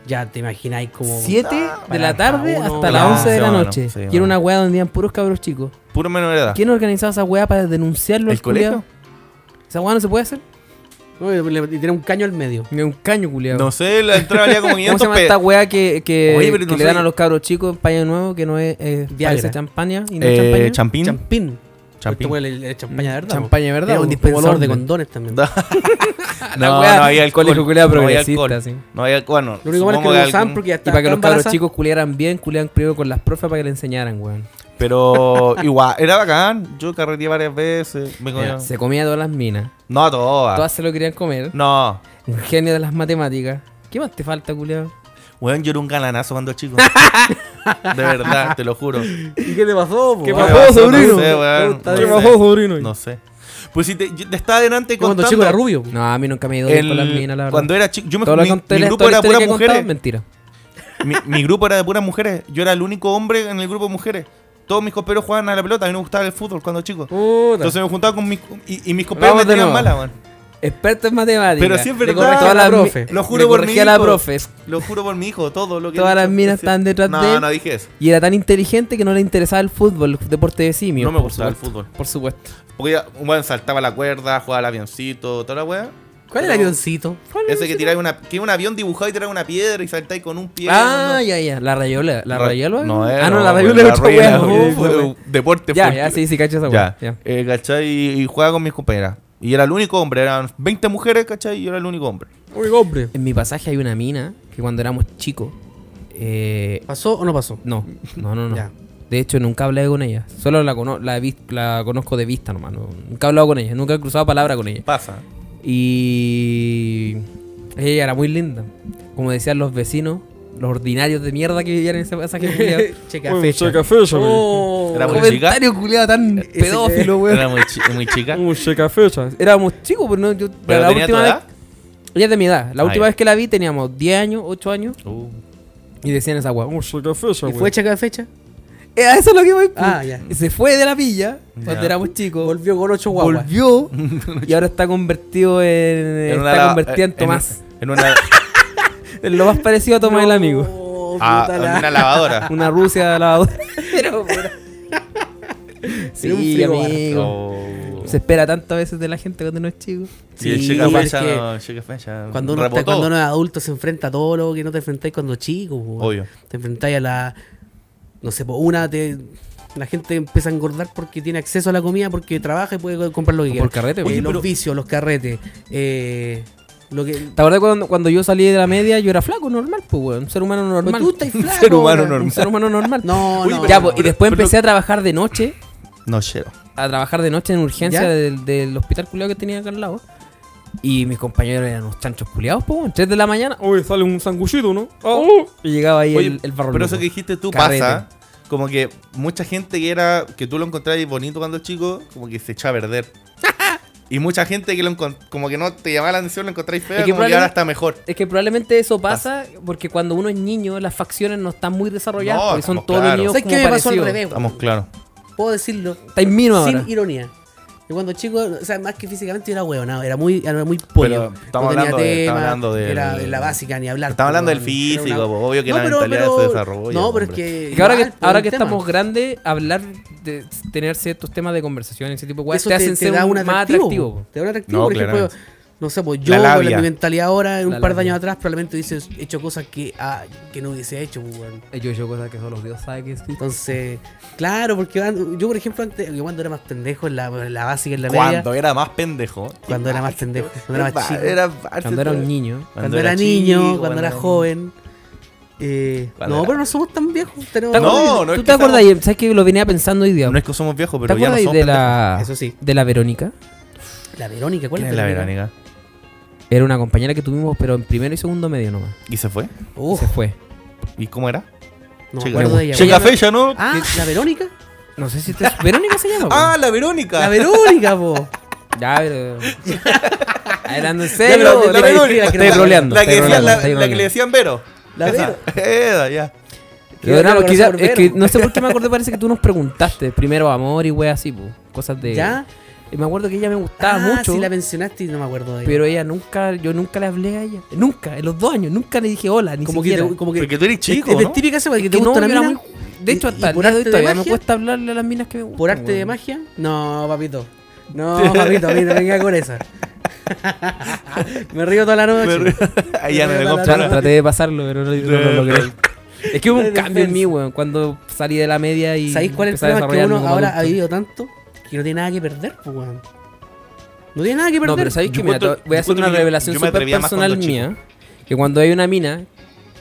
Speaker 1: ya te imagináis como...
Speaker 2: 7 de la
Speaker 1: Para
Speaker 2: tarde
Speaker 1: uno,
Speaker 2: hasta
Speaker 1: claro,
Speaker 2: las 11 de
Speaker 3: sí,
Speaker 2: la
Speaker 3: bueno,
Speaker 2: noche.
Speaker 3: sí,
Speaker 2: Quiero
Speaker 3: bueno.
Speaker 2: una weá donde iban puros cabros chicos.
Speaker 3: Puro menor edad.
Speaker 2: ¿Quién organizaba esa weá para denunciarlo
Speaker 3: ¿El
Speaker 2: al culiao?
Speaker 3: colegio?
Speaker 2: ¿Esa weá no se puede hacer?
Speaker 1: No, y le- y tiene un caño al medio.
Speaker 2: Ni un caño, culiao.
Speaker 3: No sé, la entrada valía como
Speaker 2: ¿Cómo se
Speaker 3: 500
Speaker 2: llama esta
Speaker 3: pesos.
Speaker 2: weá que, que,
Speaker 3: Oye, pero
Speaker 2: que
Speaker 3: no
Speaker 2: le
Speaker 3: sé.
Speaker 2: dan a los cabros chicos en paño nuevo que no es eh,
Speaker 1: Viagra.
Speaker 2: parece champaña y no es
Speaker 3: Eh,
Speaker 2: champaña?
Speaker 3: champín.
Speaker 1: Champín. Este
Speaker 3: Champín.
Speaker 1: weón le- le- champaña de verdad.
Speaker 2: Champaña de
Speaker 1: po.
Speaker 2: verdad,
Speaker 1: Era
Speaker 2: po.
Speaker 1: un dispensador de
Speaker 2: Como el
Speaker 1: condones también.
Speaker 3: Da-
Speaker 2: La Ah, weá,
Speaker 3: alcohol.
Speaker 2: colegio culiao
Speaker 3: No había
Speaker 2: progresista,
Speaker 3: alcohol.
Speaker 2: sí.
Speaker 3: No había, bueno,
Speaker 1: Lo único malo es que
Speaker 3: supongo
Speaker 1: lo
Speaker 3: que
Speaker 1: usaban
Speaker 3: algún-
Speaker 1: porque ya
Speaker 2: Y
Speaker 1: estaba
Speaker 2: para que los cabros
Speaker 1: embarazada.
Speaker 2: chicos culiaran bien, culiaran primero con las profes para que le enseñaran, weón.
Speaker 3: Pero igual, era bacán. Yo carreteé varias veces. Me comía-
Speaker 2: Mira, Se comía todas las minas.
Speaker 3: No a todas.
Speaker 2: Todas se lo querían comer.
Speaker 3: No.
Speaker 2: Un genio de las matemáticas. ¿Qué más te falta, culiao?
Speaker 3: Weón, yo era un galanazo cuando chico. De verdad, te lo juro.
Speaker 1: ¿Y qué te pasó? po?
Speaker 4: ¿Qué
Speaker 1: Ah,
Speaker 4: pasó,
Speaker 1: me
Speaker 4: sobrino?
Speaker 3: No sé, weón.
Speaker 1: Puta,
Speaker 4: ¿Qué
Speaker 1: no
Speaker 3: no,
Speaker 4: bajó,
Speaker 3: sé.
Speaker 4: Oh, sobrino?
Speaker 3: No sé. Pues si te, yo te estaba adelante
Speaker 1: Yo Cuando
Speaker 3: contando.
Speaker 1: chico era rubio.
Speaker 2: No, a mí nunca me he ido bien
Speaker 3: el-
Speaker 2: con las minas, la verdad.
Speaker 3: cuando era chico, yo me,
Speaker 2: Todo lo
Speaker 3: mi,
Speaker 2: conté,
Speaker 3: mi
Speaker 2: la-
Speaker 3: grupo
Speaker 2: toda la
Speaker 3: era
Speaker 2: historia
Speaker 3: puras
Speaker 2: que he contado es
Speaker 3: mujeres.
Speaker 2: mentira.
Speaker 3: Mi, mi grupo era de puras mujeres. Yo era el único hombre en el grupo de mujeres. Todos mis compañeros jugaban a la pelota. A mí me gustaba el fútbol cuando chico.
Speaker 2: Puta.
Speaker 3: Entonces me juntaba con mis. Y, y mis compañeros
Speaker 2: Vamos
Speaker 3: me
Speaker 2: de
Speaker 3: tenían
Speaker 2: nuevo.
Speaker 3: mala, weón.
Speaker 2: Experto en matemáticas.
Speaker 3: Pero sí es
Speaker 2: Le
Speaker 3: verdad.
Speaker 2: corregí a
Speaker 1: Toda la
Speaker 2: mi-
Speaker 1: profe.
Speaker 3: Lo juro
Speaker 2: le
Speaker 3: por
Speaker 2: corregí
Speaker 3: mi
Speaker 2: a la
Speaker 3: hijo.
Speaker 2: profe.
Speaker 3: Lo juro por mi hijo, todo lo que.
Speaker 2: Todas
Speaker 3: he dicho.
Speaker 2: las minas están detrás
Speaker 3: no,
Speaker 2: de él.
Speaker 3: No, dije eso.
Speaker 2: Y era tan inteligente que no le interesaba el fútbol, el deporte de simio.
Speaker 3: No me gustaba el fútbol.
Speaker 2: Por supuesto.
Speaker 3: Porque ya, un weón saltaba la cuerda, jugaba al avioncito, toda la weá.
Speaker 1: ¿Cuál es el
Speaker 3: Pero-
Speaker 1: avioncito?
Speaker 3: Ese que tiráis una, que un avión dibujado y tiráis una piedra y saltáis con un pie.
Speaker 2: ah,
Speaker 3: no, no.
Speaker 2: ya, ya. La rayola. ¿La
Speaker 3: Ra-
Speaker 2: rayola?
Speaker 3: No, eh,
Speaker 2: ah, no, la
Speaker 3: weón,
Speaker 2: rayola era otra wea.
Speaker 3: rueda, weón,
Speaker 2: Uf,
Speaker 3: fue
Speaker 2: weón.
Speaker 3: un Deporte
Speaker 2: Ya,
Speaker 3: full.
Speaker 2: ya, sí, sí, cacho esa
Speaker 3: Ya.
Speaker 2: weá. Ya.
Speaker 3: Eh, ¿Cachai? Y, y jugaba con mis compañeras. Y era el único hombre, eran 20 mujeres, ¿cachai? Y yo era el único hombre.
Speaker 1: Uy, hombre.
Speaker 2: En mi pasaje hay una mina que cuando éramos chicos. Eh,
Speaker 1: ¿Pasó o no pasó?
Speaker 2: no, no, no, no.
Speaker 1: Ya.
Speaker 2: De hecho, nunca hablé con ella. Solo la, cono- la, he vis- la conozco de vista nomás. no- nunca he hablado con ella. Nunca he cruzado palabra con ella.
Speaker 3: Pasa.
Speaker 2: Y ella era muy linda. Como decían los vecinos, los ordinarios de mierda que vivían en ese pasaje culiao.
Speaker 1: Checa
Speaker 4: Bueno,
Speaker 1: fecha.
Speaker 4: checa fecha, weón.
Speaker 1: Oh.
Speaker 3: Era muy chica.
Speaker 2: Comentario culiado tan pedófilo, weón.
Speaker 3: Era muy, chi- muy chica.
Speaker 4: Uh, checa fecha.
Speaker 2: Éramos chicos, pero no, yo
Speaker 3: Pero tenía tu edad.
Speaker 2: vez. Ella es de mi edad. La
Speaker 3: Ah,
Speaker 2: última
Speaker 3: ya.
Speaker 2: vez que la vi teníamos 10 años, 8 años.
Speaker 3: Uh.
Speaker 2: Y decían esa weá.
Speaker 4: Uh, checa fecha,
Speaker 1: ¿Y fue
Speaker 4: weón.
Speaker 1: checa de fecha?
Speaker 2: "Eh, eso es lo que voy.
Speaker 1: Ah, ya.
Speaker 2: Se fue de la villa cuando
Speaker 3: Ya.
Speaker 2: éramos chicos.
Speaker 1: Volvió con ocho guaguas.
Speaker 2: Volvió. y ahora está convertido en.
Speaker 3: En una
Speaker 2: está
Speaker 3: la-
Speaker 2: convertido en
Speaker 3: en-
Speaker 2: Tomás.
Speaker 3: En una,
Speaker 2: En lo más parecido a Tomás el amigo.
Speaker 1: Oh,
Speaker 3: ah,
Speaker 1: puta
Speaker 3: en
Speaker 1: la-
Speaker 3: una lavadora.
Speaker 2: Una Rusia lavadora.
Speaker 1: Pero, pero- Era un
Speaker 2: Sí,
Speaker 1: frigobar.
Speaker 2: amigo.
Speaker 3: Oh.
Speaker 2: Se espera tanto a veces de la gente cuando no es chico.
Speaker 3: Sí,
Speaker 1: Sí,
Speaker 3: chica
Speaker 1: es
Speaker 3: fecha,
Speaker 1: que
Speaker 3: no, chica fecha.
Speaker 1: Cuando uno, está,
Speaker 3: rebotó.
Speaker 1: cuando uno es adulto se enfrenta a todo lo que no te enfrentáis cuando chico. po, weón.
Speaker 3: Obvio.
Speaker 1: Te enfrentáis a la. No sé, po, una te. La gente empieza a engordar porque tiene acceso a la comida, porque trabaja y puede comprar lo que
Speaker 2: Por
Speaker 1: quiera.
Speaker 2: carrete,
Speaker 1: Eh,
Speaker 2: weón.
Speaker 1: los vicios, los carretes. eh, lo que.
Speaker 2: ¿Te acuerdas cuando, cuando yo salí de la media? Yo era flaco, normal, pues, weón. Un ser humano
Speaker 1: Pero
Speaker 2: normal.
Speaker 1: tú estás flaco,
Speaker 3: ser humano
Speaker 1: weón.
Speaker 3: normal.
Speaker 2: Un ser humano normal.
Speaker 1: No, no.
Speaker 2: ya,
Speaker 1: no.
Speaker 2: pues, y después empecé a trabajar de noche.
Speaker 3: No, chero.
Speaker 2: A trabajar de noche en urgencia
Speaker 1: ¿Ya?
Speaker 2: del, del hospital culiado que tenía acá al lado. Y mis compañeros eran unos chanchos culiados, pues, weón. 3 de la mañana.
Speaker 4: Oye, sale un sanguchito, ¿no? Ah, uh.
Speaker 2: Oh. Y llegaba ahí
Speaker 3: Oh. Oye,
Speaker 2: el, el barro
Speaker 3: Pero
Speaker 2: loco.
Speaker 3: eso que dijiste tú
Speaker 2: Carrete.
Speaker 3: pasa. Como que mucha gente que era que tú lo encontrabas bonito cuando chico, como que se echó a perder. y mucha gente que lo encon- como que no te llamaba la atención, lo encontráis feo,
Speaker 2: Es que
Speaker 3: como que ahora
Speaker 2: probablemente-
Speaker 3: está mejor.
Speaker 2: Es que probablemente eso pasa porque cuando uno es niño, las facciones no están muy desarrolladas
Speaker 3: No,
Speaker 2: porque son
Speaker 3: estamos
Speaker 2: todos
Speaker 3: claros.
Speaker 2: niños
Speaker 1: ¿Sabes
Speaker 2: como
Speaker 1: qué me pasó al
Speaker 2: parecidos.
Speaker 1: revés? weón?
Speaker 3: Estamos claros.
Speaker 1: Puedo decirlo.
Speaker 2: Está en mino
Speaker 1: sin
Speaker 2: ahora.
Speaker 1: ironía. Yo cuando chico, o sea, más que físicamente yo era huevonado, era muy, era muy pollo. no tenía
Speaker 3: estamos hablando de-
Speaker 1: tema,
Speaker 3: estamos hablando de-
Speaker 1: era de la básica, ni hablar.
Speaker 3: Estamos hablando
Speaker 1: weón.
Speaker 3: del
Speaker 1: Era
Speaker 3: físico, po, obvio que
Speaker 1: No,
Speaker 3: la
Speaker 1: pero-
Speaker 3: mentalidad
Speaker 1: pero-
Speaker 3: se desarrolla.
Speaker 1: No, pero es
Speaker 3: hombre.
Speaker 1: que.
Speaker 2: Es que ahora que,
Speaker 1: igual, pues,
Speaker 2: ahora
Speaker 1: un
Speaker 2: que
Speaker 1: tema.
Speaker 2: estamos grandes, hablar de tener ciertos temas de conversación, ese tipo de cosas,
Speaker 1: Eso
Speaker 2: te, hacen ser
Speaker 1: da
Speaker 2: un
Speaker 1: un
Speaker 2: más
Speaker 1: atractivo.
Speaker 2: atractivo. po.
Speaker 1: Te da un atractivo,
Speaker 3: No,
Speaker 1: por ejemplo.
Speaker 3: claramente.
Speaker 1: No sé, pues yo
Speaker 3: La
Speaker 1: con
Speaker 3: labia.
Speaker 1: mi mentalidad ahora, en un
Speaker 2: La
Speaker 1: par de
Speaker 2: labia.
Speaker 1: años atrás, probablemente hubiese hecho cosas que, ah, que no hubiese hecho, pues, weón.
Speaker 2: Eh, Yo he hecho cosas que solo Dios sabe que sí.
Speaker 1: Entonces, claro, porque an- yo, por ejemplo, antes, yo cuando era más pendejo en la, en la básica, en la media,
Speaker 3: Cuando era más pendejo.
Speaker 1: cuando era más pendejo, cuando era más chico.
Speaker 3: Era-
Speaker 2: Cuando era un niño.
Speaker 1: Cuando, era niño, cuando, era joven. Eh,
Speaker 3: Vale,
Speaker 1: no,
Speaker 3: vale.
Speaker 1: pero no somos tan viejos. Tenemos
Speaker 3: No,
Speaker 2: acuerdas-
Speaker 3: no, es
Speaker 2: ¿Tú
Speaker 3: que
Speaker 2: te acuerdas?
Speaker 3: estamos-
Speaker 2: ¿Sabes que lo venía pensando hoy día?
Speaker 3: No es que somos viejos,
Speaker 2: ¿Te
Speaker 3: pero ya no
Speaker 2: acuerdas
Speaker 3: somos
Speaker 2: de la,
Speaker 1: Eso sí.
Speaker 2: de la Verónica?
Speaker 1: La Verónica, ¿cuál
Speaker 3: pendejos. ¿Quién
Speaker 1: es
Speaker 3: es la Verónica?
Speaker 2: Era una compañera que tuvimos, pero en primero y segundo medio nomás.
Speaker 3: ¿Y se fue?
Speaker 2: Y
Speaker 1: Uf,
Speaker 2: Se fue.
Speaker 3: ¿Y cómo era?
Speaker 1: no me
Speaker 3: Chica-
Speaker 1: acuerdo de ella.
Speaker 3: Chica
Speaker 1: Ella-
Speaker 3: fecha, ¿no?
Speaker 1: Ah, la Verónica.
Speaker 2: No sé si te... Verónica se llama.
Speaker 3: Ah, la Verónica.
Speaker 1: La Verónica, po.
Speaker 2: po. Ya, pero... Hablando en serio.
Speaker 1: Pero-
Speaker 2: la-
Speaker 1: pero-
Speaker 2: la-
Speaker 1: pero-
Speaker 2: estáis roleando,
Speaker 3: La que
Speaker 2: estáis
Speaker 3: decía-
Speaker 2: roleando,
Speaker 3: la-
Speaker 2: estáis
Speaker 3: la que le
Speaker 2: roleando.
Speaker 3: decían Vero.
Speaker 1: La
Speaker 3: Esa.
Speaker 1: Vero.
Speaker 3: Esa, ya.
Speaker 1: Yo
Speaker 2: Pero
Speaker 1: la
Speaker 2: no,
Speaker 1: conocí
Speaker 2: quizá-
Speaker 1: por
Speaker 2: es
Speaker 1: Vero.
Speaker 2: que no sé por qué me acordé, parece que tú nos preguntaste primero amor y wea así, po. cosas de...
Speaker 1: ¿Ya?
Speaker 2: Y me acuerdo que ella me gustaba
Speaker 1: Ah,
Speaker 2: mucho,
Speaker 1: Sí, la mencionaste y no me acuerdo de ella.
Speaker 2: pero ella nunca, yo nunca le hablé a ella, nunca, en los dos años, nunca le dije hola, ni
Speaker 1: como que,
Speaker 2: siquiera.
Speaker 1: te- como que
Speaker 3: Porque tú eres chico,
Speaker 1: es, es
Speaker 3: ¿no?
Speaker 1: típica esa weá, que
Speaker 2: Que
Speaker 1: te
Speaker 2: no,
Speaker 1: gusta una
Speaker 2: yo era
Speaker 1: mina
Speaker 2: muy- De hecho,
Speaker 1: y-
Speaker 2: hasta
Speaker 1: y
Speaker 2: el
Speaker 1: por
Speaker 2: día de hoy
Speaker 1: arte de
Speaker 2: todavía me
Speaker 1: magia-
Speaker 2: cuesta hablarle a las minas que me gustan.
Speaker 1: por arte de
Speaker 2: weón.
Speaker 1: magia. No, papito. No, papito, a mí no venga con esa. me río toda la noche.
Speaker 3: Ahí ya no le
Speaker 1: Tra-
Speaker 3: compro
Speaker 2: Tra-
Speaker 1: Claro.
Speaker 2: traté de pasarlo, pero no, no lo logré. Es que hubo un
Speaker 1: Defensa.
Speaker 2: cambio en mí, weón, cuando salí de la media y.
Speaker 1: ¿Sabéis cuál es el
Speaker 2: empecé a
Speaker 1: problema? Que uno
Speaker 2: desarrollarme como
Speaker 1: ahora ha
Speaker 2: adulto.
Speaker 1: vivido tanto que no tiene nada que perder, pues, weón. No tiene nada que perder.
Speaker 2: No, pero ¿sabéis
Speaker 3: Yo
Speaker 2: que mira,
Speaker 3: encuentro-
Speaker 2: te- voy
Speaker 3: yo
Speaker 2: a hacer
Speaker 3: encuentro
Speaker 2: una
Speaker 3: que yo-
Speaker 2: revelación
Speaker 3: yo me
Speaker 2: súper
Speaker 3: atrevía más cuando
Speaker 2: personal
Speaker 3: chico.
Speaker 2: mía. Que cuando hay una mina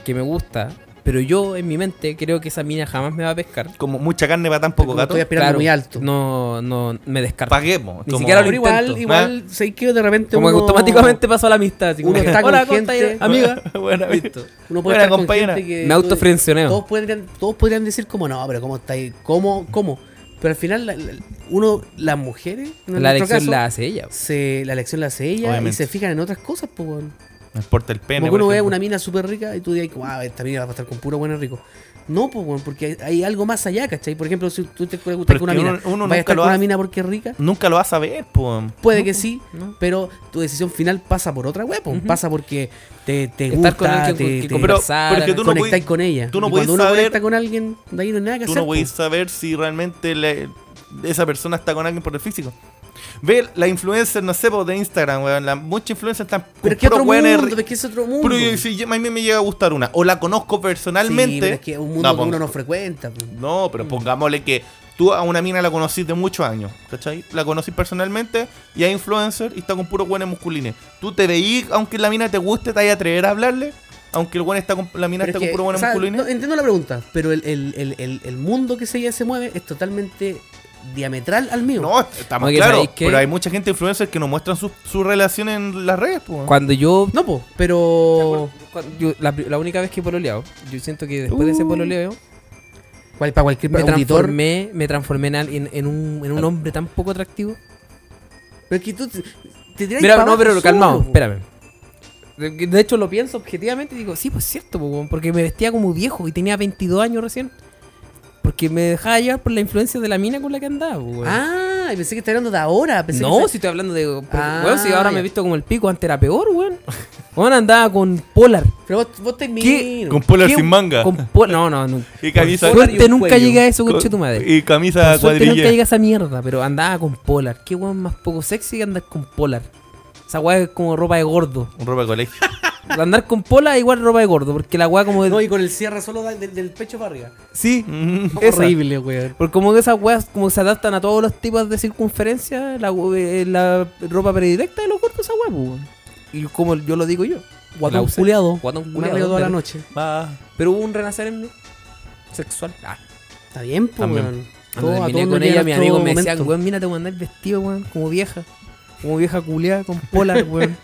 Speaker 2: que me gusta, pero yo en mi mente creo que esa mina jamás me va a pescar.
Speaker 3: Como mucha carne para tan poco
Speaker 1: Como
Speaker 3: gato.
Speaker 1: estoy aspirando muy alto.
Speaker 2: No, no, me descarto.
Speaker 3: Paguemos.
Speaker 2: Ni
Speaker 3: como-
Speaker 2: siquiera lo
Speaker 1: pero igual,
Speaker 2: intento. Ah.
Speaker 1: igual, sé que de repente
Speaker 2: como que
Speaker 1: uno-
Speaker 2: automáticamente pasó a la amistad. Así como
Speaker 1: uno
Speaker 2: que,
Speaker 1: está con
Speaker 2: "Hola, ¿cómo
Speaker 1: gente-
Speaker 2: estás, Amiga.
Speaker 3: Bueno,
Speaker 2: Listo.
Speaker 1: Uno puede
Speaker 3: Buena
Speaker 1: estar con
Speaker 3: compañera.
Speaker 1: gente que-
Speaker 2: Me autofrencioneo.
Speaker 1: Todos podrían, todos podrían decir como, no, pero ¿cómo está ahí? ¿Cómo? ¿Cómo? Pero al final, la- la- uno, las mujeres, en
Speaker 2: La
Speaker 1: nuestro
Speaker 2: elección
Speaker 1: caso,
Speaker 2: la hace ella. weón.
Speaker 1: se, la elección la hace ella y
Speaker 3: Obviamente.
Speaker 1: se fijan en otras cosas, pues, weón.
Speaker 3: Me importa el pene.
Speaker 1: Como que uno
Speaker 3: por
Speaker 1: ve
Speaker 3: ejemplo.
Speaker 1: una mina súper rica y tú dices, wow, esta mina va a estar con puro bueno rico. No, pues, weón, porque hay, hay algo más allá, ¿cachai? Por ejemplo, si tú te gusta
Speaker 3: Pero
Speaker 1: con una
Speaker 3: es que
Speaker 1: mina,
Speaker 3: uno- uno
Speaker 1: vaya a
Speaker 3: nunca
Speaker 1: estar
Speaker 3: lo
Speaker 1: con una
Speaker 3: hace.
Speaker 1: mina porque es rica.
Speaker 3: Nunca lo vas a ver, po.
Speaker 1: Puede que sí,
Speaker 2: no.
Speaker 1: pero tu decisión final pasa por otra web,
Speaker 2: Ujú.
Speaker 1: pasa porque te, te
Speaker 2: Estar con
Speaker 1: gusta,
Speaker 2: alguien con
Speaker 1: te,
Speaker 2: que
Speaker 1: te
Speaker 3: Pero-
Speaker 2: conversar.
Speaker 3: pero es que tú no
Speaker 1: conectáis
Speaker 3: podís-
Speaker 1: con ella.
Speaker 3: tú no
Speaker 1: Y
Speaker 3: podís
Speaker 1: cuando uno
Speaker 3: saber-
Speaker 1: conecta con alguien, de ahí no hay nada que
Speaker 3: Tú
Speaker 1: hacer.
Speaker 3: no puedes
Speaker 1: po.
Speaker 3: saber si realmente le- esa persona está con alguien por el físico. Ve la influencer, no sé, po, de Instagram, weón. la- Muchas influencers están. con
Speaker 1: Pero es que
Speaker 3: puros
Speaker 1: otro
Speaker 3: weones
Speaker 1: mundo,
Speaker 3: ri-
Speaker 1: es que es otro mundo.
Speaker 3: Pero yo- si yo- a mí me llega a gustar una. O la conozco
Speaker 1: Sí,
Speaker 3: personalmente.
Speaker 1: pero es que Mm. es un mundo
Speaker 3: No, pues,
Speaker 1: que
Speaker 3: pon-
Speaker 1: uno no frecuenta. pues. po.
Speaker 3: No, pero pongámosle que tú a una mina la conocís de muchos años, ¿cachai? La conocís personalmente y hay influencer y está con puros buenos musculines. Tú te veís, aunque la mina te guste, te hay a atrever a hablarle, aunque el buen está con, la mina
Speaker 1: Pero
Speaker 3: está
Speaker 1: es que,
Speaker 3: con puros
Speaker 1: o
Speaker 3: buenos
Speaker 1: sea,
Speaker 3: musculines.
Speaker 1: no, entiendo la pregunta, pero el, el, el, el, el mundo que se, se mueve es totalmente diametral al mío.
Speaker 3: No, estamos
Speaker 2: Oye,
Speaker 3: claros,
Speaker 2: ¿sabéis qué?
Speaker 3: pero hay mucha gente influencer que no muestran su, su relación en las redes, pues.
Speaker 2: Cuando yo
Speaker 1: No, po, pero.
Speaker 2: Cuando yo- la, pri- la única vez que he pololeado, yo siento que después de ese pololeo
Speaker 1: Cual, para cualquier
Speaker 2: me
Speaker 1: auditor. Ah.
Speaker 2: transformé, me transformé en, al- en- en un, en un hombre tan poco atractivo.
Speaker 1: Pero es que tú te, te tiras
Speaker 2: Mira,
Speaker 1: pa'
Speaker 2: no,
Speaker 1: abajo
Speaker 2: pero
Speaker 1: solo, pues.
Speaker 2: calmado,
Speaker 1: po.
Speaker 2: espérame. De de hecho, lo pienso objetivamente y digo, sí, pues cierto, po, weón, porque me vestía como viejo y tenía 22 años recién. Porque me dejaba llevar por la influencia de la mina con la que andaba, po, weón.
Speaker 1: Ah, y pensé que estaba hablando de ahora. Pensé
Speaker 2: no,
Speaker 1: que
Speaker 2: si estoy hablando de. porque,
Speaker 1: Ah,
Speaker 2: weón, si ahora
Speaker 1: ya.
Speaker 2: me he visto como el pico, antes era peor, weón. Weón andaba con Polar.
Speaker 1: Pero vos, vos te miras.
Speaker 3: Con polar
Speaker 2: ¿Qué-
Speaker 3: sin manga.
Speaker 2: Con Polar. No, no, nunca.
Speaker 3: y camisa
Speaker 1: Polar y
Speaker 2: Suerte
Speaker 1: un
Speaker 2: nunca
Speaker 1: cuello.
Speaker 2: llegué a eso,
Speaker 3: con-
Speaker 2: coche tu madre.
Speaker 3: Y camisa
Speaker 2: Por suerte nunca
Speaker 3: cuadrilla.
Speaker 2: llega esa mierda, pero andaba con polar. Qué weón más poco sexy que andar con polar. Esa weá es como ropa de gordo.
Speaker 3: Un ropa de colegio.
Speaker 2: Andar con polar es igual ropa de gordo, porque la weá como de.
Speaker 1: No, y con el cierre solo da- del, del pecho para arriba.
Speaker 2: sí, esa.
Speaker 1: Horrible, weón.
Speaker 2: Porque como que esas weas como que se adaptan a todos los tipos de circunferencia, la, we- eh, la ropa predirecta de los gordos, esa weá, pues, weón. Y como yo lo digo yo.
Speaker 1: Guatón
Speaker 2: usé.
Speaker 1: culeado.
Speaker 2: Guatón
Speaker 1: Una
Speaker 2: culeado,
Speaker 1: río toda la
Speaker 2: pero-
Speaker 1: noche.
Speaker 3: Ah,
Speaker 2: Pero hubo un renacer en mí. Sexual. Ah.
Speaker 1: Está bien, po,
Speaker 3: También.
Speaker 1: weón.
Speaker 2: Cuando
Speaker 1: Todo- a
Speaker 2: terminé
Speaker 1: todos
Speaker 2: con
Speaker 1: nos
Speaker 2: ella,
Speaker 1: llega
Speaker 2: mis
Speaker 1: nuestro
Speaker 2: amigos me decían,
Speaker 1: momento.
Speaker 2: weón, mira, te voy a andar vestido, weón, como vieja. Como vieja culeada con polar, weón.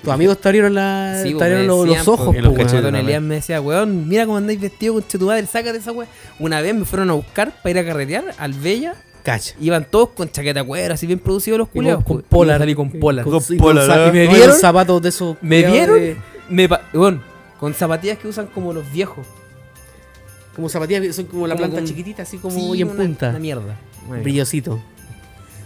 Speaker 1: Tus amigos te abrieron, la,
Speaker 2: Sí,
Speaker 1: te
Speaker 2: po,
Speaker 1: abrieron
Speaker 2: me
Speaker 1: los,
Speaker 2: decían, pues,
Speaker 1: los ojos,
Speaker 3: po, y
Speaker 1: po,
Speaker 3: los
Speaker 1: weón.
Speaker 3: cachetes.
Speaker 2: Don
Speaker 3: no,
Speaker 2: Elías me decía, weón, mira cómo andáis vestido con tu madre, sácate esa weón. Una vez me fueron a buscar para ir a carretear al Bella,
Speaker 1: Cacha.
Speaker 2: iban todos con chaqueta cuero, así bien producidos los culiados.
Speaker 1: con
Speaker 2: pues. Y yo
Speaker 1: polar.
Speaker 2: salí con polar.
Speaker 3: Con
Speaker 1: sí,
Speaker 3: polar,
Speaker 2: sa-
Speaker 3: ¿eh?
Speaker 2: y me
Speaker 1: No,
Speaker 2: vieron,
Speaker 1: los zapatos de esos.
Speaker 2: me
Speaker 1: culiados
Speaker 2: vieron,
Speaker 1: de-
Speaker 2: me pa- weón, con zapatillas que usan como los viejos.
Speaker 1: como zapatillas que son como la
Speaker 2: Como
Speaker 1: planta
Speaker 2: con-
Speaker 1: chiquitita, así como
Speaker 2: Sí,
Speaker 1: y en
Speaker 2: una-
Speaker 1: punta.
Speaker 2: Una mierda.
Speaker 1: Brillosito.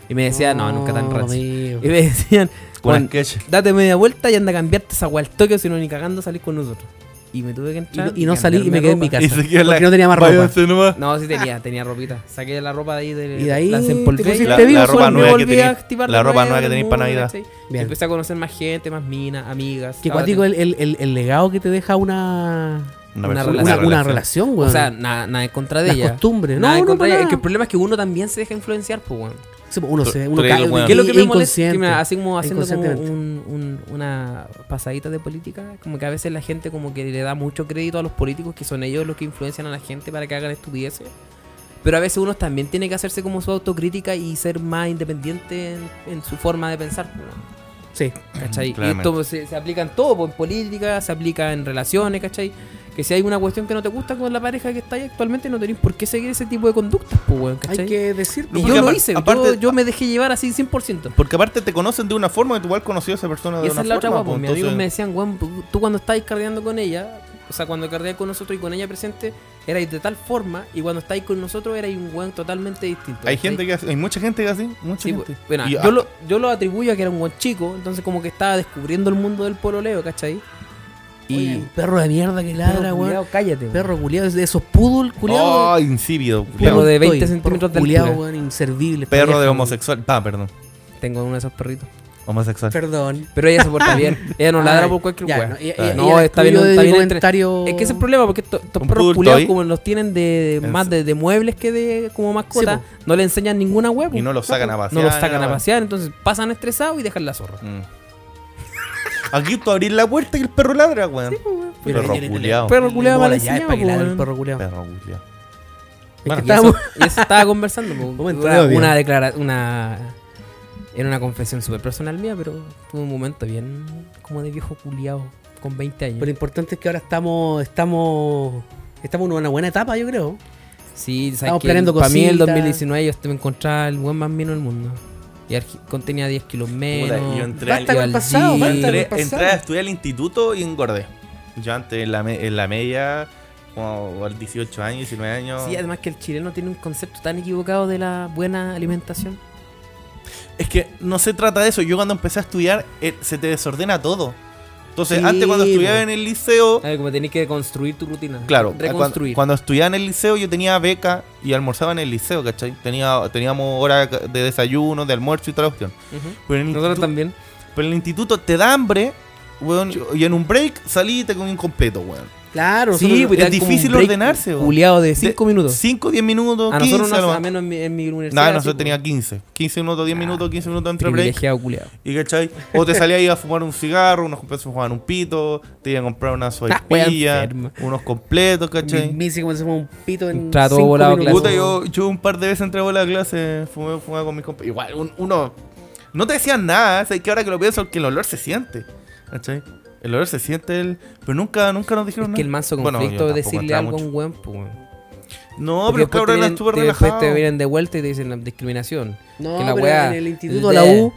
Speaker 2: Y me decía, no, nunca tan rancio.
Speaker 1: amigo.
Speaker 2: Y me decían,
Speaker 3: con
Speaker 2: weón,
Speaker 3: sketch.
Speaker 2: date media vuelta y anda a cambiarte esa weá al toque, si no ni cagando salís con nosotros. Y me tuve que
Speaker 1: Y no,
Speaker 2: entrar.
Speaker 1: y no salí y
Speaker 2: cambiarme
Speaker 1: me quedé en
Speaker 2: ropa.
Speaker 1: mi casa.
Speaker 3: Y se quedó la-
Speaker 1: Porque no tenía más ropa.
Speaker 3: Váyanse nomás.
Speaker 2: No, sí tenía, tenía ropita. Saqué la ropa de ahí de
Speaker 1: Y de ahí
Speaker 2: la
Speaker 1: te
Speaker 2: desempolvé
Speaker 1: pusiste
Speaker 2: y
Speaker 1: La-
Speaker 3: la vivo, ropa
Speaker 2: volví-
Speaker 3: nueva que
Speaker 2: volví a
Speaker 3: tenés-
Speaker 2: activar
Speaker 3: la ropa nueva que
Speaker 2: del
Speaker 3: tenés para
Speaker 2: mundo,
Speaker 3: Navidad.
Speaker 2: ¿cachai?
Speaker 1: Bien.
Speaker 2: Empecé a conocer más gente, más minas, amigas. ah,
Speaker 1: Qué
Speaker 2: Ahora
Speaker 1: cuático
Speaker 2: tengo-
Speaker 1: el, el, el, el legado que te deja una,
Speaker 2: Una
Speaker 3: persona,
Speaker 1: una,
Speaker 2: relación.
Speaker 1: una relación, weón.
Speaker 2: O sea, nada nada en contra de
Speaker 1: Las
Speaker 2: ella.
Speaker 1: costumbres.
Speaker 2: Nada
Speaker 1: No,
Speaker 2: en
Speaker 1: no,
Speaker 2: contra
Speaker 1: para
Speaker 2: de ella. Es
Speaker 1: nada.
Speaker 2: que el problema es que uno también se deja influenciar, pues, weón.
Speaker 1: Sí, pues, uno
Speaker 3: Tú-
Speaker 1: se
Speaker 3: tú
Speaker 1: uno
Speaker 3: eres el
Speaker 1: cae
Speaker 3: weón.
Speaker 2: ¿Qué es lo que me molesta?
Speaker 1: inconsciente.
Speaker 2: Que me así como haciendo como
Speaker 1: Inconscientemente.
Speaker 2: un- un- una pasadita de política, como que a veces la gente como que le da mucho crédito a los políticos, que son ellos los que influencian a la gente para que hagan estupideces. Pero a veces uno también tiene que hacerse como su autocrítica y ser más independiente en, en su forma de pensar. pues, weón.
Speaker 1: Sí.
Speaker 2: ¿Cachai? Y
Speaker 3: Claramente.
Speaker 2: esto se, se aplica en todo, pues, en política, se aplica en relaciones, ¿cachai? Que si hay una cuestión que no te gusta con la pareja que está ahí actualmente, no tenéis por qué seguir ese tipo de conductas, pues, weón, ¿cachai?
Speaker 1: Hay que decir.
Speaker 3: No,
Speaker 2: Y
Speaker 3: porque
Speaker 2: yo lo
Speaker 3: apar-
Speaker 2: hice, yo-
Speaker 3: aparte-
Speaker 2: yo, me dejé llevar así 100%.
Speaker 3: Porque aparte te conocen de una forma que tú igual conocido a esa persona de
Speaker 2: Y esa
Speaker 3: una
Speaker 2: es la otra
Speaker 3: forma.
Speaker 2: guapa.
Speaker 3: pues,
Speaker 2: Mis amigos
Speaker 3: entonces-
Speaker 2: me decían, weón, pu- tú cuando estáis cardeando con ella, o sea, cuando cardeáis con nosotros y con ella presente, erais de tal forma, y cuando estáis con nosotros erais un weón totalmente distinto.
Speaker 3: Hay
Speaker 2: ¿cachai?
Speaker 3: gente que hace- hay mucha gente que así, mucha
Speaker 2: Sí,
Speaker 3: gente.
Speaker 2: pues, bueno,
Speaker 3: Y,
Speaker 2: yo,
Speaker 3: ah,
Speaker 2: lo, yo lo atribuyo a que era un buen chico, entonces como que estaba descubriendo el mundo del pololeo, ¿cachai?
Speaker 1: Y
Speaker 2: Y
Speaker 1: perro de mierda que ladra,
Speaker 2: Perro
Speaker 1: weón.
Speaker 2: culiao, cállate. weón.
Speaker 1: Perro culiado, es de esos poodle culiados.
Speaker 3: Oh, insípido.
Speaker 2: Perro
Speaker 3: culiao.
Speaker 2: de 20 centímetros de
Speaker 1: culiado,
Speaker 2: altura.
Speaker 1: weón, inservible.
Speaker 3: Perro de
Speaker 1: pendejo.
Speaker 3: homosexual. Ah, perdón.
Speaker 2: Tengo uno de esos perritos.
Speaker 3: Homosexual.
Speaker 1: Perdón.
Speaker 2: Pero ella se porta bien. Ella no ladra
Speaker 1: Ay,
Speaker 2: por cualquier
Speaker 1: ya,
Speaker 2: weón.
Speaker 1: No, y- y-
Speaker 3: Claro.
Speaker 1: y-
Speaker 2: No,
Speaker 1: y-
Speaker 2: está
Speaker 1: y-
Speaker 2: bien,
Speaker 1: yo
Speaker 2: está
Speaker 1: de
Speaker 2: bien
Speaker 1: comentario.
Speaker 2: Es que ese es el problema, porque estos estos
Speaker 3: Un
Speaker 2: perros
Speaker 3: poodle
Speaker 2: culiados,
Speaker 3: toy.
Speaker 2: como los tienen de
Speaker 3: Es-
Speaker 2: más de, de muebles que de como mascotas, no le enseñan ninguna huevo.
Speaker 3: Y no los sacan a pasear.
Speaker 2: No los sacan a
Speaker 3: nada.
Speaker 2: pasear, entonces pasan estresados y dejan la zorra.
Speaker 3: Mm. Aquí tú abrís la puerta y el perro ladra, weón.
Speaker 2: pues,
Speaker 1: pero-
Speaker 3: perro
Speaker 1: pero-
Speaker 3: culiao.
Speaker 2: Perro
Speaker 1: Le
Speaker 2: culiao mal
Speaker 1: mola ya, es para que
Speaker 2: enseñado,
Speaker 1: ladre el
Speaker 2: weón.
Speaker 1: perro culiao.
Speaker 3: Perro culiao.
Speaker 1: Es que
Speaker 2: Y
Speaker 3: Bueno,
Speaker 1: estábamos-
Speaker 2: eso, y eso estaba conversando. po.
Speaker 1: Momento de
Speaker 2: una,
Speaker 1: odio.
Speaker 2: una declaración, una... Era una confesión súper personal mía, pero tuve un momento bien como de viejo culiado con 20 años.
Speaker 1: Pero lo importante es que ahora estamos, estamos, estamos en una buena etapa, yo creo.
Speaker 2: Sí, sabes
Speaker 1: Estamos
Speaker 2: que
Speaker 1: planeando
Speaker 2: para mí el
Speaker 1: cositas.
Speaker 2: 2019 yo me encontraba el buen más mino del mundo. Y Argi- con- tenía 10 kilos menos.
Speaker 3: y yo entré
Speaker 1: Basta
Speaker 3: al-
Speaker 1: con el
Speaker 2: al
Speaker 1: pasado,
Speaker 2: gym.
Speaker 1: basta con
Speaker 3: Entré,
Speaker 1: el pasado.
Speaker 3: entré a estudiar al instituto y engordé. Yo antes en la, me- en la media, como al 18 años, 19 años.
Speaker 2: Sí, además que el chileno tiene un concepto tan equivocado de la buena alimentación.
Speaker 3: Es que no se trata de eso. Yo cuando empecé a estudiar, eh, se te desordena todo. Entonces,
Speaker 1: Sí,
Speaker 3: antes cuando estudiaba
Speaker 1: po.
Speaker 3: en el liceo,
Speaker 2: A ver, Ah, como tenés que construir tu rutina.
Speaker 3: claro, eh, cuan-
Speaker 2: Reconstruir.
Speaker 3: Cuando, estudiaba en el liceo yo tenía beca y almorzaba en el liceo, ¿cachai? Tenía, teníamos horas de desayuno, de almuerzo y toda la cuestión.
Speaker 2: Ujú.
Speaker 3: Pero en el,
Speaker 2: Nosotros
Speaker 3: instituto,
Speaker 2: también.
Speaker 3: pero en el instituto te da hambre, weón, y en un break salí y te comí un completo, weón.
Speaker 1: Claro,
Speaker 2: Sí,
Speaker 1: nosotros-
Speaker 2: pues,
Speaker 3: es
Speaker 2: te dan como un
Speaker 3: difícil
Speaker 2: break
Speaker 3: ordenarse, weón.
Speaker 2: Culeado de 5 minutos.
Speaker 3: 5, 10 minutos,
Speaker 2: a
Speaker 3: 15.
Speaker 2: nosotros
Speaker 3: a lo
Speaker 2: no,
Speaker 3: más.
Speaker 2: a menos en mi, en mi universidad.
Speaker 3: Nada,
Speaker 2: sí,
Speaker 3: nosotros
Speaker 2: pues,
Speaker 3: tenía 15. 15 minutos, 10
Speaker 2: Ah,
Speaker 3: minutos, 15 minutos entre break.
Speaker 2: Privilegiado culeado.
Speaker 3: ¿Y cachai? O te salías ahí a fumar un cigarro, unos compañeros se fumaban un pito, te iban a comprar
Speaker 1: Ah,
Speaker 3: una
Speaker 2: wea
Speaker 3: sopaipilla,
Speaker 2: enferma.
Speaker 3: unos completos, ¿cachai?
Speaker 1: mismísimo, como hacemos un pito en
Speaker 2: Entra todo
Speaker 1: cinco
Speaker 2: volado,
Speaker 1: minutos.
Speaker 3: Puta, yo, yo un par de veces entré a la clase, fumé, fumaba con mis compañeros. Igual, un- uno. No te decían nada, ¿eh? ¿sabes? Que ahora que lo pienso, que el olor se siente, ¿cachai? El olor se siente, el... pero nunca, nunca nos
Speaker 2: Es
Speaker 3: dijeron
Speaker 2: que el
Speaker 3: nada.
Speaker 2: manso
Speaker 3: Bueno, yo
Speaker 2: conflicto de
Speaker 3: tampoco
Speaker 2: decirle
Speaker 3: entraba
Speaker 2: algo a
Speaker 3: mucho.
Speaker 2: un buen, pues. weón.
Speaker 3: No,
Speaker 2: Porque
Speaker 3: pero
Speaker 2: después te
Speaker 3: los cabros eran
Speaker 2: vienen-
Speaker 3: súper
Speaker 2: te- Después
Speaker 3: relajados.
Speaker 2: te vienen de vuelta y te dicen la discriminación.
Speaker 1: No,
Speaker 2: que la
Speaker 1: pero
Speaker 2: weá-
Speaker 1: en el instituto, la
Speaker 2: de-
Speaker 1: U,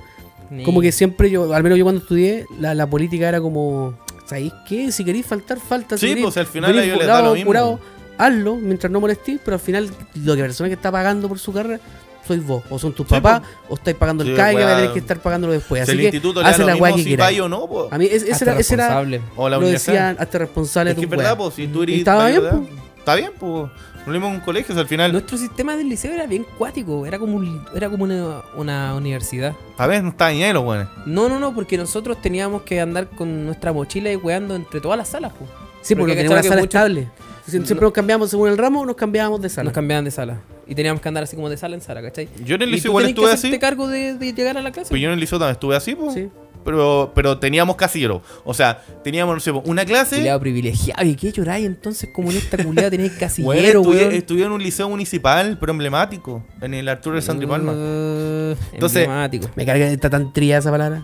Speaker 1: como que siempre yo, al menos yo cuando estudié, la, la política era como, ¿sabéis qué? Si queréis faltar, falta.
Speaker 3: Sí,
Speaker 1: si queréis
Speaker 3: pues, al final
Speaker 1: venir
Speaker 3: a ellos les da
Speaker 1: curado,
Speaker 3: lo mismo.
Speaker 1: curado, hazlo mientras no molestéis, pero al final, lo que la persona que está pagando por su carrera sois vos, o son tus
Speaker 3: Sí, pues.
Speaker 1: papás, o estáis pagando el
Speaker 3: Sí,
Speaker 1: CAE que
Speaker 3: weá.
Speaker 1: vais a tener que estar pagándolo después.
Speaker 3: Si
Speaker 1: Así
Speaker 3: el
Speaker 1: que
Speaker 3: instituto le da
Speaker 1: haz
Speaker 3: lo
Speaker 1: la weá
Speaker 3: mismo
Speaker 1: que
Speaker 3: si
Speaker 1: queráis.
Speaker 3: vaya o no, po.
Speaker 1: A mí, es- ese
Speaker 2: Hasta
Speaker 1: era, ese era-
Speaker 2: responsable.
Speaker 3: O la
Speaker 1: lo
Speaker 3: universidad.
Speaker 1: decían hasta responsable
Speaker 3: Es
Speaker 1: de
Speaker 3: que es
Speaker 1: tu
Speaker 3: verdad,
Speaker 1: weá.
Speaker 3: pues, si tú
Speaker 1: Y
Speaker 3: eres.
Speaker 1: estaba bien,
Speaker 3: mayor de edad, Está bien, pues. No lo mismo en un colegio, o sea, al final.
Speaker 2: Nuestro sistema del liceo era bien cuático, era como, un- era como una, una universidad.
Speaker 3: A veces no está ni ahí los weones.
Speaker 2: No, no, no, porque nosotros teníamos que andar con nuestra mochila y weando entre todas las salas. po.
Speaker 1: Sí, porque
Speaker 2: Porque
Speaker 1: tenemos la
Speaker 2: cachaba que
Speaker 1: sala
Speaker 2: muchos-
Speaker 1: estable. Si- Siempre
Speaker 2: No.
Speaker 1: nos cambiamos según el ramo, nos cambiábamos de sala.
Speaker 2: Nos cambiaban de sala. Y teníamos que andar así como de sala en sala, ¿cachai?
Speaker 3: Yo en el
Speaker 2: Y
Speaker 3: liceo
Speaker 2: tú
Speaker 3: igual
Speaker 2: tenés que
Speaker 3: estuve
Speaker 2: hacerte
Speaker 3: así.
Speaker 2: cargo de, de llegar a la clase.
Speaker 3: Pues yo en el liceo también estuve así, pues.
Speaker 1: Sí.
Speaker 3: Pero, pero teníamos casillero. O sea, teníamos, no sé, po, una clase.
Speaker 2: Culeado privilegiado. ¿Y qué lloráis entonces comunista culeado? Tenés
Speaker 3: Weón,
Speaker 2: casillero,
Speaker 3: estudié,
Speaker 2: weón.
Speaker 3: estudié en un liceo municipal, pero emblemático. En el Arturo de Sandri Palma.
Speaker 2: Uh,
Speaker 3: Entonces-
Speaker 2: emblemático.
Speaker 1: Me carga esta tan trillada esa palabra.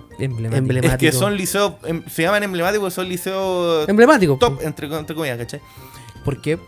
Speaker 1: Emblema-
Speaker 2: Emblemático.
Speaker 3: Es que
Speaker 1: emblemático.
Speaker 3: son liceos. em, se llaman emblemáticos, son liceos
Speaker 1: Emblemático. po.
Speaker 3: top, entre, entre comillas, ¿cachai?
Speaker 2: ¿Por qué?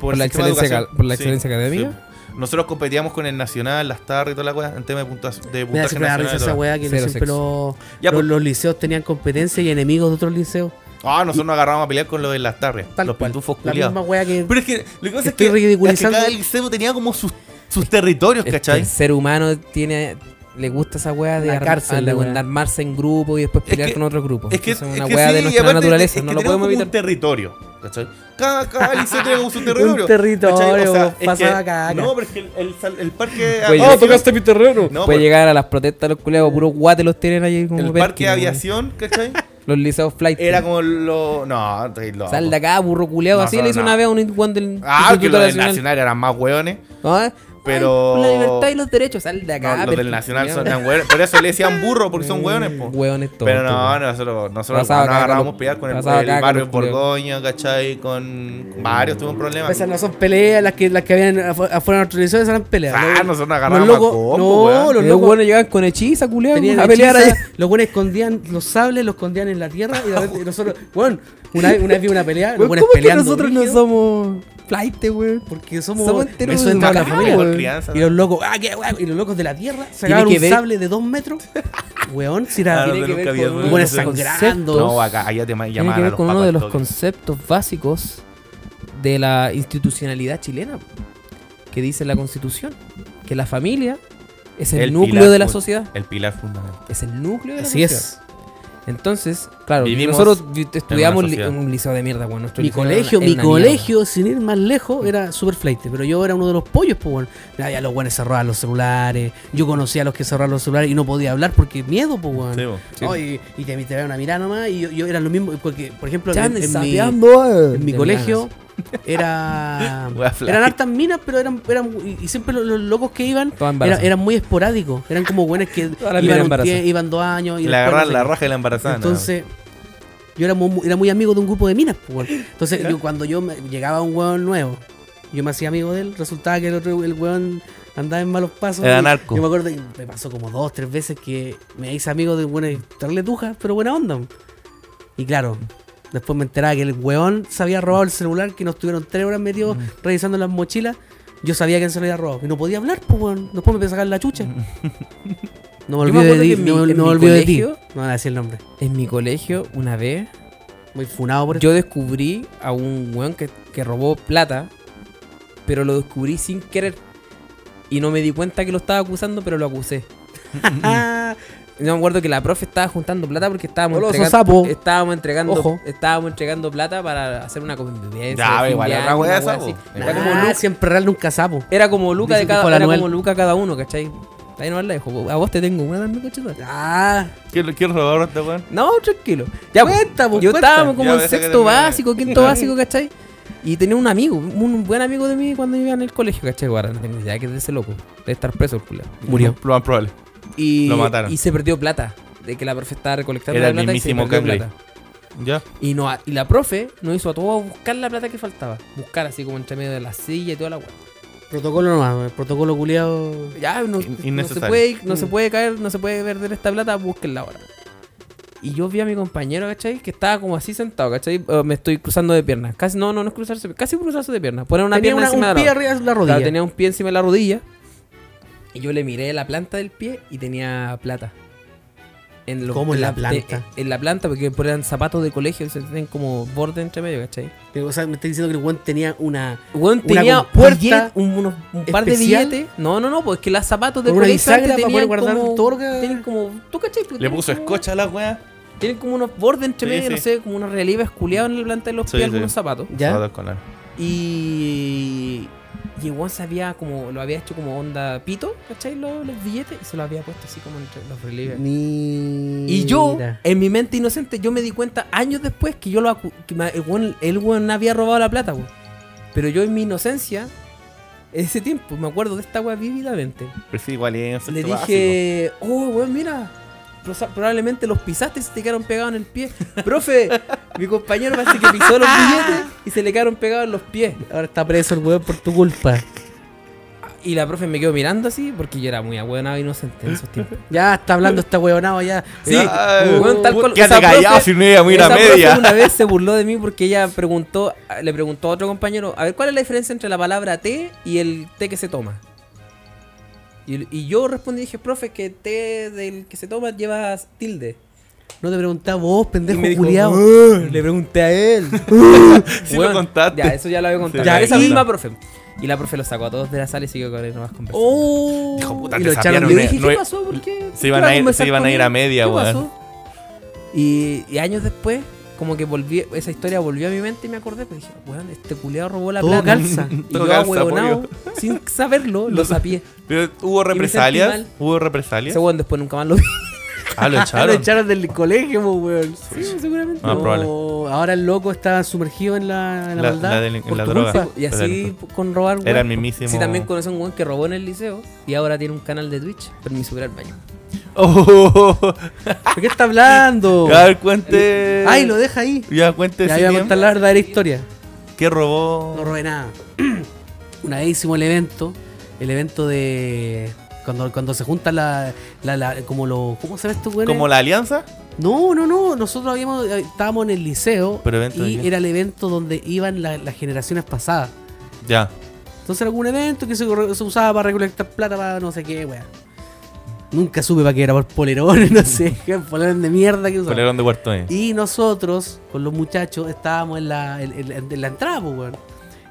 Speaker 3: Por, el
Speaker 2: la
Speaker 3: sistema de
Speaker 2: excelencia
Speaker 3: educación.
Speaker 2: cal- por la excelencia académica.
Speaker 3: sí. Nosotros competíamos con el Nacional, las tardes y toda la cosa, en tema de, puntua- de
Speaker 1: Me da
Speaker 3: puntaje
Speaker 1: siempre la
Speaker 3: nacional.
Speaker 1: risa
Speaker 3: y
Speaker 1: esa
Speaker 3: todo.
Speaker 1: weá que
Speaker 2: Cero
Speaker 1: siempre los,
Speaker 3: Ya,
Speaker 1: los,
Speaker 3: pues.
Speaker 1: los liceos tenían competencia y enemigos de otros liceos.
Speaker 3: Ah, nosotros nos agarramos a pelear con los de las tardes.
Speaker 1: Tal
Speaker 3: los
Speaker 1: cual.
Speaker 3: pintufos
Speaker 1: La
Speaker 3: culiados.
Speaker 1: misma weá que.
Speaker 3: Pero es que lo que
Speaker 1: Estoy
Speaker 3: pasa es que, es que
Speaker 1: ridiculizando.
Speaker 3: cada liceo tenía como sus, sus territorios,
Speaker 2: Es que
Speaker 3: ¿cachai?
Speaker 2: El ser humano tiene le gusta esa weá de,
Speaker 1: La
Speaker 2: arm-
Speaker 1: cárcel,
Speaker 2: a la-
Speaker 1: la weá.
Speaker 2: de armarse en grupo y después
Speaker 3: Es
Speaker 2: pelear
Speaker 3: que-
Speaker 2: con otro grupo.
Speaker 3: Es que
Speaker 2: Esa es
Speaker 3: es
Speaker 2: una
Speaker 3: que
Speaker 2: weá
Speaker 3: sí,
Speaker 2: de
Speaker 3: y
Speaker 2: nuestra
Speaker 3: aparte
Speaker 2: naturaleza,
Speaker 3: es
Speaker 2: no
Speaker 3: que
Speaker 2: lo
Speaker 3: tenemos
Speaker 2: podemos
Speaker 3: como
Speaker 2: evitar.
Speaker 3: un territorio, ¿cachai? Cada, cada liceo tiene como su territorio.
Speaker 1: Un territorio,
Speaker 3: ¿cachai? O sea, es
Speaker 1: pasaba
Speaker 3: que-
Speaker 1: caca.
Speaker 3: No, pero es que el, el sal- el parque.
Speaker 2: Pues-
Speaker 4: ¡Ah,
Speaker 3: aviación-
Speaker 4: tocaste mi terreno!
Speaker 2: Puede
Speaker 3: No, pero
Speaker 2: llegar a las protestas los culeados, puros guate los tienen ahí como
Speaker 3: El
Speaker 2: Perkin,
Speaker 3: parque de
Speaker 2: weón.
Speaker 3: aviación, ¿cachai?
Speaker 2: Los liceos flight.
Speaker 3: Era como lo. No, estoy loco.
Speaker 2: Sal de acá, burro culeado.
Speaker 3: No,
Speaker 2: Así
Speaker 3: no,
Speaker 2: le hizo
Speaker 3: no.
Speaker 2: una vez a un one del
Speaker 3: Ah, que
Speaker 2: Instituto
Speaker 3: los del
Speaker 2: Nacional.
Speaker 3: Nacional eran más hueones.
Speaker 2: ¿No?
Speaker 3: Pero.
Speaker 2: Ay, por la libertad y los derechos, sal de acá.
Speaker 3: No, los del Nacional son tan hueones. Por eso le decían burro, porque son hueones, po.
Speaker 2: Hueones todos.
Speaker 3: Pero no, nosotros, nosotros
Speaker 2: Pasaba acá
Speaker 3: nos
Speaker 2: con
Speaker 3: agarramos
Speaker 2: los-
Speaker 3: peleas con el,
Speaker 2: pasaba
Speaker 3: el
Speaker 2: acá con
Speaker 3: barrio
Speaker 2: los culiados.
Speaker 3: Borgoña, ¿cachai? Con varios, tuve un problema.
Speaker 1: Esas no son peleas las que, las que habían afu- afuera de nuestro liceo, esas eran peleas.
Speaker 3: Ah,
Speaker 1: Los-
Speaker 3: nosotros nos agarramos
Speaker 1: los
Speaker 3: a
Speaker 1: locos-
Speaker 3: combo,
Speaker 1: no,
Speaker 3: weón.
Speaker 1: los
Speaker 2: Los
Speaker 1: locos
Speaker 2: buenos llegaban con hechiza, culiao,
Speaker 1: tenían
Speaker 2: a pelear
Speaker 1: hechiza,
Speaker 2: allá.
Speaker 1: Los buenos escondían los sables, los escondían en la tierra y de repente nosotros, bueno, una vez, una vez vi una pelea, los
Speaker 2: Weón,
Speaker 1: buenos
Speaker 2: ¿Cómo es que
Speaker 1: peleando.
Speaker 2: nosotros no
Speaker 1: brígido,
Speaker 2: somos flight, weón?
Speaker 1: Porque somos,
Speaker 2: somos enteros
Speaker 1: eso entra en la
Speaker 2: educados,
Speaker 1: familia.
Speaker 3: Por
Speaker 2: weón.
Speaker 3: crianza,
Speaker 1: Y los locos, ah, qué guay, Y los locos de la tierra sacaban
Speaker 2: que
Speaker 1: un
Speaker 2: ver-
Speaker 1: sable de dos metros. Weón, si era.
Speaker 3: Ah,
Speaker 2: tiene
Speaker 3: no,
Speaker 2: que
Speaker 3: nunca
Speaker 2: ver
Speaker 3: había-
Speaker 2: con-
Speaker 1: los buenos sangrando.
Speaker 3: No, acá, allá te llamaban
Speaker 2: Tiene que
Speaker 3: a
Speaker 2: ver
Speaker 3: los
Speaker 2: con uno
Speaker 3: papas
Speaker 2: de
Speaker 3: al
Speaker 2: los
Speaker 3: toque.
Speaker 2: conceptos básicos de la institucionalidad chilena que dice la Constitución, que la familia es el,
Speaker 3: El
Speaker 2: núcleo
Speaker 3: pilar
Speaker 2: de la
Speaker 3: fun-
Speaker 2: sociedad,
Speaker 3: El pilar fundamental.
Speaker 2: es el núcleo de la
Speaker 1: Así
Speaker 2: sociedad.
Speaker 1: es.
Speaker 2: Entonces, claro,
Speaker 3: Vivimos
Speaker 2: nosotros vi- estudiamos
Speaker 3: una
Speaker 2: li-
Speaker 3: sociedad.
Speaker 2: un liceo de mierda, bueno, nuestro
Speaker 1: Mi
Speaker 2: liceo era
Speaker 1: colegio,
Speaker 2: una-
Speaker 1: mi
Speaker 2: era una mierda.
Speaker 1: colegio, sin ir más lejos, era super flight. Pero yo era uno de los pollos, pues, weón. Ah, ya los buenos cerraban los celulares. Yo conocía a los que cerraban los celulares y no podía hablar porque miedo, pues, weón.
Speaker 3: Sí, po.
Speaker 1: No, y, y te, te daban una mirada nomás y yo, yo era lo mismo. Porque, por ejemplo,
Speaker 2: Ya
Speaker 1: en,
Speaker 2: me
Speaker 1: en mi,
Speaker 2: sapeando, eh.
Speaker 1: en mi
Speaker 2: De
Speaker 1: colegio
Speaker 2: minas.
Speaker 1: era,
Speaker 3: Wea flight.
Speaker 1: eran hartas minas, pero eran, eran y y siempre los, los locos que iban
Speaker 2: Todas
Speaker 1: era-
Speaker 2: embarazadas.
Speaker 1: eran muy esporádicos. Eran como buenas que
Speaker 2: Todas las minas
Speaker 1: iban, un
Speaker 2: embarazadas.
Speaker 1: tie- iban dos años. Y
Speaker 3: Le
Speaker 1: después no
Speaker 3: agarraban
Speaker 1: sé
Speaker 3: la
Speaker 1: qué.
Speaker 3: raja de la embarazada. nada más.
Speaker 1: Entonces, yo era muy, era muy amigo de un grupo de minas. pues, weón. Entonces, yo, cuando yo me- llegaba un hueón nuevo, yo me hacía amigo de él. Resultaba que el otro el hueón andaba en malos pasos.
Speaker 3: Era
Speaker 1: y-
Speaker 3: narco.
Speaker 1: Yo me acuerdo, y me pasó como dos, tres veces que me hice amigo de buenas tarletujas, pero buena onda. Y claro, después me enteraba que el hueón se había robado el celular, que nos tuvieron tres horas
Speaker 3: Mm.
Speaker 1: metidos revisando las mochilas. Yo sabía que él se lo había robado. Y no podía hablar, pues, weón. Después me empecé a sacar la chucha. No me
Speaker 2: Yo me
Speaker 1: olvido de
Speaker 2: acuerdo que
Speaker 1: ti.
Speaker 2: en mi-
Speaker 1: No, me-
Speaker 2: en
Speaker 1: no me
Speaker 2: mi
Speaker 1: olvido de ti. No
Speaker 2: colegio-
Speaker 1: voy a decir el nombre.
Speaker 2: En mi colegio, una vez,
Speaker 1: Muy funado por
Speaker 2: yo descubrí a un weón que, que robó plata, pero lo descubrí sin querer. Y no me di cuenta que lo estaba acusando, pero lo acusé.
Speaker 1: Ah,
Speaker 2: Yo me acuerdo que la profe estaba juntando plata porque estábamos
Speaker 1: Goloso
Speaker 2: entregando,
Speaker 1: sapo.
Speaker 2: estábamos entregando
Speaker 1: Ojo.
Speaker 2: estábamos entregando plata para hacer una convivencia.
Speaker 3: Ya,
Speaker 2: de fin
Speaker 3: igual,
Speaker 2: de
Speaker 3: otra
Speaker 2: año,
Speaker 3: wea
Speaker 2: una
Speaker 3: esa,
Speaker 2: wea
Speaker 3: po.
Speaker 2: así. Era
Speaker 1: nah,
Speaker 2: como, lu-
Speaker 1: Ah, siempre real nunca sapo.
Speaker 2: era como Luca de
Speaker 1: Dicen que
Speaker 2: cada
Speaker 1: Juan
Speaker 2: era
Speaker 1: Manuel.
Speaker 2: como Luca cada uno, ¿cachai? Ahí no la dejo. A vos te tengo una también, cochita.
Speaker 1: Ah,
Speaker 3: ¿Quién quién robó este weón?
Speaker 2: No, tranquilo. Ya, pues,
Speaker 1: Cuenta, pues,
Speaker 2: yo
Speaker 1: cuenta.
Speaker 2: estábamos como
Speaker 3: Ya,
Speaker 2: en
Speaker 3: parece que
Speaker 2: sexto
Speaker 3: tenía-
Speaker 2: básico, quinto básico, ¿cachai? Y tenía un amigo, un buen amigo de mí cuando vivía en el colegio, ¿cachai? Ahora no tengo idea que es de ese loco. Debe estar preso el culo.
Speaker 3: Murió. Lo más probable.
Speaker 2: Y,
Speaker 3: Lo mataron.
Speaker 2: y se perdió plata. De que la profe estaba recolectando
Speaker 3: Era
Speaker 2: la
Speaker 3: el
Speaker 2: plata y se
Speaker 3: mismísimo
Speaker 2: perdió
Speaker 3: Cambly.
Speaker 2: plata.
Speaker 3: Ya.
Speaker 2: Y, no, y la profe nos hizo a todos buscar la plata que faltaba. Buscar así como entre medio de la silla y toda la weá.
Speaker 1: protocolo nomás, el protocolo culiado.
Speaker 2: Ya, no,
Speaker 3: In-
Speaker 2: no se
Speaker 3: innecesario.
Speaker 2: puede, no se puede caer, no se puede perder esta plata, búsquenla ahora. Y yo vi a mi compañero, ¿cachai? Que estaba como así sentado, ¿cachai? Eh, me estoy cruzando de piernas. Casi, no, no, no es cruzarse, casi cruzarse de piernas. Poner una
Speaker 1: Tenía
Speaker 2: pierna
Speaker 1: una-
Speaker 2: encima
Speaker 1: un
Speaker 2: de
Speaker 1: pie
Speaker 2: la otra.
Speaker 1: arriba de la rodilla.
Speaker 2: Claro, tenía un pie encima de la rodilla. Y yo le miré la planta del pie y tenía plata. En lo-
Speaker 1: ¿Cómo en la
Speaker 2: te-
Speaker 1: planta?
Speaker 2: en la planta, porque eran zapatos de colegio, se tienen como borde entre medio, ¿cachai?
Speaker 1: O sea, me está diciendo que el weón tenía una.
Speaker 2: Weón,
Speaker 1: Una
Speaker 2: tenía
Speaker 1: compuerta
Speaker 2: billet- un, unos- un par de
Speaker 1: especial.
Speaker 2: billetes. No, no, no, pues que las zapatos de
Speaker 1: Con una
Speaker 2: colegio antes
Speaker 1: bisagra para
Speaker 2: tenían
Speaker 1: poder guardar
Speaker 2: como,
Speaker 1: todo lo que-
Speaker 2: tienen como. ¿Tú cachai? Pues
Speaker 3: Le
Speaker 2: tienen
Speaker 3: puso
Speaker 2: como-
Speaker 3: escocha a la weá.
Speaker 2: Tienen como unos bordes entre
Speaker 3: Sí,
Speaker 2: medio, no
Speaker 3: sí.
Speaker 2: sé, como unos relieves culeados en la planta de los
Speaker 3: Sí,
Speaker 2: pies,
Speaker 3: sí.
Speaker 2: algunos zapatos.
Speaker 1: ¿Ya?
Speaker 3: Todo con la-
Speaker 2: Y. Y el weón sabía como. Lo había hecho como onda pito, ¿cachai? Los, los billetes y se los había puesto así como entre los relieves.
Speaker 1: Ni.
Speaker 2: Y yo, en mi mente inocente, yo me di cuenta años después que yo lo acu- que ma- el, weón, el weón había robado la plata, weón. Pero yo en mi inocencia, ese tiempo, me acuerdo de esta weá vívidamente.
Speaker 3: Pero sí, igual es
Speaker 2: Le
Speaker 3: sexto
Speaker 2: dije, oh weón, mira, prosa- probablemente los pisaste y se te quedaron pegados en el pie. Profe, mi compañero parece que pisó los billetes y se le quedaron pegados en los pies.
Speaker 1: Ahora está preso el weón por tu culpa.
Speaker 2: Y la profe me quedó mirando así porque yo era muy ahueonado inocente en esos tiempos.
Speaker 1: Ya está hablando esta weonado ya.
Speaker 2: Sí,
Speaker 3: Ah,
Speaker 2: weón, tal cual.
Speaker 3: Quédate
Speaker 2: esa profe-
Speaker 3: callado si no iba a mirar
Speaker 2: Esa
Speaker 3: a
Speaker 2: profe
Speaker 3: media.
Speaker 2: una vez se burló de mí porque ella preguntó, le preguntó a otro compañero, a ver, ¿cuál es la diferencia entre la palabra té y el té que se toma? Y, y yo respondí, dije, profe, que té del que se toma lleva tilde.
Speaker 1: No te preguntaba vos, pendejo
Speaker 2: me dijo,
Speaker 1: culiao.
Speaker 4: Eh,
Speaker 2: "Oh", le pregunté a él.
Speaker 3: Sí
Speaker 2: Weón,
Speaker 3: lo contaste.
Speaker 2: Ya, eso ya lo había contado.
Speaker 3: Sí,
Speaker 2: Ya,
Speaker 3: lo
Speaker 2: esa
Speaker 3: había
Speaker 2: misma
Speaker 3: contado.
Speaker 2: profe. Y la profe lo sacó a todos de la sala y siguió con él nomás conversando.
Speaker 1: Oh.
Speaker 3: Dijo, puta,
Speaker 1: y
Speaker 3: te
Speaker 1: lo echaron
Speaker 3: sapearon
Speaker 1: de
Speaker 3: una-
Speaker 2: dije,
Speaker 3: no
Speaker 2: ¿qué
Speaker 3: es-
Speaker 2: pasó? ¿Por qué?
Speaker 3: se
Speaker 2: ¿Qué
Speaker 3: iban
Speaker 2: va
Speaker 3: a ir-
Speaker 2: conversar
Speaker 3: se iban a
Speaker 2: con
Speaker 3: ir a
Speaker 2: él?
Speaker 3: media,
Speaker 2: ¿Qué
Speaker 3: weón.
Speaker 2: pasó? Y, y años después, como que volví, esa historia volvió a mi mente y me acordé, pues dije, weón, este culeado robó la
Speaker 1: Todo
Speaker 2: plata.
Speaker 1: calza.
Speaker 2: Y
Speaker 3: Todo
Speaker 2: yo,
Speaker 3: calza,
Speaker 2: ahueonao,
Speaker 3: pollo.
Speaker 2: sin saberlo, lo
Speaker 3: Lo-
Speaker 2: sapié.
Speaker 3: Pero hubo
Speaker 2: sentí
Speaker 3: represalias.
Speaker 2: mal.
Speaker 3: Hubo represalias.
Speaker 2: Ese weón después nunca más lo vi.
Speaker 1: Ah,
Speaker 3: Ah, lo
Speaker 1: Lo
Speaker 3: echaron.
Speaker 1: echaron del colegio, po, weón. Sí, seguramente.
Speaker 3: Ah, probable.
Speaker 1: O Ahora el loco está sumergido en la, en la,
Speaker 3: La-
Speaker 1: maldad.
Speaker 3: la delin- en
Speaker 1: por
Speaker 3: la
Speaker 1: tu
Speaker 3: droga.
Speaker 1: culpa.
Speaker 2: Y así con robar.
Speaker 3: Era el
Speaker 2: weón.
Speaker 3: mismísimo.
Speaker 2: Sí, también conoce a un weón que robó en el liceo y ahora tiene un canal de Twitch. Permiso ir al baño.
Speaker 3: Oh,
Speaker 1: ¿Por qué está hablando?
Speaker 3: a ver, cuente.
Speaker 1: Ay, lo deja ahí.
Speaker 3: Ya, cuente.
Speaker 1: Ya voy a
Speaker 3: Siriam,
Speaker 1: contar la verdadera historia.
Speaker 3: ¿Qué robó?
Speaker 1: No robé nada. Una vez hicimos el evento, el evento de. Cuando, cuando se juntan la, la, la- como lo, ¿Cómo se ve esto, güey?
Speaker 3: ¿Como la alianza?
Speaker 1: No, no, no. Nosotros habíamos, eh, estábamos en el liceo
Speaker 3: ¿Pero evento de
Speaker 1: y
Speaker 3: qué?
Speaker 1: era el evento donde iban la- las generaciones pasadas.
Speaker 3: Ya.
Speaker 1: Entonces era algún evento que se, corre- se usaba para recolectar plata para no sé qué, weón. Nunca supe para qué era, por polerones, no sé, polerones de mierda que usaban.
Speaker 3: Colerón de Huerto eh.
Speaker 1: Y nosotros, con los muchachos, estábamos en la, en- en- en la entrada, pues, weón.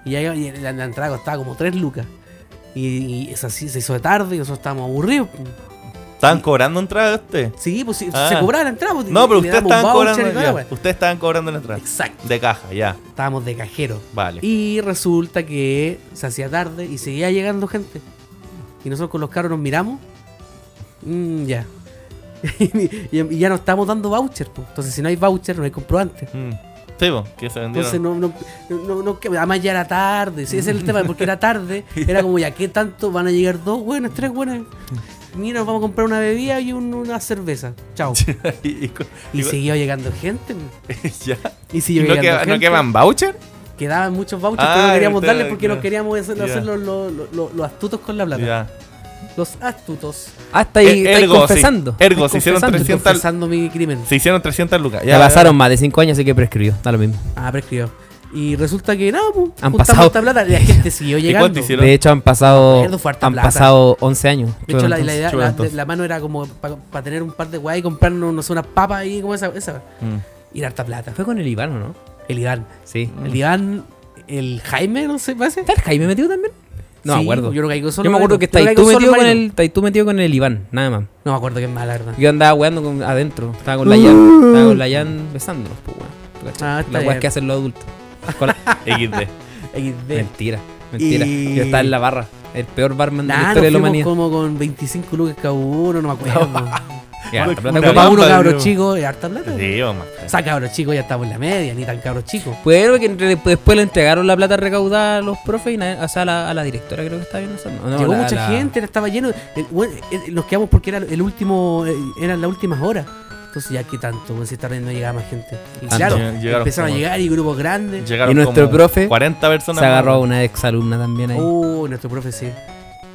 Speaker 1: Y, ahí, y en la, en la entrada costaba como 3 lucas. Y, y es así, se hizo de tarde y nosotros estábamos aburridos. pues.
Speaker 3: ¿Estaban cobrando entrada usted?
Speaker 1: Sí, pues sí,
Speaker 3: Ah.
Speaker 1: se cobraba la entrada. pues,
Speaker 3: No,
Speaker 1: y-
Speaker 3: pero
Speaker 1: y le
Speaker 3: ustedes
Speaker 1: damos
Speaker 3: estaban
Speaker 1: voucher y
Speaker 3: cobrando.
Speaker 1: toda la
Speaker 3: ya,
Speaker 1: weá.
Speaker 3: Ustedes estaban cobrando la entrada.
Speaker 1: Exacto,
Speaker 3: De caja, ya.
Speaker 1: estábamos de cajero.
Speaker 3: Vale.
Speaker 1: Y resulta que se hacía tarde y seguía llegando gente. Y nosotros con los carros nos miramos. Mm, ya. y, y ya no estamos dando voucher. pues. Entonces, si no hay voucher, no hay comprobante.
Speaker 3: Mm. Sí, vos, que se vendieron.
Speaker 1: Entonces no, no, no, no- que- además ya era tarde, sí, ese es el tema, porque era tarde, era como ya, ¿qué tanto van a llegar dos buenas, tres buenas? Mira, nos vamos a comprar una bebida y un- una cerveza, chao.
Speaker 3: y, y co-
Speaker 1: Y
Speaker 3: y co-
Speaker 1: siguió llegando gente,
Speaker 3: ya.
Speaker 1: y siguió
Speaker 3: ¿Y no,
Speaker 1: llegando
Speaker 3: queda-
Speaker 1: gente.
Speaker 3: ¿No queman voucher?
Speaker 1: Quedaban muchos vouchers,
Speaker 3: Ah,
Speaker 1: pero no queríamos
Speaker 3: usted-
Speaker 1: darle porque
Speaker 3: ya.
Speaker 1: nos queríamos hacer,
Speaker 3: Ya.
Speaker 1: hacer los, los- los- los- los astutos con la plata.
Speaker 3: Ya.
Speaker 1: Los astutos.
Speaker 2: Hasta Ah, ahí
Speaker 3: Eh,
Speaker 2: estáis
Speaker 3: ergo, sí.
Speaker 2: confesando.
Speaker 3: Ergo,
Speaker 2: Estáis
Speaker 3: se hicieron
Speaker 2: confesando.
Speaker 3: 300. Sienta-
Speaker 1: Confesando mi crimen.
Speaker 3: Se hicieron 300 lucas.
Speaker 2: Ya pasaron más de 5 años, así que prescribió. Da lo mismo.
Speaker 1: Ah, prescribió. Y resulta que nada, pues,
Speaker 2: Han
Speaker 1: juntamos
Speaker 2: pasado-
Speaker 1: esta plata y la gente siguió
Speaker 3: cuánto
Speaker 1: llegando.
Speaker 3: hicieron?
Speaker 2: De hecho, han pasado,
Speaker 1: Ricardo fue harta
Speaker 2: han
Speaker 1: plata.
Speaker 2: pasado 11 años.
Speaker 1: De hecho, la, la
Speaker 2: Entonces,
Speaker 1: idea-
Speaker 3: chulo,
Speaker 1: la-
Speaker 3: entonces.
Speaker 1: la mano era como para tener un par de guay y comprarnos no sé, unas papas ahí, como esa. esa.
Speaker 3: Mm. Mm.
Speaker 1: Y era harta plata.
Speaker 2: Fue con el Iván, ¿o ¿no?
Speaker 1: El Iván.
Speaker 2: Sí.
Speaker 1: El Iván, el Jaime, no sé, parece.
Speaker 2: ¿Está el Jaime metido también? No me
Speaker 1: Sí,
Speaker 2: acuerdo.
Speaker 1: Yo no caigo
Speaker 2: Yo
Speaker 1: solo.
Speaker 2: me acuerdo
Speaker 1: Marino.
Speaker 2: que
Speaker 1: Yo no
Speaker 2: estáis
Speaker 1: caigo
Speaker 2: tú,
Speaker 1: solo,
Speaker 2: metido con
Speaker 1: Marino.
Speaker 2: el- estáis tú metido con el Iván, nada más.
Speaker 1: No me acuerdo que es mala, verdad.
Speaker 2: Yo andaba weando con- adentro. Estaba con la Jan. Estaba con la Jan besándonos, pues, weón. ¿Tú cachai?
Speaker 1: Uh. Ah, está
Speaker 2: Las
Speaker 1: bien.
Speaker 2: weas que hacen los adultos. Con la-
Speaker 3: XD.
Speaker 1: XD.
Speaker 2: Mentira, mentira.
Speaker 1: Y-
Speaker 2: Yo estaba en la barra. El peor barman de la
Speaker 1: Nah,
Speaker 2: historia de
Speaker 1: nos
Speaker 2: la
Speaker 1: fuimos
Speaker 2: humanidad.
Speaker 1: como con 25 lucas cada uno, no me acuerdo.
Speaker 2: Ya,
Speaker 3: Una
Speaker 2: la plata
Speaker 3: Una
Speaker 1: Pero
Speaker 2: culiada.
Speaker 1: para
Speaker 3: gamba,
Speaker 1: uno cabro
Speaker 3: digamos.
Speaker 1: chico es harta plata.
Speaker 3: Sí, vamos.
Speaker 1: O sea, cabro chico ya estamos en la media, ni tan cabro chico.
Speaker 2: Pero que entre- después le entregaron la plata recaudada a los profes y na- o sea, a, la, a la directora creo que estaba viendo eso. No, no,
Speaker 1: Llegó
Speaker 2: la-
Speaker 1: mucha
Speaker 2: la-
Speaker 1: gente, era- estaba lleno. El- bueno, el- nos quedamos porque era el último, eh, eran las últimas horas. Entonces ya que tanto, bueno, si esta vez no llegaba más gente. Y
Speaker 2: Tanto.
Speaker 1: claro,
Speaker 3: Lleg- llegaron
Speaker 1: empezaron a
Speaker 3: como-
Speaker 1: llegar y grupos grandes.
Speaker 3: Llegaron
Speaker 2: Y nuestro
Speaker 3: como
Speaker 2: profe
Speaker 3: 40 personas.
Speaker 2: Se agarró a
Speaker 3: más.
Speaker 2: una exalumna también ahí.
Speaker 1: Oh, nuestro profe sí.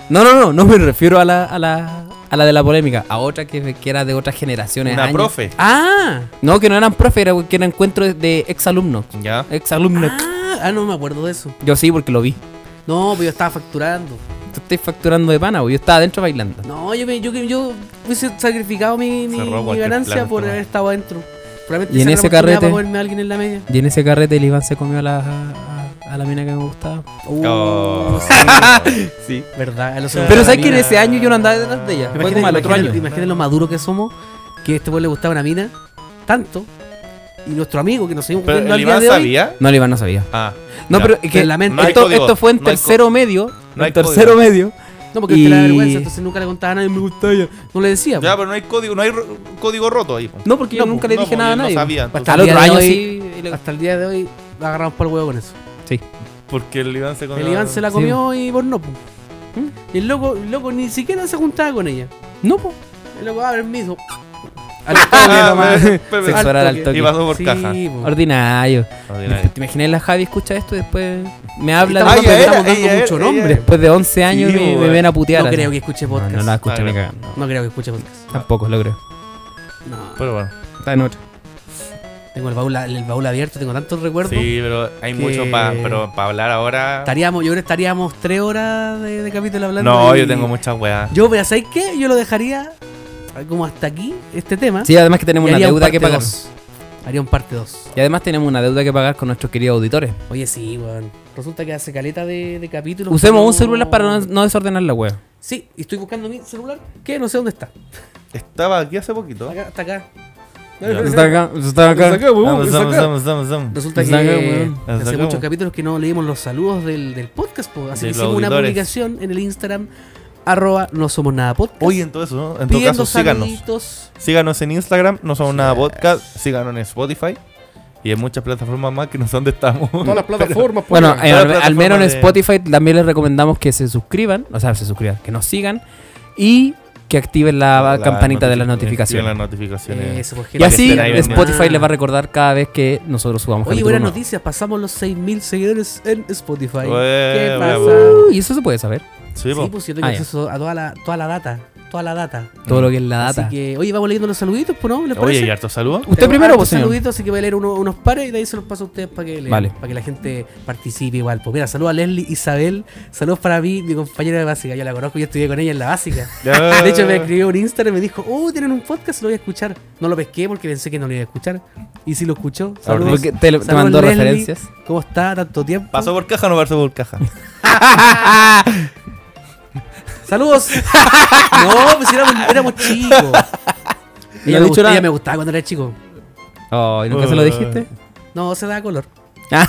Speaker 2: No, no, no, no me refiero a la, a la, a la de la polémica, a otra que, que era de otras generaciones.
Speaker 3: Una
Speaker 2: años.
Speaker 3: profe.
Speaker 1: ¡Ah!
Speaker 2: No, que no eran profes, era que eran encuentros de exalumnos.
Speaker 3: Ya.
Speaker 2: Exalumnos.
Speaker 1: Ah, ah, no me acuerdo de eso.
Speaker 2: Yo sí, porque lo vi.
Speaker 1: No, pero yo estaba facturando.
Speaker 2: Te estoy facturando de pana, güey. Yo estaba adentro bailando.
Speaker 1: No, yo, me- yo, yo hubiese sacrificado mi, mi-
Speaker 3: Se robó
Speaker 1: mi
Speaker 3: cualquier
Speaker 1: ganancia
Speaker 3: plan,
Speaker 1: por
Speaker 3: este
Speaker 1: haber
Speaker 3: man.
Speaker 1: estado adentro. Probablemente
Speaker 2: Y en
Speaker 1: esa era la
Speaker 2: ese
Speaker 1: oportunidad
Speaker 2: carrete-
Speaker 1: Para ponerme a alguien en la media.
Speaker 2: Y en ese carrete el Iván se comió a la, a, a la mina que me gustaba.
Speaker 1: Uh,
Speaker 3: Oh.
Speaker 2: Sí.
Speaker 1: ¿Verdad? A los
Speaker 2: Pero
Speaker 1: hombres
Speaker 2: ¿sabes que
Speaker 1: de
Speaker 2: en
Speaker 1: la
Speaker 2: ese año yo no andaba detrás de ella?
Speaker 1: mina.
Speaker 2: Fue como al
Speaker 1: Imagínate,
Speaker 2: otro año.
Speaker 1: imagínate- imagínate lo maduro que somos, que a este pueblo le gustaba una mina, tanto, y nuestro amigo que nos seguimos
Speaker 3: Pero
Speaker 1: viendo al
Speaker 3: el
Speaker 1: día
Speaker 3: Iván
Speaker 1: de hoy,
Speaker 3: sabía.
Speaker 2: No, el Iván no sabía.
Speaker 3: Ah.
Speaker 2: No,
Speaker 3: ya.
Speaker 2: pero es que
Speaker 1: Pero lamento-
Speaker 3: No hay
Speaker 2: esto,
Speaker 3: código,
Speaker 2: esto fue en
Speaker 3: no hay
Speaker 2: tercero medio.
Speaker 3: no hay
Speaker 2: en tercero
Speaker 3: código.
Speaker 2: medio.
Speaker 1: No, porque te la
Speaker 2: Y-
Speaker 1: vergüenza, entonces nunca le contaba a nadie, me gustaba ella. No le decía.
Speaker 3: Ya,
Speaker 1: po.
Speaker 3: pero no hay código, no hay ro- código roto ahí. po.
Speaker 2: No, porque yo
Speaker 1: No,
Speaker 2: nunca le
Speaker 3: no,
Speaker 2: dije
Speaker 3: porque
Speaker 2: nada a
Speaker 3: no
Speaker 2: nadie.
Speaker 3: sabía,
Speaker 1: Hasta
Speaker 2: Al
Speaker 1: el
Speaker 2: otro
Speaker 1: día de
Speaker 2: año
Speaker 1: hoy- eh,
Speaker 2: sí. y le-
Speaker 1: Hasta el día de hoy agarramos por el huevo con eso.
Speaker 2: Sí.
Speaker 3: Porque el Iván se comió.
Speaker 1: El Iván se la
Speaker 2: sí.
Speaker 1: comió y vos no. po. ¿Mm? Y el loco, el loco ni siquiera se juntaba con ella.
Speaker 2: No, po.
Speaker 1: El loco, ah, permiso.
Speaker 2: Al
Speaker 3: Ah,
Speaker 2: toque
Speaker 3: pe-
Speaker 2: nomás.
Speaker 3: pe-
Speaker 2: Sexual
Speaker 1: al
Speaker 2: al
Speaker 1: toque.
Speaker 2: toque.
Speaker 3: Y pasó por
Speaker 1: Sí,
Speaker 3: caja.
Speaker 1: po.
Speaker 2: Ordinario.
Speaker 3: Ordinario.
Speaker 2: Te imaginas la Javi escucha esto y después me habla
Speaker 1: Estamos
Speaker 3: Ah,
Speaker 1: dando-
Speaker 2: de
Speaker 3: ya era,
Speaker 1: estamos dando
Speaker 3: ella era,
Speaker 1: mucho
Speaker 3: ella
Speaker 1: nombre.
Speaker 3: era.
Speaker 2: Después de 11 años
Speaker 3: Sí,
Speaker 2: me, me
Speaker 3: bueno.
Speaker 2: ven a putear.
Speaker 1: No
Speaker 2: así.
Speaker 1: creo que escuche
Speaker 2: No,
Speaker 1: podcast.
Speaker 2: no, no la escucha,
Speaker 3: Vale.
Speaker 2: me cagan. No,
Speaker 1: No creo que escuche podcast.
Speaker 2: Tampoco lo creo.
Speaker 1: No.
Speaker 3: Pero bueno.
Speaker 2: Está en otra.
Speaker 1: Tengo el baúl, el baúl abierto, tengo tantos recuerdos.
Speaker 3: Sí, pero hay
Speaker 1: que-
Speaker 3: mucho para pero para hablar ahora.
Speaker 1: Estaríamos, yo creo que estaríamos tres horas de, de capítulo hablando.
Speaker 3: No,
Speaker 1: y-
Speaker 3: yo tengo muchas weas.
Speaker 1: Yo, pero ¿sabéis qué? Yo lo dejaría como hasta aquí, este tema.
Speaker 2: Sí, además que tenemos
Speaker 1: y
Speaker 2: una
Speaker 1: haría un
Speaker 2: deuda
Speaker 1: parte
Speaker 2: que pagar.
Speaker 1: dos. Haría un parte 2.
Speaker 2: Y además tenemos una deuda que pagar con nuestros queridos auditores.
Speaker 1: Oye, sí, weón. Resulta que hace caleta de, de capítulos.
Speaker 2: Usemos
Speaker 1: que
Speaker 2: un
Speaker 1: no-
Speaker 2: celular para no- no desordenar la web.
Speaker 1: Sí, y estoy buscando mi celular, que no sé dónde está.
Speaker 3: Estaba aquí hace poquito.
Speaker 1: Acá, hasta acá.
Speaker 4: eh,
Speaker 3: Ya.
Speaker 2: Está acá, está
Speaker 4: Lo
Speaker 2: acá.
Speaker 4: saqué, weón,
Speaker 3: Vamos,
Speaker 4: lo
Speaker 3: vamos,
Speaker 4: saqué.
Speaker 3: vamos, vamos, vamos.
Speaker 1: Resulta
Speaker 2: Nos
Speaker 1: que
Speaker 2: saca, weón.
Speaker 1: hace
Speaker 3: Nos sacamos.
Speaker 1: muchos capítulos que no leímos los saludos del, del podcast, po. así
Speaker 3: De
Speaker 1: que hicimos
Speaker 3: los
Speaker 1: una
Speaker 3: auditores.
Speaker 1: publicación en el Instagram arroba no somos nada podcast.
Speaker 3: Oye, entonces, ¿no? en todo
Speaker 1: pidiendo
Speaker 3: caso, síganos.
Speaker 1: saluditos.
Speaker 3: Síganos en Instagram, no somos nada podcast. Síganos en Spotify y en muchas plataformas más que no sé dónde estamos.
Speaker 5: Todas las plataformas. pues,
Speaker 2: Bueno,
Speaker 5: ya.
Speaker 2: eh,
Speaker 3: la
Speaker 2: al, al menos en
Speaker 3: plataforma de-
Speaker 2: Spotify también les recomendamos que se suscriban, o sea, se suscriban, que nos sigan y que activen la,
Speaker 3: La
Speaker 2: campanita de las
Speaker 3: notific-
Speaker 2: notificaciones.
Speaker 3: Las notificaciones.
Speaker 1: Eso, pues,
Speaker 2: Y así
Speaker 1: gente.
Speaker 3: Espera, ahí viene.
Speaker 2: Spotify les va a recordar cada vez que nosotros subamos
Speaker 1: Ah. Oye,
Speaker 2: capítulo
Speaker 1: buenas
Speaker 2: nuevo.
Speaker 1: noticias. Pasamos los 6.000 seguidores en Spotify.
Speaker 3: Ué,
Speaker 1: ¿Qué pasa?
Speaker 3: bravo.
Speaker 2: Y eso se puede saber,
Speaker 3: Sí, po.
Speaker 1: Sí, pues yo tengo
Speaker 2: Ah, ya.
Speaker 1: acceso a toda la, toda la data. Toda la data.
Speaker 2: todo lo que es la data.
Speaker 1: Mm. Así que, oye, vamos leyendo los saluditos, pues, ¿no? ¿Les
Speaker 3: Oye,
Speaker 1: parece?
Speaker 3: y harto saludo.
Speaker 2: Usted
Speaker 1: Tengo
Speaker 2: primero,
Speaker 1: hartos
Speaker 2: pues, señor.
Speaker 1: saluditos, así que voy a leer uno- unos pares y de ahí se los paso a ustedes para que, lean,
Speaker 2: Vale.
Speaker 1: para que la gente participe igual. Pues mira, saludos a Leslie Isabel, saludos para mí, mi compañera de básica. Yo la conozco, yo estudié con ella en la básica. De hecho, me escribió un Instagram y me dijo, oh, tienen un podcast, lo voy a escuchar. No lo pesqué porque pensé que no lo iba a escuchar. Y sí lo escuchó. Saludos.
Speaker 2: Porque te, te
Speaker 1: Saludos,
Speaker 2: mandó
Speaker 1: Leslie.
Speaker 2: referencias.
Speaker 1: ¿Cómo está? ¿Tanto tiempo?
Speaker 3: ¿Pasó por caja o no pasó por caja?
Speaker 1: ¡Saludos! no, pues éramos, éramos chicos.
Speaker 2: ¿Y
Speaker 1: Ella
Speaker 2: ha
Speaker 1: me,
Speaker 2: dicho
Speaker 1: gustaba,
Speaker 2: nada?
Speaker 1: ella me gustaba cuando era chico.
Speaker 2: Oh, ¿y nunca se lo dijiste?
Speaker 1: No, se da color.
Speaker 2: Ah,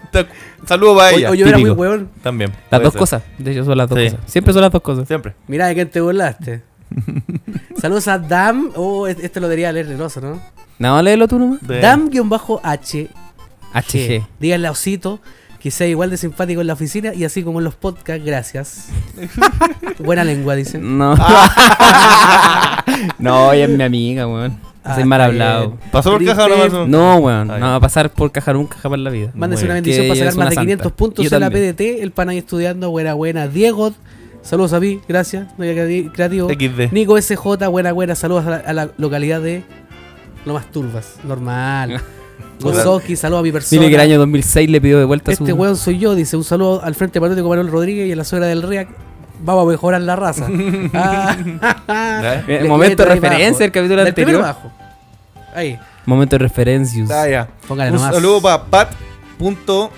Speaker 3: Saludo para
Speaker 1: O,
Speaker 3: ella.
Speaker 1: o yo era muy
Speaker 2: típico.
Speaker 1: hueón.
Speaker 3: También.
Speaker 2: Las
Speaker 3: puede
Speaker 2: dos
Speaker 3: ser.
Speaker 2: cosas. De hecho, son las dos
Speaker 3: Sí.
Speaker 2: cosas. Siempre son las dos cosas.
Speaker 3: Siempre.
Speaker 1: Mira de quién te burlaste. Saludos a Dam. Oh, es- este lo debería leer Renoso, ¿no?
Speaker 2: No, léelo tú nomás.
Speaker 3: De-
Speaker 1: Dam-H.
Speaker 2: HG.
Speaker 1: Díganle a Osito que sea igual de simpático en la oficina y así como en los podcasts. Gracias. Buena lengua, dicen.
Speaker 2: No. Ah. no, ella es mi amiga, weón.
Speaker 1: Ah,
Speaker 2: Soy mal
Speaker 1: está
Speaker 2: hablado.
Speaker 1: bien.
Speaker 3: ¿Pasó por caja o no
Speaker 1: Triste.
Speaker 3: pasó?
Speaker 2: No, weón.
Speaker 3: Está
Speaker 2: No va a pasar por caja nunca jamás en la vida.
Speaker 1: Mándese
Speaker 3: Muy
Speaker 1: una
Speaker 2: bien.
Speaker 1: bendición
Speaker 2: Que
Speaker 1: para
Speaker 2: ella
Speaker 1: sacar
Speaker 2: es
Speaker 1: más de
Speaker 2: una
Speaker 1: 500
Speaker 2: santa.
Speaker 1: puntos
Speaker 2: Yo
Speaker 1: en la
Speaker 2: también.
Speaker 1: PDT. El pan ahí estudiando. Buena, buena. Diego. Saludos a mí. Gracias. No había creativo.
Speaker 3: XD.
Speaker 1: Nico SJ. Buena, buena. Saludos a la, a la localidad de Lomas Turbas. Normal. Gozoki. Saludos a mi persona.
Speaker 2: Dile que el año 2006 le pidió de vuelta
Speaker 1: Este
Speaker 2: su...
Speaker 1: weón soy yo, dice. Un saludo al Frente Patriótico Manuel Rodríguez y a la suegra del REAC. Vamos a mejorar la raza. Ah,
Speaker 2: Eh,
Speaker 1: le-
Speaker 2: momento
Speaker 1: le-
Speaker 2: de
Speaker 1: ahí
Speaker 2: referencia
Speaker 1: abajo.
Speaker 2: del capítulo
Speaker 1: Del primero
Speaker 2: anterior.
Speaker 1: abajo. Ahí,
Speaker 2: Momento de referencias.
Speaker 3: Ah, ya.
Speaker 1: póngale
Speaker 3: Un
Speaker 1: nomás.
Speaker 3: saludo para Pat. Punto,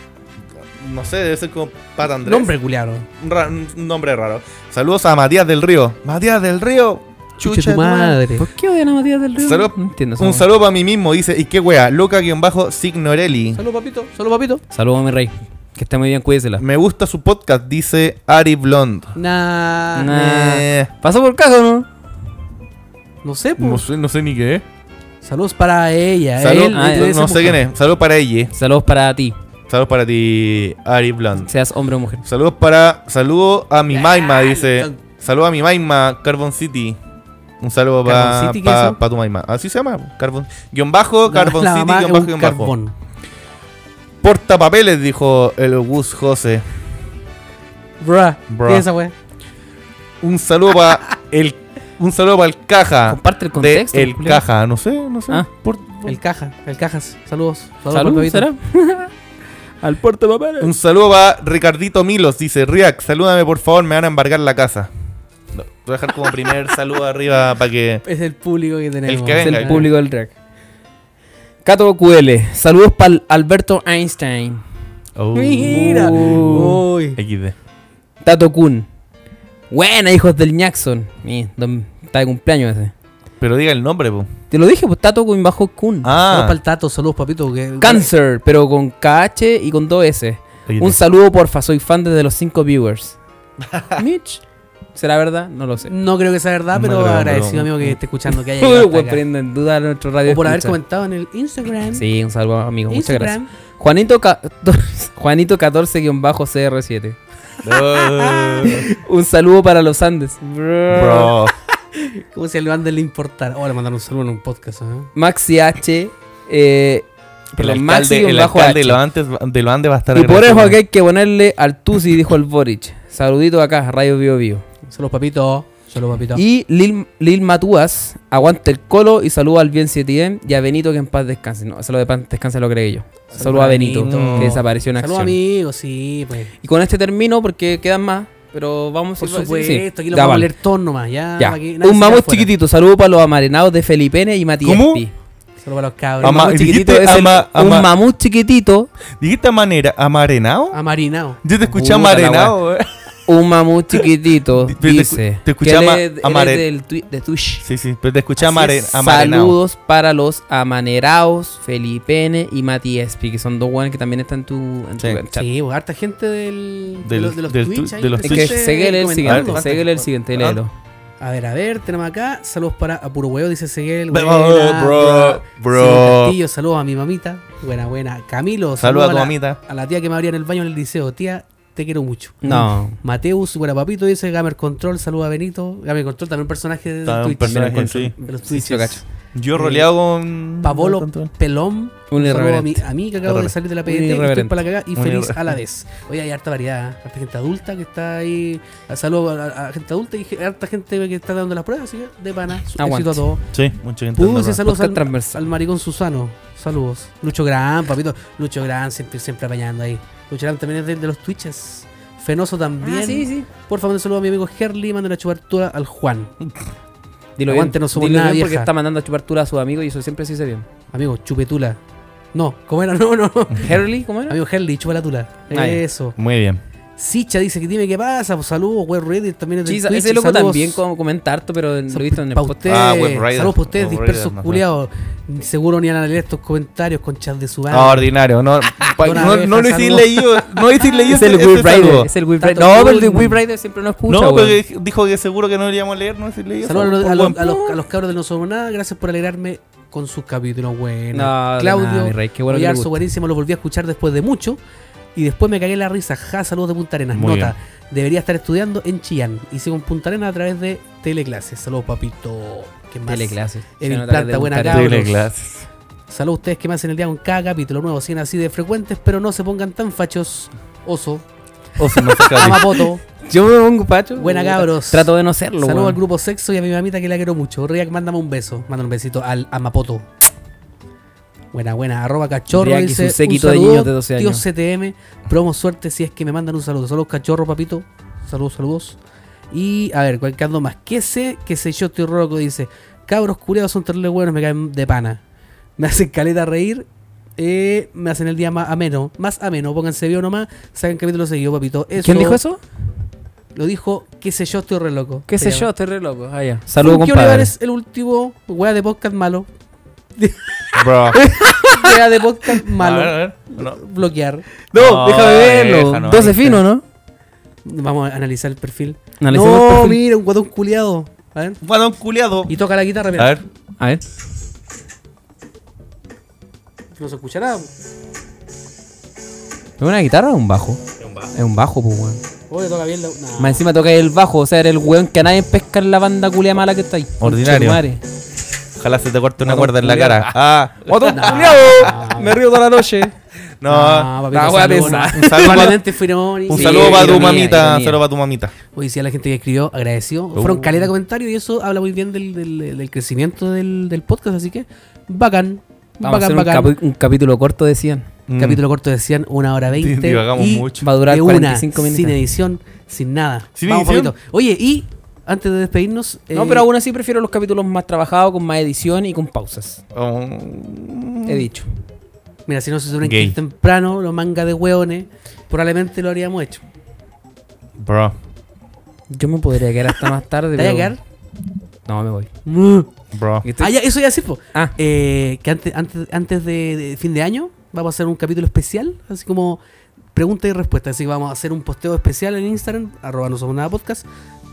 Speaker 3: no sé, debe ser como Pat Andrés.
Speaker 1: Nombre culiaro.
Speaker 3: Un, ra- un nombre raro. Saludos a Matías del Río. Matías del Río.
Speaker 1: Chucha, tu madre.
Speaker 2: ¿Por qué odian a Matías del Río?
Speaker 3: Salud-
Speaker 2: No entiendo esa
Speaker 3: Un
Speaker 2: weá.
Speaker 3: saludo para mí mismo, dice. ¿Y qué wea? Luca-Signorelli. Signorelli.
Speaker 1: Saludos, papito. Saludos, papito.
Speaker 2: Saludos a mi rey. Que esté muy bien, cuídesela.
Speaker 3: Me gusta su podcast, dice Ari Blond.
Speaker 1: Nah.
Speaker 2: Nah.
Speaker 3: Eh,
Speaker 2: ¿Pasó por caja o no?
Speaker 1: No sé, pues.
Speaker 3: no, sé, no sé ni qué es.
Speaker 1: Saludos para ella.
Speaker 3: Salud,
Speaker 1: él,
Speaker 2: ah,
Speaker 1: le-
Speaker 2: él,
Speaker 1: le
Speaker 3: no
Speaker 1: decimos-
Speaker 3: sé quién es. Saludos para ella.
Speaker 2: Saludos para ti,
Speaker 3: Saludos para ti, Ari Blond.
Speaker 2: seas hombre o mujer.
Speaker 3: Saludos para. Saludo a mi
Speaker 1: Ah,
Speaker 3: Maima, dice.
Speaker 1: Blond.
Speaker 3: Saludo a mi Maima, Carbon City. Un saludo
Speaker 1: ¿Carbon
Speaker 3: para
Speaker 1: City, qué es
Speaker 3: pa,
Speaker 1: eso?
Speaker 3: pa tu Maima. Así se llama. Carbon. Guión bajo,
Speaker 1: la-
Speaker 3: Carbon
Speaker 1: la
Speaker 3: City,
Speaker 1: mamá
Speaker 3: guión
Speaker 1: es un
Speaker 3: bajo, guión bajo.
Speaker 1: carbón.
Speaker 3: Portapapeles, dijo el Gus José.
Speaker 1: Bruh.
Speaker 3: Bruh.
Speaker 1: ¿Qué es esa wea?
Speaker 3: Un saludo para el. Un saludo para el caja.
Speaker 2: Comparte el
Speaker 3: Ah, De
Speaker 2: contexto.
Speaker 3: el
Speaker 2: culiao.
Speaker 3: caja, no sé, no sé.
Speaker 2: Ah.
Speaker 3: Por-
Speaker 1: El caja. El cajas. Saludos. Saludos,
Speaker 2: Salud,
Speaker 1: papito.
Speaker 2: ¿será?
Speaker 4: Al puerto de papeles.
Speaker 3: Un saludo para Ricardito Milos, dice Riak, salúdame por favor, me van a embargar la casa. No, voy a dejar como primer saludo arriba para que.
Speaker 1: Es el público que tenemos.
Speaker 3: que
Speaker 2: Es
Speaker 3: venga.
Speaker 2: el público del drag. Cato QL. Saludos para Alberto Einstein.
Speaker 3: Oh.
Speaker 1: Mira.
Speaker 2: Uh.
Speaker 1: Uy.
Speaker 3: XD.
Speaker 2: Tato Kun. Buena, hijos del Jackson. Mi, don- está de cumpleaños ese.
Speaker 3: Pero diga el nombre, po.
Speaker 2: Te lo dije, pues Tato Kun bajo Kun.
Speaker 1: Saludos para
Speaker 3: Ah,
Speaker 1: el tato, saludos papito. que-
Speaker 2: Cáncer, pero con KH y con dos S.
Speaker 3: XD.
Speaker 2: Un saludo, porfa. Soy fan desde los 5 viewers. Mitch. ¿Será verdad? No lo sé.
Speaker 1: No creo que sea verdad,
Speaker 3: No
Speaker 1: pero
Speaker 3: creo, pero-
Speaker 1: agradecido amigo que esté escuchando que haya llegado hasta
Speaker 2: Uy,
Speaker 1: acá.
Speaker 2: poniendo en duda nuestro radio.
Speaker 1: O por haber
Speaker 2: escucha.
Speaker 1: comentado en el Instagram.
Speaker 2: Sí, un saludo, amigo. Muchas gracias.
Speaker 1: Instagram.
Speaker 2: Juanito, ca- Juanito 14-CR7.
Speaker 3: Eh,
Speaker 2: Un saludo para los Andes. Bro.
Speaker 3: Bro.
Speaker 1: Como si le van de le importar. Oh, le mandaron un saludo en un podcast. ¿eh?
Speaker 2: Maxi H. Eh,
Speaker 3: El
Speaker 2: perdón,
Speaker 3: alcalde,
Speaker 2: Maxi
Speaker 3: el
Speaker 2: un bajo
Speaker 3: alcalde
Speaker 2: H.
Speaker 3: lo antes de lo antes va a estar este
Speaker 2: Y por eso
Speaker 3: agradecido.
Speaker 2: que hay que ponerle al Tusi, dijo el Boric. Saludito acá, Radio Bio Bio.
Speaker 1: Saludos papito. Saludos papito.
Speaker 2: Y Lil, Lil Matúas, aguante el colo y saludo al Bien 7 y a Benito que en paz descanse. No, saludo de paz descanse lo creí yo.
Speaker 1: Saludo
Speaker 2: Saludo,
Speaker 1: a
Speaker 2: a Benito,
Speaker 1: Benito.
Speaker 2: que desapareció en
Speaker 1: Saludos
Speaker 2: acción.
Speaker 1: amigos, sí, pues.
Speaker 2: Y con este termino porque quedan más, pero vamos
Speaker 1: Por
Speaker 2: sí, sí,
Speaker 1: supuesto,
Speaker 2: sí.
Speaker 1: aquí lo
Speaker 2: Ya,
Speaker 1: vamos a
Speaker 2: vale.
Speaker 1: leer todos nomás. Ya,
Speaker 2: Ya.
Speaker 1: para que nadie
Speaker 2: Un
Speaker 1: se
Speaker 2: mamut
Speaker 1: quede afuera.
Speaker 2: chiquitito. Saludo para los amarenados de Felipene y Matías
Speaker 3: ¿Cómo?
Speaker 2: Pi.
Speaker 1: Saludos para los
Speaker 2: El
Speaker 1: cabros.
Speaker 3: Ama-
Speaker 2: mamut chiquitito
Speaker 3: dijiste
Speaker 2: es el-
Speaker 3: ama- ama-
Speaker 2: Un mamut chiquitito.
Speaker 3: ¿Dijiste manera, amarenado?
Speaker 1: Amarinado.
Speaker 3: Yo te escuché
Speaker 2: Ah. Puta la
Speaker 3: amarenado, eh.
Speaker 2: un mamut chiquitito.
Speaker 3: Pero te escu-
Speaker 2: dice.
Speaker 3: te escuchaba
Speaker 2: que eres-
Speaker 3: amare-
Speaker 2: eres del twi- de Twitch.
Speaker 3: Sí, sí, pero te escuché
Speaker 2: Así
Speaker 3: amare,
Speaker 2: es.
Speaker 3: amarenao.
Speaker 2: Saludos para los amaneraos, Felipe N y Matías P, que son dos buenos que también están en tu, en tu
Speaker 3: Sí.
Speaker 2: chat.
Speaker 1: Sí, pues, harta gente del, de
Speaker 3: Del-
Speaker 1: los, de los
Speaker 3: del
Speaker 1: Twitch.
Speaker 3: tu-
Speaker 1: ahí
Speaker 3: de los
Speaker 2: Es que
Speaker 1: presentes
Speaker 3: Twitch.
Speaker 2: seguele el
Speaker 1: comentando.
Speaker 2: siguiente, seguele el siguiente,
Speaker 3: Ah.
Speaker 2: léelo.
Speaker 1: A ver, a ver, tenemos acá. Saludos para Apuro Huevo, dice Seguel.
Speaker 3: Bro,
Speaker 1: Buena,
Speaker 3: bro, bro.
Speaker 1: Silvia Castillo, saludos a mi mamita. Buena, buena. Camilo,
Speaker 3: Saludos a tu
Speaker 1: la-
Speaker 3: mamita.
Speaker 1: A la tía que me abría en el baño en el liceo. Tía, te quiero mucho.
Speaker 2: No.
Speaker 1: Mateus, buena papito, dice Gamer Control. Saludos a Benito. Gamer Control, también personaje de
Speaker 3: También un
Speaker 1: Twitch.
Speaker 3: personaje,
Speaker 1: Gamer
Speaker 3: sí.
Speaker 1: Control, de los
Speaker 2: Sí, sí,
Speaker 1: Twitches.
Speaker 2: lo cacho.
Speaker 1: Eh,
Speaker 3: Yo he roleado con.
Speaker 1: Pavolo
Speaker 3: con-
Speaker 1: Pelón.
Speaker 2: Un
Speaker 1: Saludos a mi,
Speaker 2: irreverente.
Speaker 1: a mí que acabo de
Speaker 3: Irreverente.
Speaker 1: salir de la
Speaker 2: Un
Speaker 1: PDT. que Estoy
Speaker 2: irreverente.
Speaker 1: para la cagada y
Speaker 3: Un
Speaker 1: feliz
Speaker 3: irre-
Speaker 1: a la vez. Oye, hay harta variedad. ¿eh? Harta gente adulta que está ahí. Saludos a, a gente adulta y ge- harta gente que está dando las pruebas. Así que de pana. Su-
Speaker 2: Aguante.
Speaker 1: Éxito a todos.
Speaker 3: Sí, mucho gente.
Speaker 1: Pudo
Speaker 3: anda
Speaker 1: dice
Speaker 3: roleando.
Speaker 1: saludos
Speaker 2: Podcast
Speaker 1: al,
Speaker 2: transversal.
Speaker 1: al maricón Susano. Saludos. Lucho Gran, papito. Lucho Gran siempre, siempre apañando ahí. Lucho Gran también es de, de los Twitches. Fenoso también.
Speaker 2: Ah, sí.
Speaker 1: Por favor, un saludo a mi amigo Herli. Manden a chupartura al Juan.
Speaker 2: Dilo
Speaker 1: Aguante,
Speaker 2: bien.
Speaker 1: no somos
Speaker 2: Dilo
Speaker 1: nada
Speaker 2: bien porque
Speaker 1: vieja.
Speaker 2: está mandando a chupar tula a sus amigos y eso siempre se dice bien.
Speaker 1: Amigo, chupetula. No, ¿cómo era? No, no.
Speaker 2: Herley, ¿cómo era?
Speaker 1: Amigo Herli, chupalatula.
Speaker 2: Ah, ya.
Speaker 1: Eso.
Speaker 3: Muy bien.
Speaker 1: Sicha dice que dime qué pasa. Pues saludos, web Reddit también es del
Speaker 2: Sí,
Speaker 1: Twitch,
Speaker 2: ese loco
Speaker 1: saludos.
Speaker 2: también como comenta harto, pero lo he visto en el
Speaker 1: Pa'
Speaker 2: podcast.
Speaker 1: ustedes,
Speaker 3: Ah, Web Raider.
Speaker 1: saludos para ustedes,
Speaker 3: Web
Speaker 1: dispersos
Speaker 3: Raider, no sé.
Speaker 1: culiados. Seguro ni van a leer estos comentarios, conchas de su madre.
Speaker 3: Ah, ordinario. No, pa-
Speaker 1: Dona
Speaker 3: no,
Speaker 1: Beja,
Speaker 3: no lo hice
Speaker 1: saludos.
Speaker 3: leído. No lo hice leído.
Speaker 2: Es el
Speaker 3: ese-
Speaker 2: Will
Speaker 3: ese saludo.
Speaker 2: Rider. Es el Will Rider.
Speaker 1: Tanto
Speaker 2: No, pero el de
Speaker 1: bullying.
Speaker 2: Will Rider siempre no escucha.
Speaker 3: No,
Speaker 2: weón.
Speaker 3: porque dij- dijo que seguro que no deberíamos leer. No lo hice leído.
Speaker 1: Saludos a los-
Speaker 3: Por
Speaker 1: a
Speaker 3: buen-
Speaker 1: los, a los- a los cabros de No Somos Nada. Gracias por alegrarme con sus capítulos buenos.
Speaker 2: No, de nada, mi
Speaker 1: Claudio,
Speaker 2: rey, qué bueno que le
Speaker 1: Oyarzo,
Speaker 2: gusta.
Speaker 1: buenísimo. Lo volví a escuchar después de mucho. Y después me cagué en la risa. Ja, saludos de Punta Arenas.
Speaker 3: Muy
Speaker 1: Nota. Debería estar estudiando en Chillán. Hice con Punta Arenas a través de teleclases. Saludos, papito. ¿Qué más?
Speaker 2: Teleclases.
Speaker 1: Evil
Speaker 2: Se nota que
Speaker 1: Planta,
Speaker 2: te
Speaker 1: buena
Speaker 2: gusta
Speaker 1: cabros.
Speaker 3: Dile clases.
Speaker 1: Saludos a ustedes que me hacen el día con cada capítulo nuevo. Sigan así de frecuentes, pero no se pongan tan fachos. Oso,
Speaker 3: Oso, no Oh, se cabe.
Speaker 1: Amapoto.
Speaker 2: Yo me pongo pacho.
Speaker 1: Buena,
Speaker 2: puta.
Speaker 1: cabros.
Speaker 2: Trato de no serlo.
Speaker 1: Saludos
Speaker 2: weón.
Speaker 1: al grupo Sexo y a mi mamita que la quiero mucho. Riak, mándame un beso. Mándame un besito al Amapoto. Buena, buena. Arroba cachorro.
Speaker 2: Riak y
Speaker 1: dice,
Speaker 2: su
Speaker 1: un
Speaker 2: séquito de
Speaker 1: saludo,
Speaker 2: niños de 12 años.
Speaker 1: Tío CTM. Promo suerte si es que me mandan un saludo. Saludos cachorro, papito. Saludos, saludos. Y a ver, ¿cuál que ando más? ¿Qué sé? ¿Qué sé yo? Estoy roco. Dice, cabros culeados son terribles buenos, me caen de pana. Me hacen caleta reír. eh, me hacen el día más ameno. Más ameno. Pónganse bien nomás. Saquen capítulo seguido, papito. Eso
Speaker 2: ¿Quién dijo eso?
Speaker 1: Lo dijo, qué sé yo, estoy re loco.
Speaker 2: ¿Qué
Speaker 1: Se
Speaker 2: sé
Speaker 1: llama.
Speaker 2: yo? Estoy re loco. Ah, ya. Saludos,
Speaker 1: Funky
Speaker 2: compadre.
Speaker 1: Olivares, el último wea de podcast malo.
Speaker 3: Bro.
Speaker 1: Wea de podcast
Speaker 3: A ver, a
Speaker 1: malo.
Speaker 3: ver. No.
Speaker 1: Bloquear.
Speaker 2: No,
Speaker 3: No,
Speaker 2: déjame verlo.
Speaker 3: deja, no,
Speaker 2: 12
Speaker 3: ahí está.
Speaker 2: fino, ¿no?
Speaker 1: Vamos a analizar el perfil.
Speaker 2: Analicemos
Speaker 1: no,
Speaker 2: el perfil.
Speaker 1: mira, un guatón culiado. A ver.
Speaker 3: Guadón culiado.
Speaker 1: Y toca la guitarra, mira.
Speaker 3: A ver.
Speaker 2: A ver.
Speaker 1: No se escucha nada.
Speaker 2: ¿Es una guitarra o un bajo? Es un bajo. Es un bajo, pues, weón.
Speaker 1: Oye, toca bien la. nah.
Speaker 2: Más encima toca el bajo, o sea, era el weón que a nadie pesca en la banda culia mala que está ahí.
Speaker 3: Ordinario.
Speaker 2: Conchetumare.
Speaker 3: Ojalá se te corte una
Speaker 2: Guadón
Speaker 3: cuerda en la
Speaker 2: culiado.
Speaker 3: cara. Ah.
Speaker 2: ¡Guatón
Speaker 1: No.
Speaker 2: culiado! Me río toda la noche.
Speaker 1: Ah,
Speaker 3: No.
Speaker 1: papito,
Speaker 2: la wea
Speaker 1: saludos,
Speaker 2: pesa.
Speaker 1: no.
Speaker 3: Un saludo
Speaker 1: Igualmente fue irónico.
Speaker 3: Un
Speaker 2: Sí,
Speaker 3: saludo para tu
Speaker 2: ironía,
Speaker 3: mamita. Un
Speaker 2: ironía.
Speaker 3: saludo para tu mamita.
Speaker 1: Hoy sí, a la gente que escribió, agradecido.
Speaker 3: Uh.
Speaker 1: Fueron caleta de comentarios y eso habla muy bien del, del, del crecimiento del, del podcast. Así que, bacán.
Speaker 2: Vamos a hacer
Speaker 1: bacán,
Speaker 2: un, mm.
Speaker 1: bacán.
Speaker 2: capi- un capítulo corto, decían.
Speaker 3: Mm.
Speaker 1: Capítulo corto decían una hora veinte.
Speaker 3: Divagamos
Speaker 1: y
Speaker 3: mucho.
Speaker 2: Va a durar
Speaker 1: de una,
Speaker 2: 45 minutos.
Speaker 1: sin edición, sin nada.
Speaker 3: ¿Sin
Speaker 1: Vamos,
Speaker 3: edición?
Speaker 1: Pablito. Oye, y antes de despedirnos.
Speaker 2: No,
Speaker 1: eh,
Speaker 2: pero aún así prefiero los capítulos más trabajados, con más edición y con pausas.
Speaker 3: Oh,
Speaker 2: He dicho.
Speaker 1: Mira, si no se suelen
Speaker 3: Gay.
Speaker 1: que temprano los mangas de hueones, probablemente lo habríamos hecho.
Speaker 3: Bro.
Speaker 2: Yo me podría quedar hasta más tarde.
Speaker 1: ¿Te vas a
Speaker 2: pero-
Speaker 1: quedar?
Speaker 2: No, me voy. Mm.
Speaker 3: Bro.
Speaker 2: Estoy-
Speaker 1: Ah, ya, eso ya sí, po.
Speaker 2: Ah.
Speaker 1: Eh, que antes, antes, antes de, de fin de año vamos a hacer un capítulo especial, así como preguntas y respuestas. Así que vamos a hacer un posteo especial en Instagram, arroba no somos nada podcast,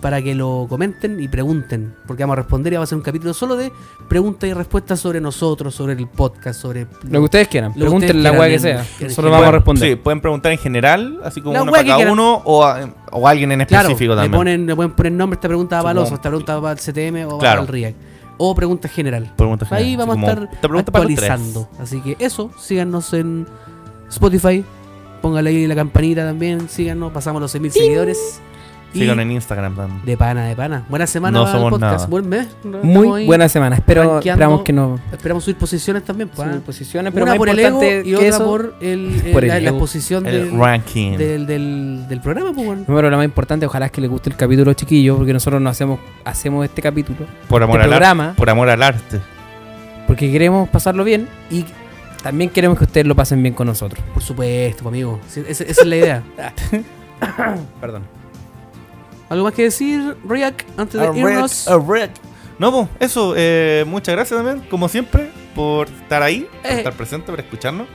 Speaker 1: para que lo comenten y pregunten. Porque vamos a responder y vamos a hacer un capítulo solo de preguntas y respuestas sobre nosotros, sobre el podcast, sobre
Speaker 2: Lo que ustedes quieran.
Speaker 1: Lo que ustedes
Speaker 2: Pregunten la
Speaker 1: quieran
Speaker 2: weá que
Speaker 1: en-
Speaker 2: sea.
Speaker 1: en
Speaker 2: Solo vamos a
Speaker 3: Pueden-
Speaker 2: responder.
Speaker 3: Sí, pueden preguntar en general, así como
Speaker 1: La
Speaker 3: una
Speaker 1: wea
Speaker 3: para
Speaker 1: que
Speaker 3: cada
Speaker 1: quieran.
Speaker 3: uno o, a- o alguien en
Speaker 1: Claro,
Speaker 3: específico
Speaker 1: le,
Speaker 3: también.
Speaker 1: ponen, le pueden poner nombre, esta pregunta va para el oso,
Speaker 3: Supongo.
Speaker 1: esta pregunta va para el CTM o va
Speaker 3: Claro.
Speaker 1: para el React. O pregunta general.
Speaker 3: Pregunta
Speaker 1: Ahí
Speaker 3: general,
Speaker 1: vamos
Speaker 3: así
Speaker 1: a
Speaker 3: como,
Speaker 1: estar
Speaker 3: "Esta pregunta para los tres".
Speaker 1: actualizando. Así que eso, síganos en Spotify, póngale ahí la campanita también, síganos, pasamos los 100.000 seguidores. Y
Speaker 3: Síganos en Instagram también.
Speaker 1: de pana, de pana. Buena semana
Speaker 3: No
Speaker 1: para el
Speaker 3: somos
Speaker 1: podcast.
Speaker 3: nada.
Speaker 1: Buen mes. Estamos
Speaker 2: Muy
Speaker 1: ahí
Speaker 2: buena semana. Espero,
Speaker 1: rankeando
Speaker 2: esperamos que no.
Speaker 1: Esperamos subir posiciones también. pues,
Speaker 2: Sus
Speaker 1: ah.
Speaker 2: posiciones, pero
Speaker 1: Una
Speaker 2: más
Speaker 1: por el ego
Speaker 2: importante
Speaker 1: y
Speaker 2: que
Speaker 1: otra
Speaker 2: eso-
Speaker 1: por, el, el-
Speaker 2: por el
Speaker 1: la, la
Speaker 2: ego.
Speaker 1: exposición
Speaker 3: El
Speaker 1: del,
Speaker 3: ranking.
Speaker 1: del, del- del programa. Pues, bueno.
Speaker 2: Primero, lo más importante, ojalá es que les guste el capítulo chiquillo, porque nosotros no hacemos, hacemos este capítulo,
Speaker 3: por amor
Speaker 2: este
Speaker 3: al arte.
Speaker 2: programa,
Speaker 3: Por amor al arte.
Speaker 2: porque queremos pasarlo bien y también queremos que ustedes lo pasen bien con nosotros.
Speaker 1: Por supuesto, pues, amigo. Sí, esa- esa es la idea.
Speaker 2: Perdón.
Speaker 1: ¿Algo más que decir, React, antes de
Speaker 3: A
Speaker 1: irnos?
Speaker 3: wreck, a wreck. No, pues, eso. eh, muchas gracias también, como siempre, por estar ahí, por
Speaker 1: Eh.
Speaker 3: estar presente, por escucharnos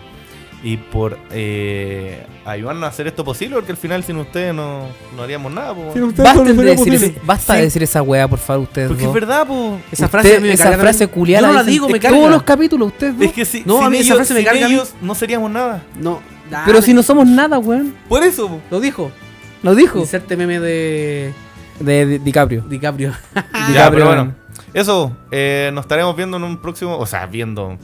Speaker 3: y por eh, ayudarnos a hacer esto posible, porque al final sin ustedes no, no haríamos nada, po.
Speaker 2: Basta de decir, basta de
Speaker 3: Sí.
Speaker 2: decir esa weá, por favor, ustedes
Speaker 3: Porque es
Speaker 2: dos.
Speaker 3: verdad, po.
Speaker 1: Esa
Speaker 2: Usted-
Speaker 1: frase me
Speaker 2: esa
Speaker 1: carga,
Speaker 2: frase
Speaker 1: Yo
Speaker 2: culiada
Speaker 1: no la
Speaker 2: dicen
Speaker 1: digo, me
Speaker 2: en
Speaker 1: carga.
Speaker 2: todos los capítulos, ustedes dos.
Speaker 3: Es que si,
Speaker 1: No,
Speaker 3: sin
Speaker 1: a mí esa
Speaker 3: ellos,
Speaker 1: frase me
Speaker 3: sin
Speaker 1: carga a mí.
Speaker 3: ellos no seríamos nada.
Speaker 1: No, nah,
Speaker 2: Pero si
Speaker 1: me-
Speaker 2: no somos nada, weón.
Speaker 3: Por eso, po.
Speaker 1: Lo dijo.
Speaker 2: Lo dijo.
Speaker 1: Inserte meme de
Speaker 2: De, de- DiCaprio.
Speaker 1: DiCaprio.
Speaker 3: Ya, pero
Speaker 2: DiCaprio,
Speaker 3: bueno.
Speaker 2: weón.
Speaker 3: Eso, eh, nos estaremos viendo en un próximo. O sea, viendo.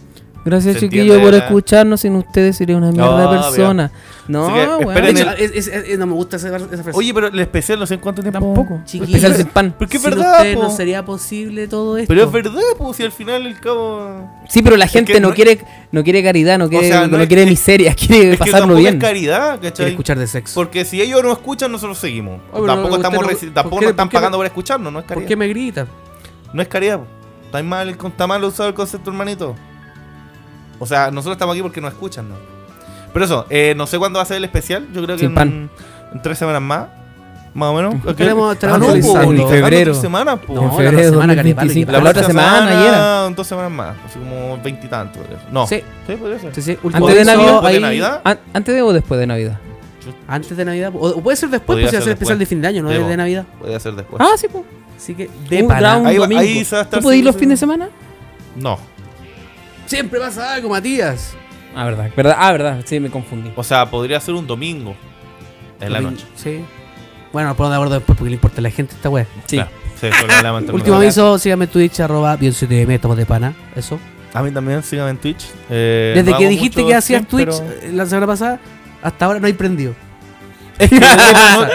Speaker 2: Gracias,
Speaker 3: Se
Speaker 2: chiquillos,
Speaker 3: entiende,
Speaker 2: por
Speaker 3: ¿verdad?
Speaker 2: escucharnos. Sin ustedes sería una mierda
Speaker 3: No,
Speaker 2: de persona. No,
Speaker 3: Así que
Speaker 2: Ah, weón.
Speaker 1: De
Speaker 3: esperen
Speaker 1: hecho,
Speaker 3: el-
Speaker 1: es- es- es- no me gusta esa, esa frase.
Speaker 3: Oye, pero el especial no sé en cuánto tiempo.
Speaker 2: Tampoco.
Speaker 1: Chiquillos.
Speaker 2: Especial sin pan.
Speaker 3: Porque es
Speaker 1: Sin
Speaker 3: verdad,
Speaker 1: ustedes
Speaker 3: po.
Speaker 1: no sería posible todo esto.
Speaker 3: Pero es verdad, po, si al final el cabo.
Speaker 2: Sí, pero la gente
Speaker 3: que
Speaker 2: no,
Speaker 3: no-
Speaker 2: quiere no quiere caridad, no quiere,
Speaker 3: sea, no
Speaker 2: no
Speaker 3: es-
Speaker 2: quiere
Speaker 3: es-
Speaker 2: miseria, quiere
Speaker 3: Es que
Speaker 2: pasarlo
Speaker 3: tampoco
Speaker 2: bien.
Speaker 3: es caridad,
Speaker 1: Quiere
Speaker 3: ¿cachai?
Speaker 1: escuchar de sexo.
Speaker 3: Porque si ellos no escuchan, nosotros seguimos.
Speaker 1: Ah, pero
Speaker 3: tampoco
Speaker 1: usted
Speaker 3: estamos
Speaker 1: no-
Speaker 3: reci-
Speaker 1: ¿por
Speaker 3: tampoco
Speaker 1: qué-
Speaker 3: nos están
Speaker 1: por qué-
Speaker 3: pagando por escucharnos, no es
Speaker 1: ¿Por
Speaker 3: caridad.
Speaker 1: qué me grita?
Speaker 3: No es caridad. po. Está mal, está mal usado el concepto, hermanito. O sea, nosotros estamos aquí porque nos escuchan, ¿no? Pero eso, eh, no sé cuándo va a ser el especial. Yo creo que
Speaker 2: Sin
Speaker 3: en,
Speaker 2: pan.
Speaker 3: en tres semanas más. Más o menos. Ah,
Speaker 1: Queremos estar
Speaker 3: no, po,
Speaker 1: actualizando.
Speaker 3: ni
Speaker 1: En
Speaker 3: cagando
Speaker 2: febrero.
Speaker 3: tres semanas, po.
Speaker 1: No, la
Speaker 2: en
Speaker 1: otra
Speaker 2: febrero de
Speaker 1: semana,
Speaker 2: 2025.
Speaker 1: Caripal,
Speaker 2: La, otra
Speaker 3: próxima
Speaker 2: semana, ayer. era.
Speaker 3: en Dos semanas más. Así como veintitantos. podría ser. No.
Speaker 1: Sí.
Speaker 3: podría ser.
Speaker 1: Sí, sí, último
Speaker 2: Antes de
Speaker 1: aviso,
Speaker 2: Navidad.
Speaker 3: ¿Después de
Speaker 1: ahí-
Speaker 3: Navidad?
Speaker 2: An- ¿Antes de o después de Navidad?
Speaker 1: Antes de Navidad. O, o puede ser después,
Speaker 3: Podría
Speaker 1: pues si va a
Speaker 3: ser
Speaker 1: ser especial
Speaker 3: después.
Speaker 1: de fin de año, no
Speaker 3: Sí,
Speaker 1: es
Speaker 3: po.
Speaker 1: de Navidad.
Speaker 3: Podría ser después.
Speaker 2: Ah, sí, pues.
Speaker 1: Así que de
Speaker 2: Un
Speaker 1: pana.
Speaker 2: round.
Speaker 3: ahí, va-
Speaker 2: domingo.
Speaker 3: ahí se va a estar.
Speaker 2: ¿Tú podés ir los
Speaker 3: sí,
Speaker 2: fines de
Speaker 3: sí.
Speaker 2: semana?
Speaker 3: No.
Speaker 1: Siempre pasa algo, Matías.
Speaker 2: Ah, verdad. verdad. Ah, verdad. Sí, me confundí.
Speaker 3: O sea, podría ser un domingo. En la
Speaker 1: Domingo.
Speaker 3: noche.
Speaker 1: Sí. Bueno, nos ponemos de acuerdo después porque le importa a la gente esta wea.
Speaker 2: Sí.
Speaker 3: Claro, sí, eso lo hablamos entre
Speaker 1: Último
Speaker 3: nosotros.
Speaker 1: aviso, síganme en Twitch, arroba bien 7M, estamos de pana. Eso.
Speaker 3: A mí también, síganme en Twitch. Eh,
Speaker 1: Desde
Speaker 3: no
Speaker 1: que
Speaker 3: hago
Speaker 1: dijiste
Speaker 3: mucho
Speaker 1: que hacías
Speaker 3: stream,
Speaker 1: Twitch
Speaker 3: pero-
Speaker 1: eh, la semana pasada, hasta ahora no hay prendido.
Speaker 3: Es que no,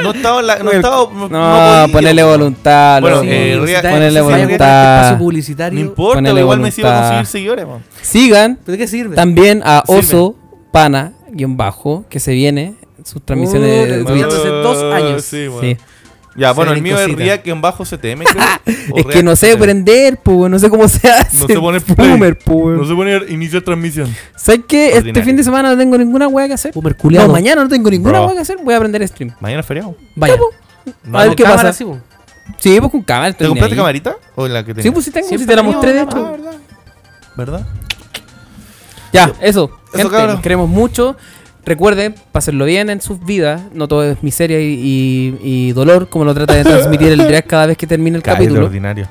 Speaker 3: no estaba. en la- no, estaba
Speaker 2: No,
Speaker 3: no, podía.
Speaker 2: ponerle voluntad.
Speaker 3: Bueno,
Speaker 2: loco.
Speaker 3: eh,
Speaker 1: necesitáis-
Speaker 3: Ria-
Speaker 2: Ponele
Speaker 1: necesitáis
Speaker 2: voluntad.
Speaker 1: ocupar este espacio
Speaker 3: No
Speaker 1: publicitario.
Speaker 3: importa,
Speaker 2: Ponele
Speaker 3: igual me sigo a
Speaker 2: voluntad.
Speaker 3: conseguir seguidores, man.
Speaker 2: Sigan
Speaker 1: ¿Pero de qué sirve?
Speaker 2: también a
Speaker 3: Sirve.
Speaker 2: Oso Pana, guión bajo, que se viene. Sus
Speaker 3: Oh,
Speaker 2: transmisiones de
Speaker 1: Puta,
Speaker 2: Twitch.
Speaker 1: hace dos años.
Speaker 3: eh, Sí, bueno.
Speaker 2: Sí.
Speaker 3: Ya,
Speaker 1: Se
Speaker 3: bueno, el
Speaker 1: ven
Speaker 3: mío es
Speaker 1: cositas.
Speaker 3: React en bajo CTM. creo, o
Speaker 2: Es que no
Speaker 3: React
Speaker 2: sé
Speaker 3: CTM.
Speaker 2: prender, pues, weón, no sé cómo se hace.
Speaker 3: sé poner play.
Speaker 2: Boomer, pues, weón.
Speaker 3: No sé poner iniciar transmisión.
Speaker 2: ¿Sabes qué? Este
Speaker 3: Ordinario.
Speaker 2: fin de semana no tengo ninguna weá que hacer.
Speaker 1: Boomer culiado.
Speaker 2: No, mañana no tengo ninguna
Speaker 3: Bro.
Speaker 2: weá que hacer. Voy a aprender stream.
Speaker 3: Mañana es feriado.
Speaker 1: Vaya.
Speaker 3: No,
Speaker 2: a ver qué
Speaker 1: Cámara,
Speaker 2: pasa.
Speaker 1: sí, po.
Speaker 2: Sí, pues con cámara.
Speaker 3: ¿Te
Speaker 2: estoy
Speaker 3: compraste
Speaker 2: ahí.
Speaker 3: camarita? ¿O la que
Speaker 2: Sí,
Speaker 3: tenías?
Speaker 2: pues sí tengo.
Speaker 1: Siempre
Speaker 2: Si te la
Speaker 1: tenemos
Speaker 2: mostré de
Speaker 1: cámara.
Speaker 2: hecho.
Speaker 3: Ah, ¿verdad? ¿Verdad?
Speaker 2: Ya, eso. gente,
Speaker 3: cabrón.
Speaker 2: los queremos mucho. Recuerden, pásenlo bien en sus vidas. No todo es miseria y, y- y dolor, como lo trata de transmitir el React cada vez que termina el
Speaker 3: Cállate,
Speaker 2: capítulo.
Speaker 3: ordinario.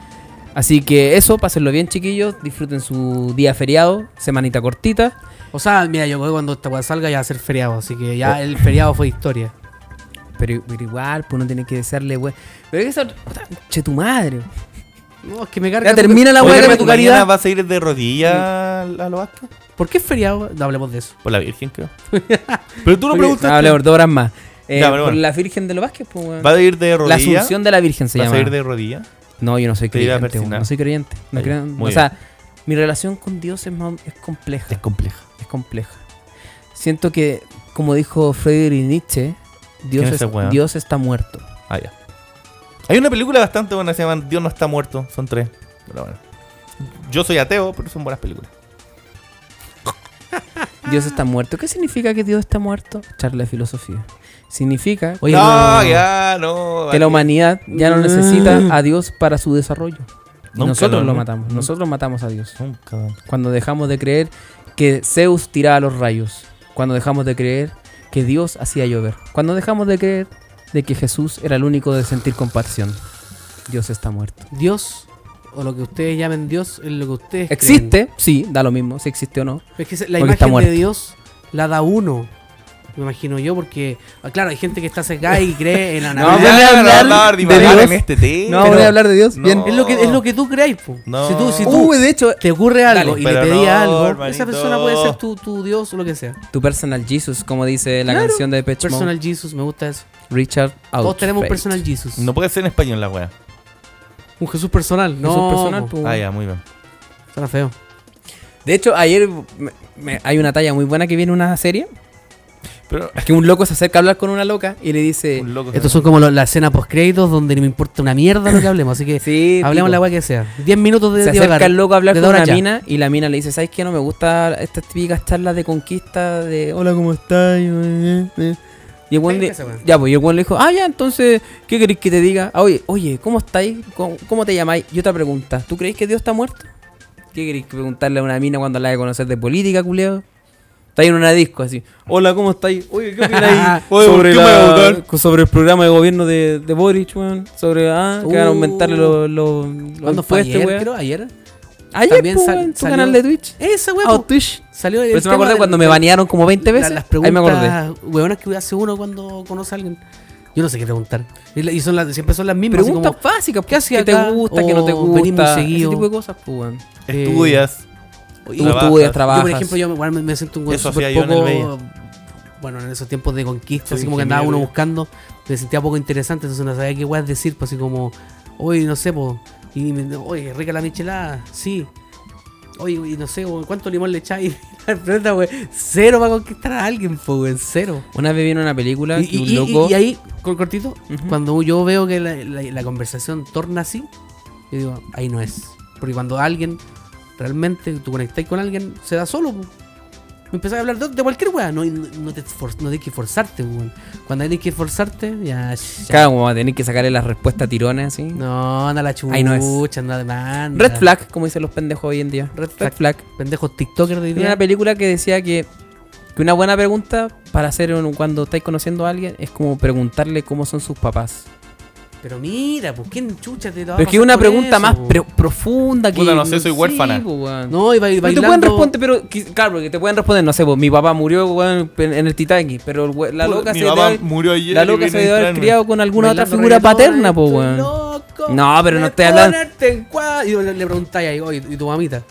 Speaker 2: Así que eso, pásenlo bien, chiquillos. Disfruten su día feriado, semanita cortita.
Speaker 1: O sea, mira, yo creo que cuando esta weá salga ya va a ser feriado, así que ya el feriado fue historia.
Speaker 2: Pero, pero igual, pues no tienen que desearle, weón. Pero hay que ser. Che, tu madre.
Speaker 1: No, es que me carga.
Speaker 2: Ya termina la
Speaker 1: Oye,
Speaker 2: weá
Speaker 1: pero
Speaker 2: de
Speaker 3: Oye,
Speaker 2: tu
Speaker 1: mañana
Speaker 2: caridad.
Speaker 3: vas a ir de rodillas a los ascos?
Speaker 1: ¿Por qué es feriado? No hablemos de eso.
Speaker 3: Por la Virgen, creo. Pero tú no
Speaker 2: Oye,
Speaker 3: preguntaste.
Speaker 2: ah, hablé por dos horas más. Eh,
Speaker 3: Ya,
Speaker 2: por
Speaker 3: pero bueno.
Speaker 2: la Virgen de los Vázquez, pues, weón.
Speaker 3: ¿Vas a ir de
Speaker 2: La
Speaker 3: rodillas?
Speaker 2: Asunción de la Virgen se
Speaker 3: ¿Vas
Speaker 2: llama.
Speaker 3: a ir de rodillas?
Speaker 2: No, yo no soy
Speaker 3: Te irá a
Speaker 2: creyente. weón,
Speaker 3: persignar.
Speaker 2: No soy creyente. No
Speaker 3: Ahí,
Speaker 2: creo-
Speaker 3: muy
Speaker 2: o sea, mi relación con Dios es, más- es compleja.
Speaker 3: compleja.
Speaker 2: Es compleja. Siento que, como dijo Friedrich Nietzsche, Dios,
Speaker 3: ¿Quién es
Speaker 2: es-
Speaker 3: ese weón?
Speaker 2: Dios está muerto.
Speaker 3: Ah, ya. Hay una película bastante buena, se llama Dios no está muerto. Son tres. Pero bueno. Yo soy ateo, pero son buenas películas.
Speaker 2: Dios está muerto. ¿Qué significa que Dios está muerto? Charla de filosofía. Significa
Speaker 1: Oye,
Speaker 3: no,
Speaker 1: no.
Speaker 3: ya, no.
Speaker 2: que la humanidad ya no
Speaker 1: Mm.
Speaker 2: necesita a Dios para su desarrollo. Y
Speaker 3: Nunca
Speaker 2: nosotros
Speaker 3: lo-
Speaker 2: lo matamos. Nosotros matamos a Dios.
Speaker 3: Nunca.
Speaker 2: Cuando dejamos de creer que Zeus tiraba los rayos. Cuando dejamos de creer que Dios hacía llover. Cuando dejamos de creer de que Jesús era el único de sentir compasión. Dios está muerto.
Speaker 1: Dios, o lo que ustedes llamen Dios, es lo que ustedes creen.
Speaker 2: ¿Existe? Sí, da lo mismo si existe o no.
Speaker 1: Es que se- la
Speaker 2: Porque está
Speaker 1: imagen de
Speaker 2: muerto.
Speaker 1: Dios la da uno. Me imagino yo, porque, ah, claro, hay gente que está sesgada y cree en la
Speaker 2: No,
Speaker 1: Navidad.
Speaker 2: pero-
Speaker 3: Ya,
Speaker 2: hablar
Speaker 3: no pues,
Speaker 2: de
Speaker 3: hablar, divagar
Speaker 2: Dios.
Speaker 3: en este tema.
Speaker 2: No, voy a hablar de Dios.
Speaker 3: No.
Speaker 2: Bien.
Speaker 1: Es lo que es lo que tú crees, po.
Speaker 3: No. Uh.
Speaker 1: Si tú, si tú
Speaker 2: Uy, de hecho,
Speaker 1: te ocurre algo
Speaker 2: Dale,
Speaker 1: y le
Speaker 3: pero
Speaker 1: pedí
Speaker 3: no,
Speaker 1: algo,
Speaker 3: hermanito.
Speaker 1: esa persona puede ser tu, tu Dios o lo que sea.
Speaker 2: tu personal Jesus, como dice la
Speaker 1: Claro.
Speaker 2: canción de Depeche Mode,
Speaker 1: Personal Jesus, me gusta eso.
Speaker 2: Richard
Speaker 1: Todos tenemos un
Speaker 2: Outfate.
Speaker 1: personal Jesus.
Speaker 3: No puede ser en español la wea.
Speaker 1: Un Jesús personal. No,
Speaker 2: Jesús personal,
Speaker 1: po.
Speaker 2: pues.
Speaker 3: Ah, ya, muy bien.
Speaker 1: Suena feo.
Speaker 2: De hecho, ayer me- me- hay una talla muy buena que viene en una serie.
Speaker 3: Pero
Speaker 2: Que un loco se acerca a hablar con una loca y le dice...
Speaker 3: un loco.
Speaker 1: Estos son como lo- la escena post créditos donde no me importa una mierda lo que hablemos, así que
Speaker 2: Sí,
Speaker 1: hablemos
Speaker 2: tipo,
Speaker 1: la weá que sea. 10 minutos de
Speaker 2: se
Speaker 1: divagar.
Speaker 2: acerca el loco a hablar
Speaker 1: de
Speaker 2: con una
Speaker 1: Dora ya.
Speaker 2: mina y la mina le dice, ¿sabes qué? No me gusta estas típicas charlas de conquista de hola, ¿cómo estás? Y, eh, eh". Y el weón
Speaker 1: Sí,
Speaker 2: le-
Speaker 1: esa weá.
Speaker 2: ya, pues, y el weón le dijo, ah, ya, entonces, ¿qué queréis que te diga? Ah, oye, oye, ¿cómo estáis? ¿Cómo, cómo te llamáis? Y otra pregunta, ¿tú creéis que Dios está muerto? ¿Qué queréis que preguntarle a una mina cuando la de conocer de política, culiao? Estáis en una disco así. Hola, ¿cómo estáis? Oye, ¿qué opináis
Speaker 3: Oye, ¿por
Speaker 2: sobre,
Speaker 3: qué me
Speaker 2: la-
Speaker 3: va a votar?
Speaker 2: co- sobre el programa de gobierno de, de Boric, weón? Sobre, ah, que van a
Speaker 1: Uh.
Speaker 2: aumentarle los los los
Speaker 1: ¿Cuándo fue este
Speaker 2: impuestos,
Speaker 1: ayer?
Speaker 2: weón.
Speaker 1: Creo, ayer.
Speaker 2: Ayer,
Speaker 1: También
Speaker 2: pues,
Speaker 1: sal-
Speaker 2: weón, en tu
Speaker 1: salió-
Speaker 2: canal de Twitch.
Speaker 1: Esa
Speaker 2: Ah,
Speaker 1: weón.
Speaker 2: o Twitch.
Speaker 1: Salió
Speaker 2: Pero
Speaker 1: el
Speaker 2: eso me
Speaker 1: tema
Speaker 2: acordé
Speaker 1: del-
Speaker 2: cuando me
Speaker 1: del-
Speaker 2: banearon como 20 veces.
Speaker 1: la- las
Speaker 2: Ahí me acordé.
Speaker 1: preguntas hueonas que hace uno cuando conoce a alguien. Yo no sé qué preguntar. Y, la- y son las, siempre son las mismas. así
Speaker 2: Preguntas
Speaker 1: como,
Speaker 2: básicas,
Speaker 1: ¿qué
Speaker 2: pues,
Speaker 1: hacía
Speaker 2: que te
Speaker 1: acá?
Speaker 2: gusta, que no te
Speaker 1: O venís muy
Speaker 2: gusta, ese
Speaker 1: seguido.
Speaker 2: tipo de cosas, pues, weón.
Speaker 1: eh,
Speaker 3: Estudias.
Speaker 1: y-
Speaker 2: Tú
Speaker 3: Trabajas.
Speaker 2: estudias,
Speaker 1: Yo,
Speaker 2: trabajas.
Speaker 1: por ejemplo, yo igual me, me siento un weón
Speaker 3: Eso
Speaker 1: súper
Speaker 3: hacía yo en el
Speaker 1: poco. Bueno, en esos tiempos de conquista,
Speaker 3: Soy
Speaker 1: así como que andaba
Speaker 3: ingeniero.
Speaker 1: uno buscando, me sentía poco interesante, entonces no sabía qué weas decir, pues así como, oye, no sé, pues, y me- oye, rica la michelada, sí. Oye, y no sé, weón, ¿cuánto limón le echáis? La pregunta, weón, cero para conquistar a alguien, pues, weón, cero.
Speaker 2: Una vez vieron una película
Speaker 1: Y,
Speaker 2: que
Speaker 1: y-
Speaker 2: un
Speaker 1: y-
Speaker 2: loco.
Speaker 1: y ahí, cor- cortito,
Speaker 2: Ujú.
Speaker 1: cuando yo veo que la, la- la conversación torna así, yo digo, ahí no es. Porque cuando alguien realmente tú conectáis con alguien, se da solo. po. Me empezás a hablar de, de cualquier weá, no, no, no te esfor- no tienes que forzarte, weón. Cuando tienes que forzarte, ya. ya.
Speaker 2: Claro, como va a tener que sacarle las respuestas tirones así.
Speaker 1: No, anda la chucha,
Speaker 2: Ahí no es.
Speaker 1: anda de manda.
Speaker 2: Red flag, como dicen los pendejos hoy en día.
Speaker 1: Red
Speaker 2: Red
Speaker 1: flag.
Speaker 2: flag.
Speaker 1: Pendejos TikTokers de hoy
Speaker 2: Vieron
Speaker 1: día.
Speaker 2: una película que decía que, que una buena pregunta para hacer un- cuando estáis conociendo a alguien es como preguntarle cómo son sus papás.
Speaker 1: Pero mira, pues quién chucha te lo va a
Speaker 2: Pero es que
Speaker 1: pasar
Speaker 2: una
Speaker 1: por
Speaker 2: pregunta
Speaker 1: eso,
Speaker 2: más
Speaker 1: po?
Speaker 2: pre- profunda que.
Speaker 3: Puta, no sé,
Speaker 2: sí,
Speaker 3: soy huérfana.
Speaker 2: po, weón.
Speaker 1: No, y ba-
Speaker 2: Pero
Speaker 1: bailando.
Speaker 2: te pueden responder, pero qui- claro, porque te pueden responder, no sé, pues, mi papá murió weón, en en el Titanic, pero el we- la
Speaker 3: Puta,
Speaker 2: loca
Speaker 3: mi
Speaker 2: se
Speaker 3: papá
Speaker 2: debe,
Speaker 3: murió ayer
Speaker 2: la
Speaker 3: y
Speaker 2: loca
Speaker 3: vine
Speaker 2: se
Speaker 3: a
Speaker 2: debe haber
Speaker 3: distraerme.
Speaker 2: criado con alguna otra
Speaker 1: bailando
Speaker 2: figura
Speaker 1: reggaetón, eh,
Speaker 2: paterna, pues,
Speaker 1: estoy
Speaker 2: weón.
Speaker 1: loco,
Speaker 2: No, pero no
Speaker 1: me
Speaker 2: estoy hablando-
Speaker 1: ponerte en cua- Y le, le preguntáis ahí, oye, ¿y tu mamita?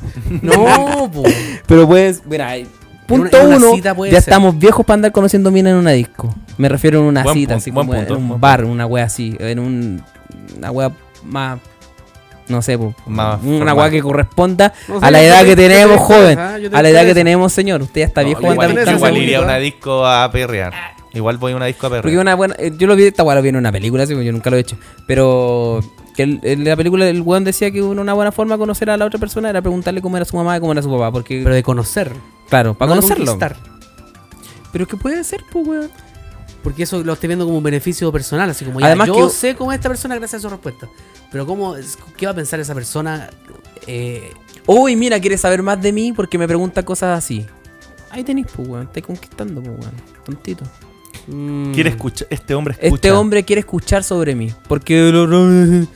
Speaker 1: No, pues.
Speaker 2: Pero pues, mira, ahí, punto
Speaker 1: en una
Speaker 2: uno,
Speaker 1: cita puede
Speaker 2: ya
Speaker 1: ser.
Speaker 2: estamos viejos para andar conociendo minas en una disco. Me refiero en una
Speaker 3: Buen
Speaker 2: cita,
Speaker 3: punto,
Speaker 2: así
Speaker 3: buen
Speaker 2: como en-
Speaker 3: punto,
Speaker 2: en
Speaker 3: buen
Speaker 2: un bar, una wea así, en un, una wea más, no sé, po,
Speaker 3: Más
Speaker 2: una
Speaker 3: formal.
Speaker 2: wea que corresponda
Speaker 1: No sé,
Speaker 2: a la
Speaker 1: yo
Speaker 2: edad
Speaker 1: te-
Speaker 2: que
Speaker 1: yo te
Speaker 2: tenemos,
Speaker 1: interesa,
Speaker 2: joven,
Speaker 1: ajá, yo te
Speaker 2: a la edad que
Speaker 1: interesa.
Speaker 2: tenemos, señor. Usted ya está viejo para
Speaker 3: No,
Speaker 2: andar
Speaker 3: igual,
Speaker 1: buscando
Speaker 3: igual
Speaker 1: ese
Speaker 3: iría a
Speaker 1: bonito,
Speaker 3: una disco a perrear. Igual voy a una disco a perrear.
Speaker 2: Porque una buena. eh, Yo lo vi, esta weá lo vi en una película, así que yo nunca lo he hecho. Pero. Que el- en la película el weón decía que una una buena forma de conocer a la otra persona era preguntarle cómo era su mamá y cómo era su papá. Porque.
Speaker 1: Pero de conocer.
Speaker 2: claro, para
Speaker 1: no de
Speaker 2: conocerlo.
Speaker 1: conquistar.
Speaker 2: Pero es que puede ser, pues, weón.
Speaker 1: Porque eso lo estoy viendo como un beneficio personal. Así como, ya,
Speaker 2: Además
Speaker 1: yo
Speaker 2: que-
Speaker 1: sé cómo es esta persona gracias a su respuesta. Pero cómo, es- ¿qué va a pensar esa persona? Eh,
Speaker 2: Uy, mira, quiere saber más de mí porque me pregunta cosas así. Ahí tenéis, pues, weón. Estáis conquistando, pues, weón. Tontito.
Speaker 1: mm,
Speaker 3: Quiere escuchar. Este hombre escucha.
Speaker 2: Este hombre quiere escuchar sobre mí. Porque. el otro-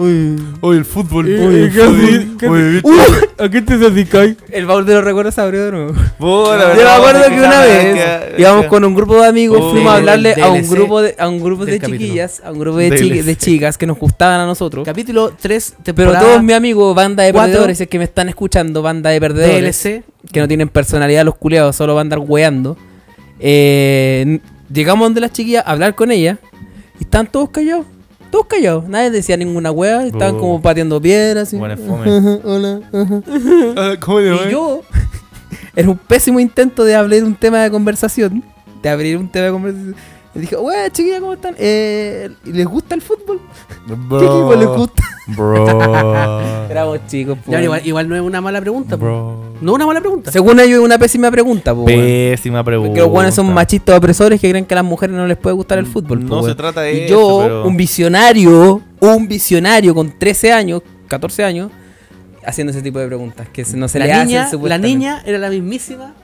Speaker 2: Uy.
Speaker 3: Oye, el fútbol.
Speaker 2: Eh,
Speaker 3: Oye,
Speaker 2: eh,
Speaker 3: el
Speaker 2: ¿qué haces?
Speaker 3: fútbol.
Speaker 2: ¿Qué
Speaker 3: Oye,
Speaker 2: haces?
Speaker 3: ¿viste?
Speaker 2: Uy, ¿A qué te dedicáis? El baúl de los recuerdos se abrió de nuevo.
Speaker 3: Puta, la
Speaker 2: Yo me
Speaker 3: verdad,
Speaker 2: acuerdo
Speaker 3: vamos a
Speaker 2: que
Speaker 3: dejar
Speaker 2: una
Speaker 3: acá,
Speaker 2: vez íbamos con un grupo de amigos,
Speaker 3: Oh.
Speaker 2: fuimos a hablarle a un
Speaker 1: DLC
Speaker 2: grupo de, a un grupo de
Speaker 1: del capítulo.
Speaker 2: chiquillas, a un grupo de, chi-
Speaker 3: DLC.
Speaker 2: de chicas que nos gustaban a nosotros.
Speaker 1: Capítulo 3,
Speaker 2: Pero
Speaker 1: temporada
Speaker 2: todos mis amigos, banda de
Speaker 1: cuatro.
Speaker 2: perdedores, es que me están escuchando, banda de perdedores,
Speaker 1: DLC.
Speaker 2: que no tienen personalidad los culeados, solo van a andar weando. Eh, llegamos donde las chiquillas a hablar con ellas y estaban todos callados. Todos callados, nadie decía ninguna wea, estaban
Speaker 3: Oh.
Speaker 2: como pateando piedras. así.
Speaker 3: Buena fome.
Speaker 2: Hola, ajá.
Speaker 3: Ah, ¿Cómo le va?
Speaker 2: Y yo era un pésimo intento de abrir un tema de conversación. De abrir un tema de conversación. Y dije, wey, chiquilla, ¿cómo están? Eh, ¿Les gusta el fútbol? ¿Qué equipo les gusta?
Speaker 3: Bro.
Speaker 2: Éramos chicos, po.
Speaker 1: Ya, igual, igual no es una mala pregunta. po.
Speaker 3: Bro.
Speaker 1: No es una mala pregunta.
Speaker 2: Según ellos, es una pésima pregunta, po, weón.
Speaker 3: Pésima pregunta.
Speaker 2: Porque los buenos son machistas opresores que creen que a las mujeres no les puede gustar el fútbol, po,
Speaker 3: No se
Speaker 2: weón.
Speaker 3: trata de
Speaker 2: Y
Speaker 3: eso,
Speaker 2: yo,
Speaker 3: pero-
Speaker 2: un visionario, un visionario con 13 años, 14 años, haciendo ese tipo de preguntas que se- no se le
Speaker 1: la, niña,
Speaker 2: hacen
Speaker 1: la
Speaker 2: supuestamente.
Speaker 1: niña era la mismisma.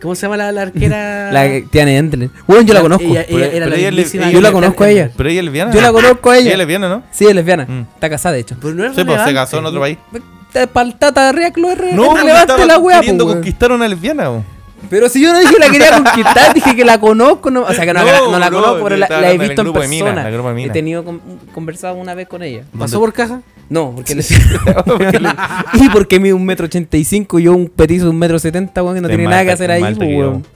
Speaker 1: ¿Cómo se llama la, la arquera?
Speaker 2: La que tiene Endler. Bueno, yo la conozco.
Speaker 1: Ella, ella
Speaker 3: Pero-
Speaker 1: era
Speaker 3: pero
Speaker 1: la
Speaker 3: ella le-
Speaker 1: mismísima
Speaker 3: ella-
Speaker 2: Yo la
Speaker 1: Ender-
Speaker 2: conozco a ella.
Speaker 3: Pero ella es lesbiana.
Speaker 2: Yo la conozco a
Speaker 3: Ella
Speaker 2: ella.
Speaker 3: es lesbiana, ¿no?
Speaker 2: Sí, es lesbiana.
Speaker 3: Mm.
Speaker 2: Está casada, de hecho.
Speaker 1: Pero no es
Speaker 3: Sí, pues se
Speaker 1: relevante.
Speaker 3: casó en otro país.
Speaker 2: Paltata Riaclo es
Speaker 3: No, porque
Speaker 2: relevante
Speaker 3: estaba
Speaker 2: la wea,
Speaker 3: queriendo
Speaker 2: po, weón.
Speaker 3: conquistar a una lesbiana. po.
Speaker 2: Pero si yo no dije que la quería conquistar, dije que la conozco. No, o sea, que no,
Speaker 3: No,
Speaker 2: la- no la
Speaker 3: bro,
Speaker 2: conozco, pero la,
Speaker 3: estaba
Speaker 2: la he
Speaker 3: hablando del
Speaker 2: visto en
Speaker 3: grupo de minas,
Speaker 2: persona.
Speaker 3: del grupo de
Speaker 2: he
Speaker 3: minas.
Speaker 2: tenido con- conversado una vez con ella.
Speaker 1: ¿Pasó por caja?
Speaker 2: No, porque le- y porque mide un metro ochenta y cinco y yo un petizo de un metro setenta, weón, que no
Speaker 3: Es
Speaker 2: tiene
Speaker 3: más
Speaker 2: nada que
Speaker 3: alta-
Speaker 2: hacer
Speaker 3: es
Speaker 2: ahí,
Speaker 3: más alta
Speaker 2: po,
Speaker 3: que yo.
Speaker 2: weón.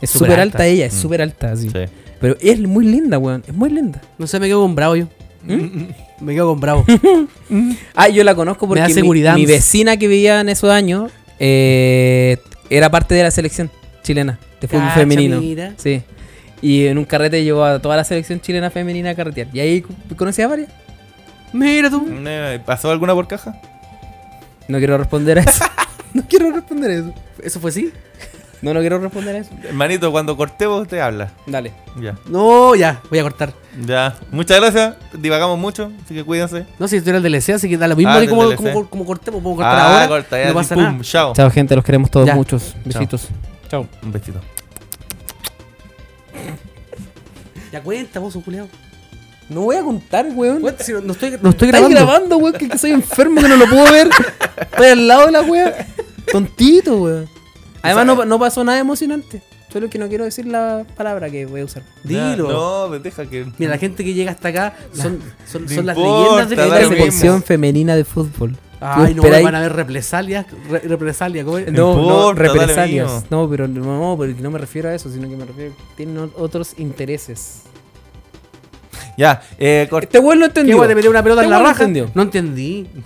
Speaker 2: Es
Speaker 1: Súper
Speaker 2: súper alta.
Speaker 1: alta.
Speaker 2: ella, es
Speaker 3: Mm.
Speaker 2: súper alta, así.
Speaker 3: Sí.
Speaker 2: Pero es muy linda, weón. Es muy linda.
Speaker 1: No sé, me quedo con bravo yo.
Speaker 2: ¿Mm?
Speaker 1: Me quedo con bravo.
Speaker 2: Ah, yo la conozco porque
Speaker 1: da
Speaker 2: mi-
Speaker 1: seguridad.
Speaker 2: Mi, vecina que vivía en esos años eh, era parte de la selección chilena de fútbol
Speaker 1: Cacha,
Speaker 2: femenino.
Speaker 1: mira.
Speaker 2: Sí. Y en un carrete llevó a toda la selección chilena femenina a carretear. Y ahí co- conocí a varias.
Speaker 1: Mira tú.
Speaker 3: Eh, ¿Pasó alguna por caja?
Speaker 2: No quiero responder a eso. no quiero responder a eso.
Speaker 1: ¿Eso fue así?
Speaker 2: No, no quiero responder a eso.
Speaker 3: Hermanito, cuando cortemos te habla.
Speaker 2: Dale.
Speaker 3: Ya.
Speaker 1: No, ya, voy a cortar.
Speaker 3: Ya. Muchas gracias. Divagamos mucho, así que cuídense.
Speaker 1: No, si esto era el DLC, así que da lo mismo
Speaker 3: Ah,
Speaker 1: que
Speaker 3: del
Speaker 1: como,
Speaker 3: DLC.
Speaker 1: como, como cortemos, podemos cortar ahora.
Speaker 3: Ah, corta, ya.
Speaker 1: no pasa
Speaker 3: pum,
Speaker 1: nada.
Speaker 3: Chao.
Speaker 2: Chao, gente. Los queremos todos
Speaker 1: Ya.
Speaker 2: muchos. Besitos. Chao.
Speaker 3: Un besito.
Speaker 1: Ya cuenta, vos, culiado.
Speaker 2: No voy a contar, weón.
Speaker 1: Cuenta, si no, no estoy, no estoy
Speaker 2: Estoy grabando,
Speaker 1: grabando.
Speaker 2: weón, que, que soy enfermo, que no lo puedo ver. Estoy al lado de la wea. Tontito, weón. Además, no, no pasó nada emocionante. Solo que no quiero decir la palabra que voy a usar.
Speaker 1: Dilo.
Speaker 3: Ya, No, me deja que.
Speaker 1: Mira, la gente que llega hasta acá son, son,
Speaker 3: No
Speaker 1: son las
Speaker 3: importa,
Speaker 1: leyendas
Speaker 3: da
Speaker 1: del
Speaker 3: lo
Speaker 2: La
Speaker 3: Claro, mismo.
Speaker 1: DLC.
Speaker 2: selección femenina de fútbol.
Speaker 1: Ay, no,
Speaker 2: Tú esperáis-
Speaker 1: van a ver represalias. Re, represalias, ¿cómo es?
Speaker 2: No, no,
Speaker 3: importa, dale mío.
Speaker 2: represalias. No, pero no, porque no me refiero a eso, sino que me refiero tienen o- otros intereses.
Speaker 3: Ya, eh, corta.
Speaker 2: Este weón no
Speaker 1: ¿Qué
Speaker 2: entendió.
Speaker 1: weón, te metió una pelota
Speaker 2: Este
Speaker 1: en la
Speaker 2: weón no
Speaker 1: raja?
Speaker 2: entendió.
Speaker 1: No entendí.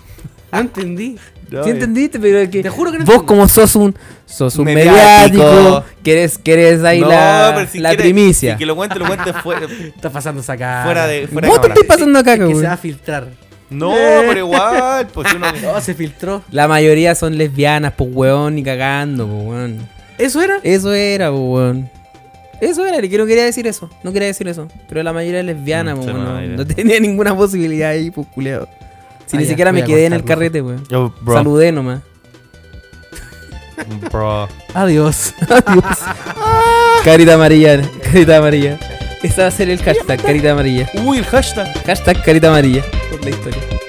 Speaker 1: No Eh, entendí.
Speaker 3: Ya,
Speaker 2: Sí
Speaker 3: ya.
Speaker 2: entendiste, pero que
Speaker 1: Te juro que no
Speaker 2: vos
Speaker 1: entendí.
Speaker 2: como sos un sos un
Speaker 3: Mediático.
Speaker 2: mediático, querés querés ahí
Speaker 3: No,
Speaker 2: la,
Speaker 3: pero si
Speaker 2: la
Speaker 3: quiere-
Speaker 2: primicia.
Speaker 3: si que lo cuente, lo cuente fue-
Speaker 1: Estás pasando esa cara.
Speaker 3: fuera de. Fuera de
Speaker 2: Vos te
Speaker 3: cámara.
Speaker 2: estás pasando acá,
Speaker 1: Es que se va a
Speaker 2: cabrón.
Speaker 1: filtrar.
Speaker 3: No, pero igual. Pues uno.
Speaker 1: No, se filtró.
Speaker 2: La mayoría son lesbianas, pues weón, ni cagando, pues weón.
Speaker 1: ¿Eso era?
Speaker 2: Eso era, pues weón. Eso era, que no quería decir eso. No quería decir eso. Pero la mayoría es lesbiana,
Speaker 3: Mm,
Speaker 2: pues
Speaker 3: se
Speaker 2: weón.
Speaker 3: me va a
Speaker 2: No,
Speaker 3: ir.
Speaker 2: no tenía ninguna posibilidad ahí, pues culiado. Si
Speaker 1: Ah,
Speaker 2: ni
Speaker 1: ya,
Speaker 2: siquiera
Speaker 1: voy
Speaker 2: me
Speaker 1: a
Speaker 2: quedé en el
Speaker 1: cortar,
Speaker 2: carrete, weón.
Speaker 3: Yo, bro.
Speaker 2: Saludé nomás.
Speaker 3: Bro.
Speaker 1: Adiós.
Speaker 2: Carita amarilla, carita amarilla. Ese va a ser el hashtag, carita amarilla.
Speaker 3: Uy, el hashtag.
Speaker 2: Hashtag carita amarilla. Por la historia.